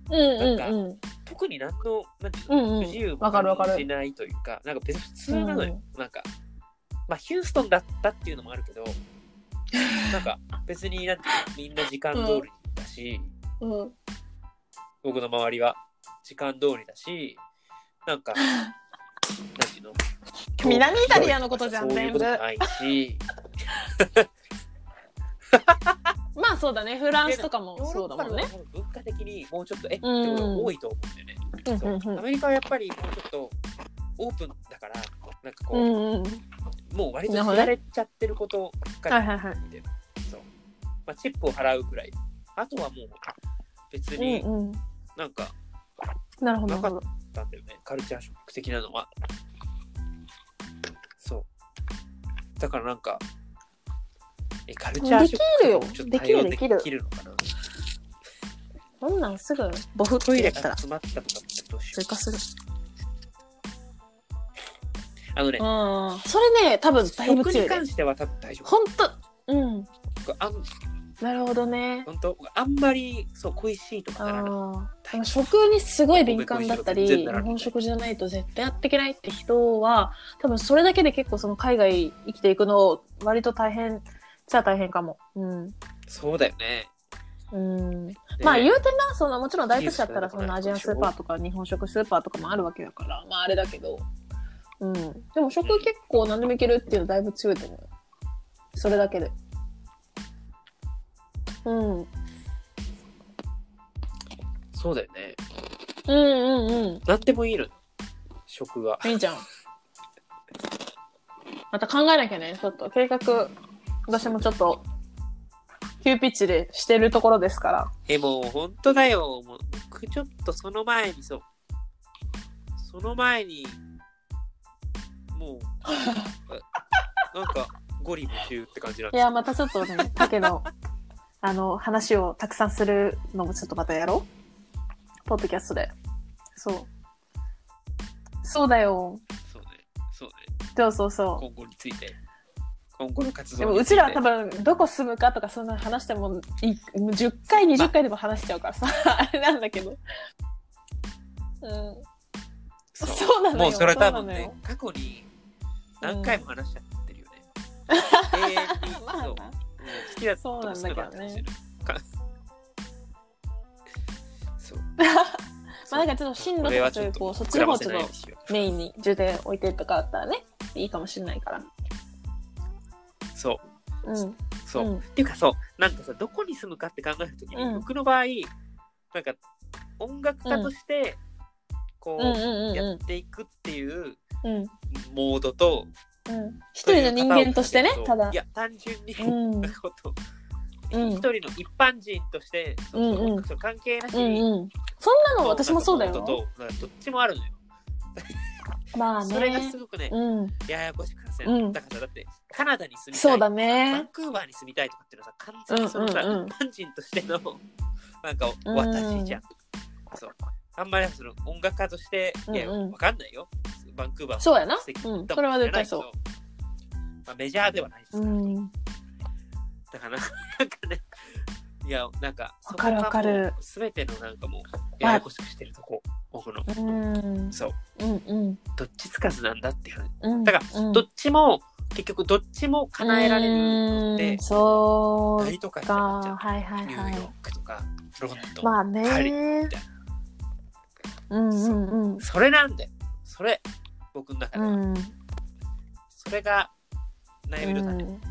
S2: うんうん
S1: 特に何のなんていう
S2: うんう
S1: の
S2: ん
S1: 不自由も
S2: わかるわかる
S1: 感じないというかなんか別に普通なのよ、なんかまあヒューストンだったっていうのもあるけどなんか別になんていうのみんな時間通りだし、
S2: うんうん
S1: 僕の周りは時間通りだしなんかなんていうの
S2: 南イタリアのことじゃん
S1: そういう
S2: 全
S1: こ
S2: 部
S1: ともない し
S2: まあそうだねフランスとかもそうだもんね
S1: ヨーロッパの方が文化的にもうちょっとえってこ
S2: うん
S1: とが多いと思うんだよね、
S2: うん
S1: そう
S2: うんうん
S1: アメリカはやっぱりもうちょっとオープンだからなんかこう、
S2: うんうん
S1: もう割と
S2: なるほ
S1: 知
S2: ど
S1: ら
S2: ね
S1: れちゃってることが、
S2: はいはいはい
S1: そう、まあ、チップを払うくらいあとはもう別に
S2: うんうん
S1: なんか
S2: なるほどなるほど
S1: なんだよね、カルチャーショック的なのはそうだからなんかえカルチャーショック
S2: できるよ
S1: ちょっと対応
S2: で
S1: で
S2: きるでき
S1: き
S2: る
S1: るのかな
S2: こんなんすぐボフ
S1: ト
S2: ト
S1: イ
S2: イ
S1: レ
S2: レ
S1: が
S2: 来たら
S1: 詰まったとかってどうしよ
S2: 通過する
S1: うあのね
S2: うんそれね多分だいぶ
S1: 食
S2: 強
S1: に
S2: い
S1: 関しては多分大丈夫
S2: 本当うん
S1: 僕あん
S2: なるほどね
S1: 本当僕あんまりそう恋しいとかならない
S2: ああでも食にすごい敏感だったり
S1: 全
S2: 日
S1: 然ならない
S2: 本食じゃないと絶対やっていけないって人は多分それだけで結構その海外生きていくの割と大変じゃあ大変かもうん
S1: そうだよね
S2: うん
S1: ね
S2: まあ言うてなそのもちろん大都市だったら
S1: いい
S2: そ
S1: ですね
S2: のアジアンスーパーとか日本食スーパーとかもあるわけだからまああれだけど、うん、でも食結構何でもいけるっていうのだいぶ強いと思うよそれだけでうんうん
S1: そうだよね
S2: うんうん
S1: なんでもいいの食は。
S2: いいじゃんまた考えなきゃねちょっと計画私もちょっと急ピッチでしてるところですから
S1: え、もう本当だよ。もう僕ちょっとその前にそう。その前に、もう、あなんか、ゴリ夢中って感じなん
S2: い
S1: です
S2: やまたちょっとね竹 のあの話をたくさんするのもちょっとまたやろうポッドキャストでそうそうだよ
S1: そうね。そうね。
S2: そうそうそ
S1: 今後について。今後の活
S2: う
S1: 動
S2: で
S1: につい
S2: も
S1: て。
S2: うちらは多分どこ住むかとかそんなの話してもいいもう10回20回でも話しちゃうからさ あれなんだけどうん
S1: そう
S2: そうなのよ
S1: もうそれは多分
S2: そうなの
S1: ね
S2: よ、
S1: 過去に何回も話しちゃってるよね。永遠に、
S2: まあ
S1: そう。もう
S2: な
S1: 好きだ
S2: そうなんだけどね
S1: か。 そう。
S2: まあなんかちょっと進路とかそういうこうそっちの方をちょっと
S1: と。
S2: メインに重点置いてとかあったらねいいかもしれないから
S1: そう、
S2: うん
S1: そう。
S2: うん
S1: っていうかそう、なんかさ、どこに住むかって考えるときに、
S2: うん
S1: 僕の場合、なんか音楽家として、こ
S2: うんう
S1: う、
S2: んうん
S1: や
S2: う
S1: っていくっていう。
S2: んうん
S1: モードと
S2: うん一人の人間としてね
S1: そう
S2: ただ
S1: いや単純に、
S2: うんうん
S1: こと、
S2: うん
S1: 一人の一般人として、その
S2: うんうん
S1: その関係なし
S2: う
S1: に、
S2: んそんな
S1: そ
S2: の私もそうだよ
S1: なんかモードとなんかどっちもあるのよ、
S2: まあ
S1: それが
S2: ね
S1: すごくね、
S2: うん
S1: ややこしくさせる、
S2: うん
S1: だからさだってカナダに住みたい
S2: そうだ
S1: バン
S2: ね
S1: クーバーに住みたいとかっていうのはさ完全にそのさ、
S2: うんうんうん
S1: 一般人としてのなんか
S2: うん
S1: 私じゃん、そうあんまりその音楽家としていや
S2: うんうん
S1: わかんないよバンクーバー
S2: そうやな
S1: 素敵
S2: うん
S1: だ
S2: それは絶対そう
S1: 知らないけど、まあ、メジャーではないですから、
S2: うん
S1: だからなんかねいやなんか
S2: わかるわかる
S1: すべてのなんかもうややこしくしてるとこ僕の
S2: うん
S1: そう
S2: うんうん
S1: どっちつかずなんだっていう話
S2: うん
S1: だから
S2: うん
S1: どっちも結局どっちも叶えられるのっ
S2: う
S1: て
S2: んそ
S1: 大
S2: う
S1: 都会に
S2: か
S1: なっちゃう
S2: はいはい
S1: ニュ
S2: は
S1: ーヨー
S2: い
S1: クとかロンドン、
S2: まあ
S1: パリ
S2: ねうんうんうん
S1: それなんだよそれ僕の中
S2: う
S1: では、
S2: ん
S1: それが悩みの種、
S2: うん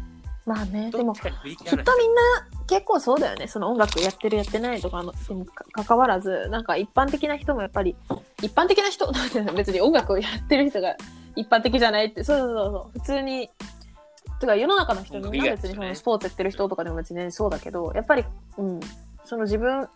S2: まあねで
S1: ど
S2: も
S1: っち
S2: き
S1: かに振り切らな
S2: っ
S1: い
S2: とみんな結構そうだよねその音楽やってるやってないとかのにもかかかわらずなんか一般的な人もやっぱり一般的な人 別に音楽をやってる人が一般的じゃないってそうそうそうそう普通にてか世の中の人
S1: 音楽
S2: み
S1: 以
S2: んな
S1: 外
S2: 別にそ
S1: ですよ
S2: の
S1: ね
S2: スポーツやってる人とかでも別にそうだけどやっぱり、うん、その自分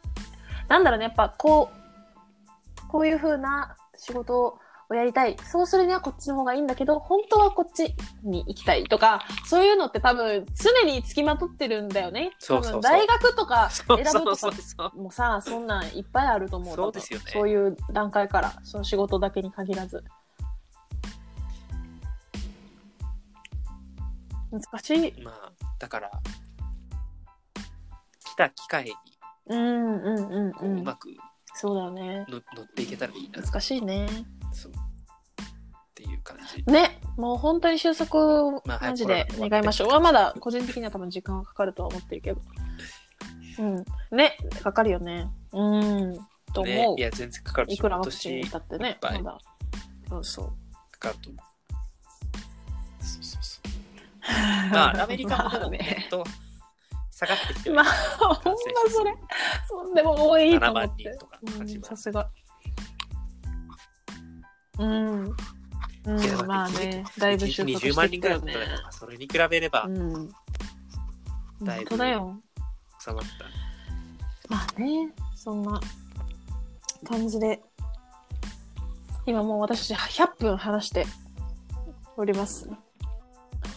S2: なんだろうねやっぱこうこういう風な仕事をやりたいそうするにはこっちの方がいいんだけど本当はこっちに行きたいとかそういうのって多分常につきまとってるんだよね
S1: そうそうそう
S2: 多分大学とか
S1: そう
S2: 選ぶとか
S1: そうそうそう。
S2: もうさそんなんいっぱいあると思う
S1: そうですよね
S2: 多分そういう段階からその仕事だけに限らず難しい
S1: まあ、だから、来た機会に
S2: うんうんうん
S1: こ
S2: う
S1: うんうまく
S2: そうだよね
S1: の乗っていけたらいいな、
S2: 難しいね
S1: そう。っていう感じ。
S2: ねもう本当に収束を
S1: まあ
S2: マジ
S1: 早
S2: で
S1: くコロナ終わって
S2: 願いましょう、はまだ個人的には多分時間はかかるとは思ってる けどうんねかかるよねうんと
S1: ね
S2: 思う、
S1: いや、全然かかるし
S2: いくら
S1: 今
S2: ワクチン打
S1: 年
S2: ったって
S1: い
S2: ね
S1: っぱ
S2: ま
S1: い
S2: だそうそう
S1: かかると思う。そうそうそう。まあ、アメリカもでも、ね、と下がってきて
S2: ま
S1: は
S2: あ、ほんまそれ。そんでも多いと
S1: 7
S2: 思
S1: 万
S2: って
S1: 人。とか8
S2: う
S1: 万
S2: ん
S1: 人
S2: さすが。うん。うん、まあね、だいぶ収
S1: 一日
S2: 束
S1: 20
S2: して
S1: 万
S2: き
S1: 人
S2: た
S1: ぐらい
S2: よ
S1: だっ
S2: ね
S1: た。から、それに比べれば
S2: うん。
S1: だい
S2: 本
S1: ぶ
S2: 当だよ。
S1: 収まった。
S2: まあね、そんな感じで。今もう私100分話しております。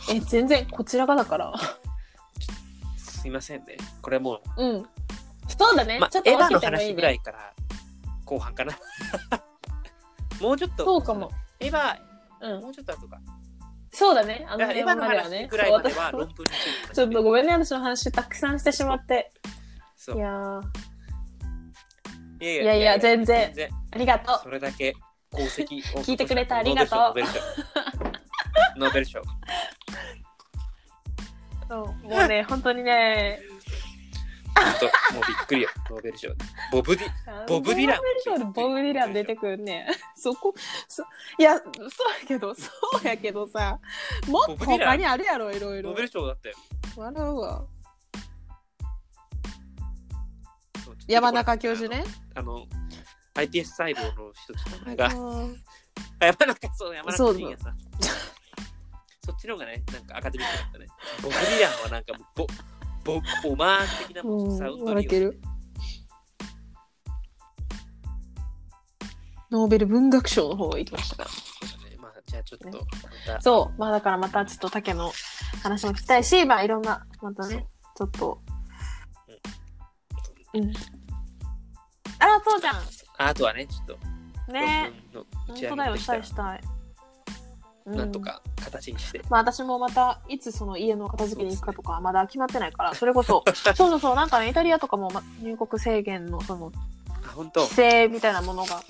S2: え、全然こちらがだから。
S1: すいませんね。これも
S2: うん。そうだ
S1: う、
S2: ね。
S1: まあ
S2: ちょっ、と
S1: エヴァ
S2: 分
S1: の
S2: けてもい
S1: 話
S2: い
S1: ぐら
S2: ね。
S1: いから後半かな。 もうちょっと、
S2: そうかも。
S1: エヴァ、
S2: うん。
S1: もうちょっと後か。
S2: そうだね。あ
S1: だか
S2: の
S1: らエヴァ
S2: 辺
S1: の
S2: まではね
S1: 話。ぐらいまで
S2: そう
S1: は
S2: 私
S1: 論文について話して。
S2: ちょっとごめんね、私の話たくさんしてしまって。
S1: そう
S2: いやー
S1: いや
S2: いやいや全然
S1: 全然
S2: ありがと
S1: それだけ功績を
S2: 聞いてくれてありがとう
S1: ノーベル賞ノーベル賞ノーベル賞
S2: う。そうも うね、本当にね。
S1: 本当もうびっくりよノーベル賞ボブディボブディラン
S2: ノーベル賞でボブ・ディラン出てくるね。 そこ、そいや、そうやけど、そうやけどさ、もっと
S1: ボブディラン
S2: 他にあるやろ、いろい
S1: ノ
S2: ろ
S1: ーベ。ル賞だったよ
S2: 笑うわ。
S1: そうちょっと
S2: 山中教授ね。
S1: あの iPS 細胞の人ちょっと名前
S2: う
S1: が
S2: ん
S1: あ山中そう山
S2: そ
S1: 中
S2: う
S1: いいやさそっちの方がねなんかアカデミックだったねボブディランはなんかもうボボオマーン的なも
S2: うん
S1: サウンド
S2: 笑
S1: に
S2: ってる。ノーベル文学賞の方がいいと思いましたから。
S1: そうだねまあじゃあちょっと
S2: ね
S1: また
S2: そう、まあだからまたちょっと竹の話も聞きたいし、まあいろんな、またね、ちょっと。うん。あ、そうじゃん。
S1: ああとはねちょっと
S2: ね
S1: 論文の打
S2: 本
S1: ち上げ
S2: 当だ
S1: も
S2: よ、
S1: で
S2: し
S1: き
S2: た
S1: た
S2: い
S1: ら
S2: したい。う
S1: なんと。か形にして
S2: まあ私もまたいつその家の片付けに行くかとかまだ決まってないから、それ こそ、そうそうそう、なんかね、イタリアとかもま入国制限のその
S1: あ本当
S2: 規制みたいなものが。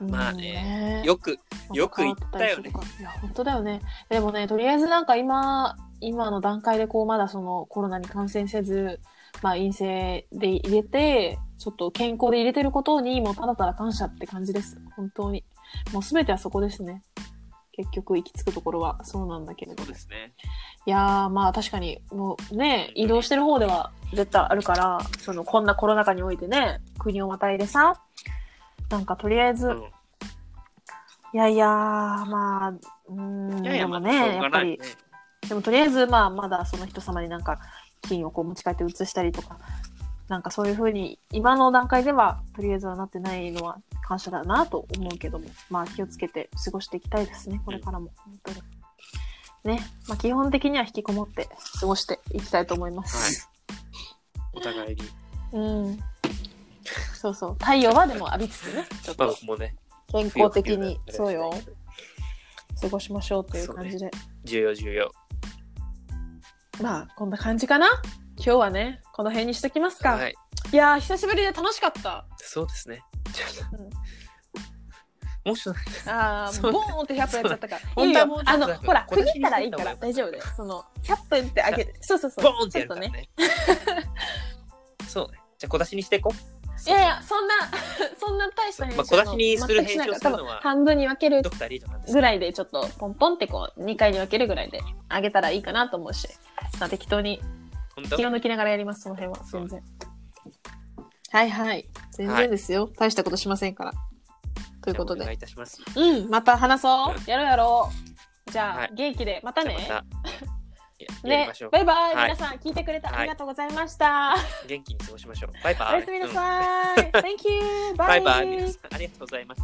S1: まあ
S2: うん
S1: ねよくよく言ったよね
S2: いや本当だよねでもねとりあえずなんか今今の段階でこうまだそのコロナに感染せず、まあ、陰性で入れてちょっと健康で入れてることにもうただただ感謝って感じです本当にもう全てはそこですね結局行き着くところはそうなんだけれど
S1: そう
S2: も
S1: ですね
S2: いやーまあ確かにもうね移動してる方では絶対あるからそのこんなコロナ禍においてね国をまたいでさなんかとりあえず、
S1: うん
S2: いやいやー、まあ、うーん、
S1: いやい
S2: で
S1: や
S2: も
S1: まあ
S2: ね、
S1: しょ
S2: や
S1: う
S2: っ
S1: が
S2: ぱ
S1: ない
S2: り
S1: ね、
S2: でもとりあえず、まあ、まだその人様になんか、金をこう持ち帰って移したりとか、なんかそういうふうに、今の段階では、とりあえずはなってないのは感謝だなと思うけども、まあ、気をつけて過ごしていきたいですね、これからも。本当に。ね、まあ、基本的には引きこもって過ごしていきたいと思います。
S1: お互いに
S2: うん。そうそう。太陽はでも浴びつつね、ちょっ
S1: まあ
S2: と
S1: 僕もね
S2: 健康的に、
S1: 冬
S2: そうよ
S1: 冬だったりしないけ、ど
S2: 過ごしましょうという感じで。
S1: 重要重要
S2: まあこんな感じかな今日はねこの辺にしときますか、、
S1: はいい
S2: やー久しぶりで楽しかった
S1: そうですねちょっと
S2: うん
S1: もうちょっと
S2: あー
S1: そう
S2: ボーンって100分やっちゃったから
S1: そう
S2: い
S1: 本
S2: いよ
S1: 当はもうちょっ
S2: あ
S1: と
S2: の
S1: なんか
S2: ほら
S1: 小
S2: 区
S1: 出し
S2: 切ったらいいか
S1: に
S2: ら
S1: して
S2: 大丈夫だよその100分ってあげるそうそうそう
S1: ボーンって
S2: ち
S1: や
S2: ょっ
S1: る
S2: と
S1: から
S2: ね
S1: ねそうねじゃあ小出しにしていこ
S2: いやいやそんな そんな大した編集
S1: まあ小出しにする
S2: 全くしない
S1: 編集
S2: から
S1: をするのは
S2: 多分半分に分ける
S1: うドクターリードなんです
S2: ぐらいでちょっとポンポンってこう2回に分けるぐらいであげたらいいかなと思うし、まあ、適当に
S1: 本当
S2: 気を抜きながらやりますその辺は全然はいはい全然ですよ、大したことしませんからということ
S1: じゃあお願
S2: で
S1: いいたします
S2: うんまた話そうやろうやろうじゃあ、
S1: はい
S2: 元気でまたね
S1: じゃあまたややり
S2: ね
S1: ましょう、
S2: バイバイ、
S1: はい
S2: 皆さん聞いてくれて
S1: はい
S2: ありがとうございました、
S1: 元気に過ごしましょうバイバイ
S2: おやすみなさい、Thank you
S1: うんバイバイ
S2: bye
S1: 皆さんありがとうございます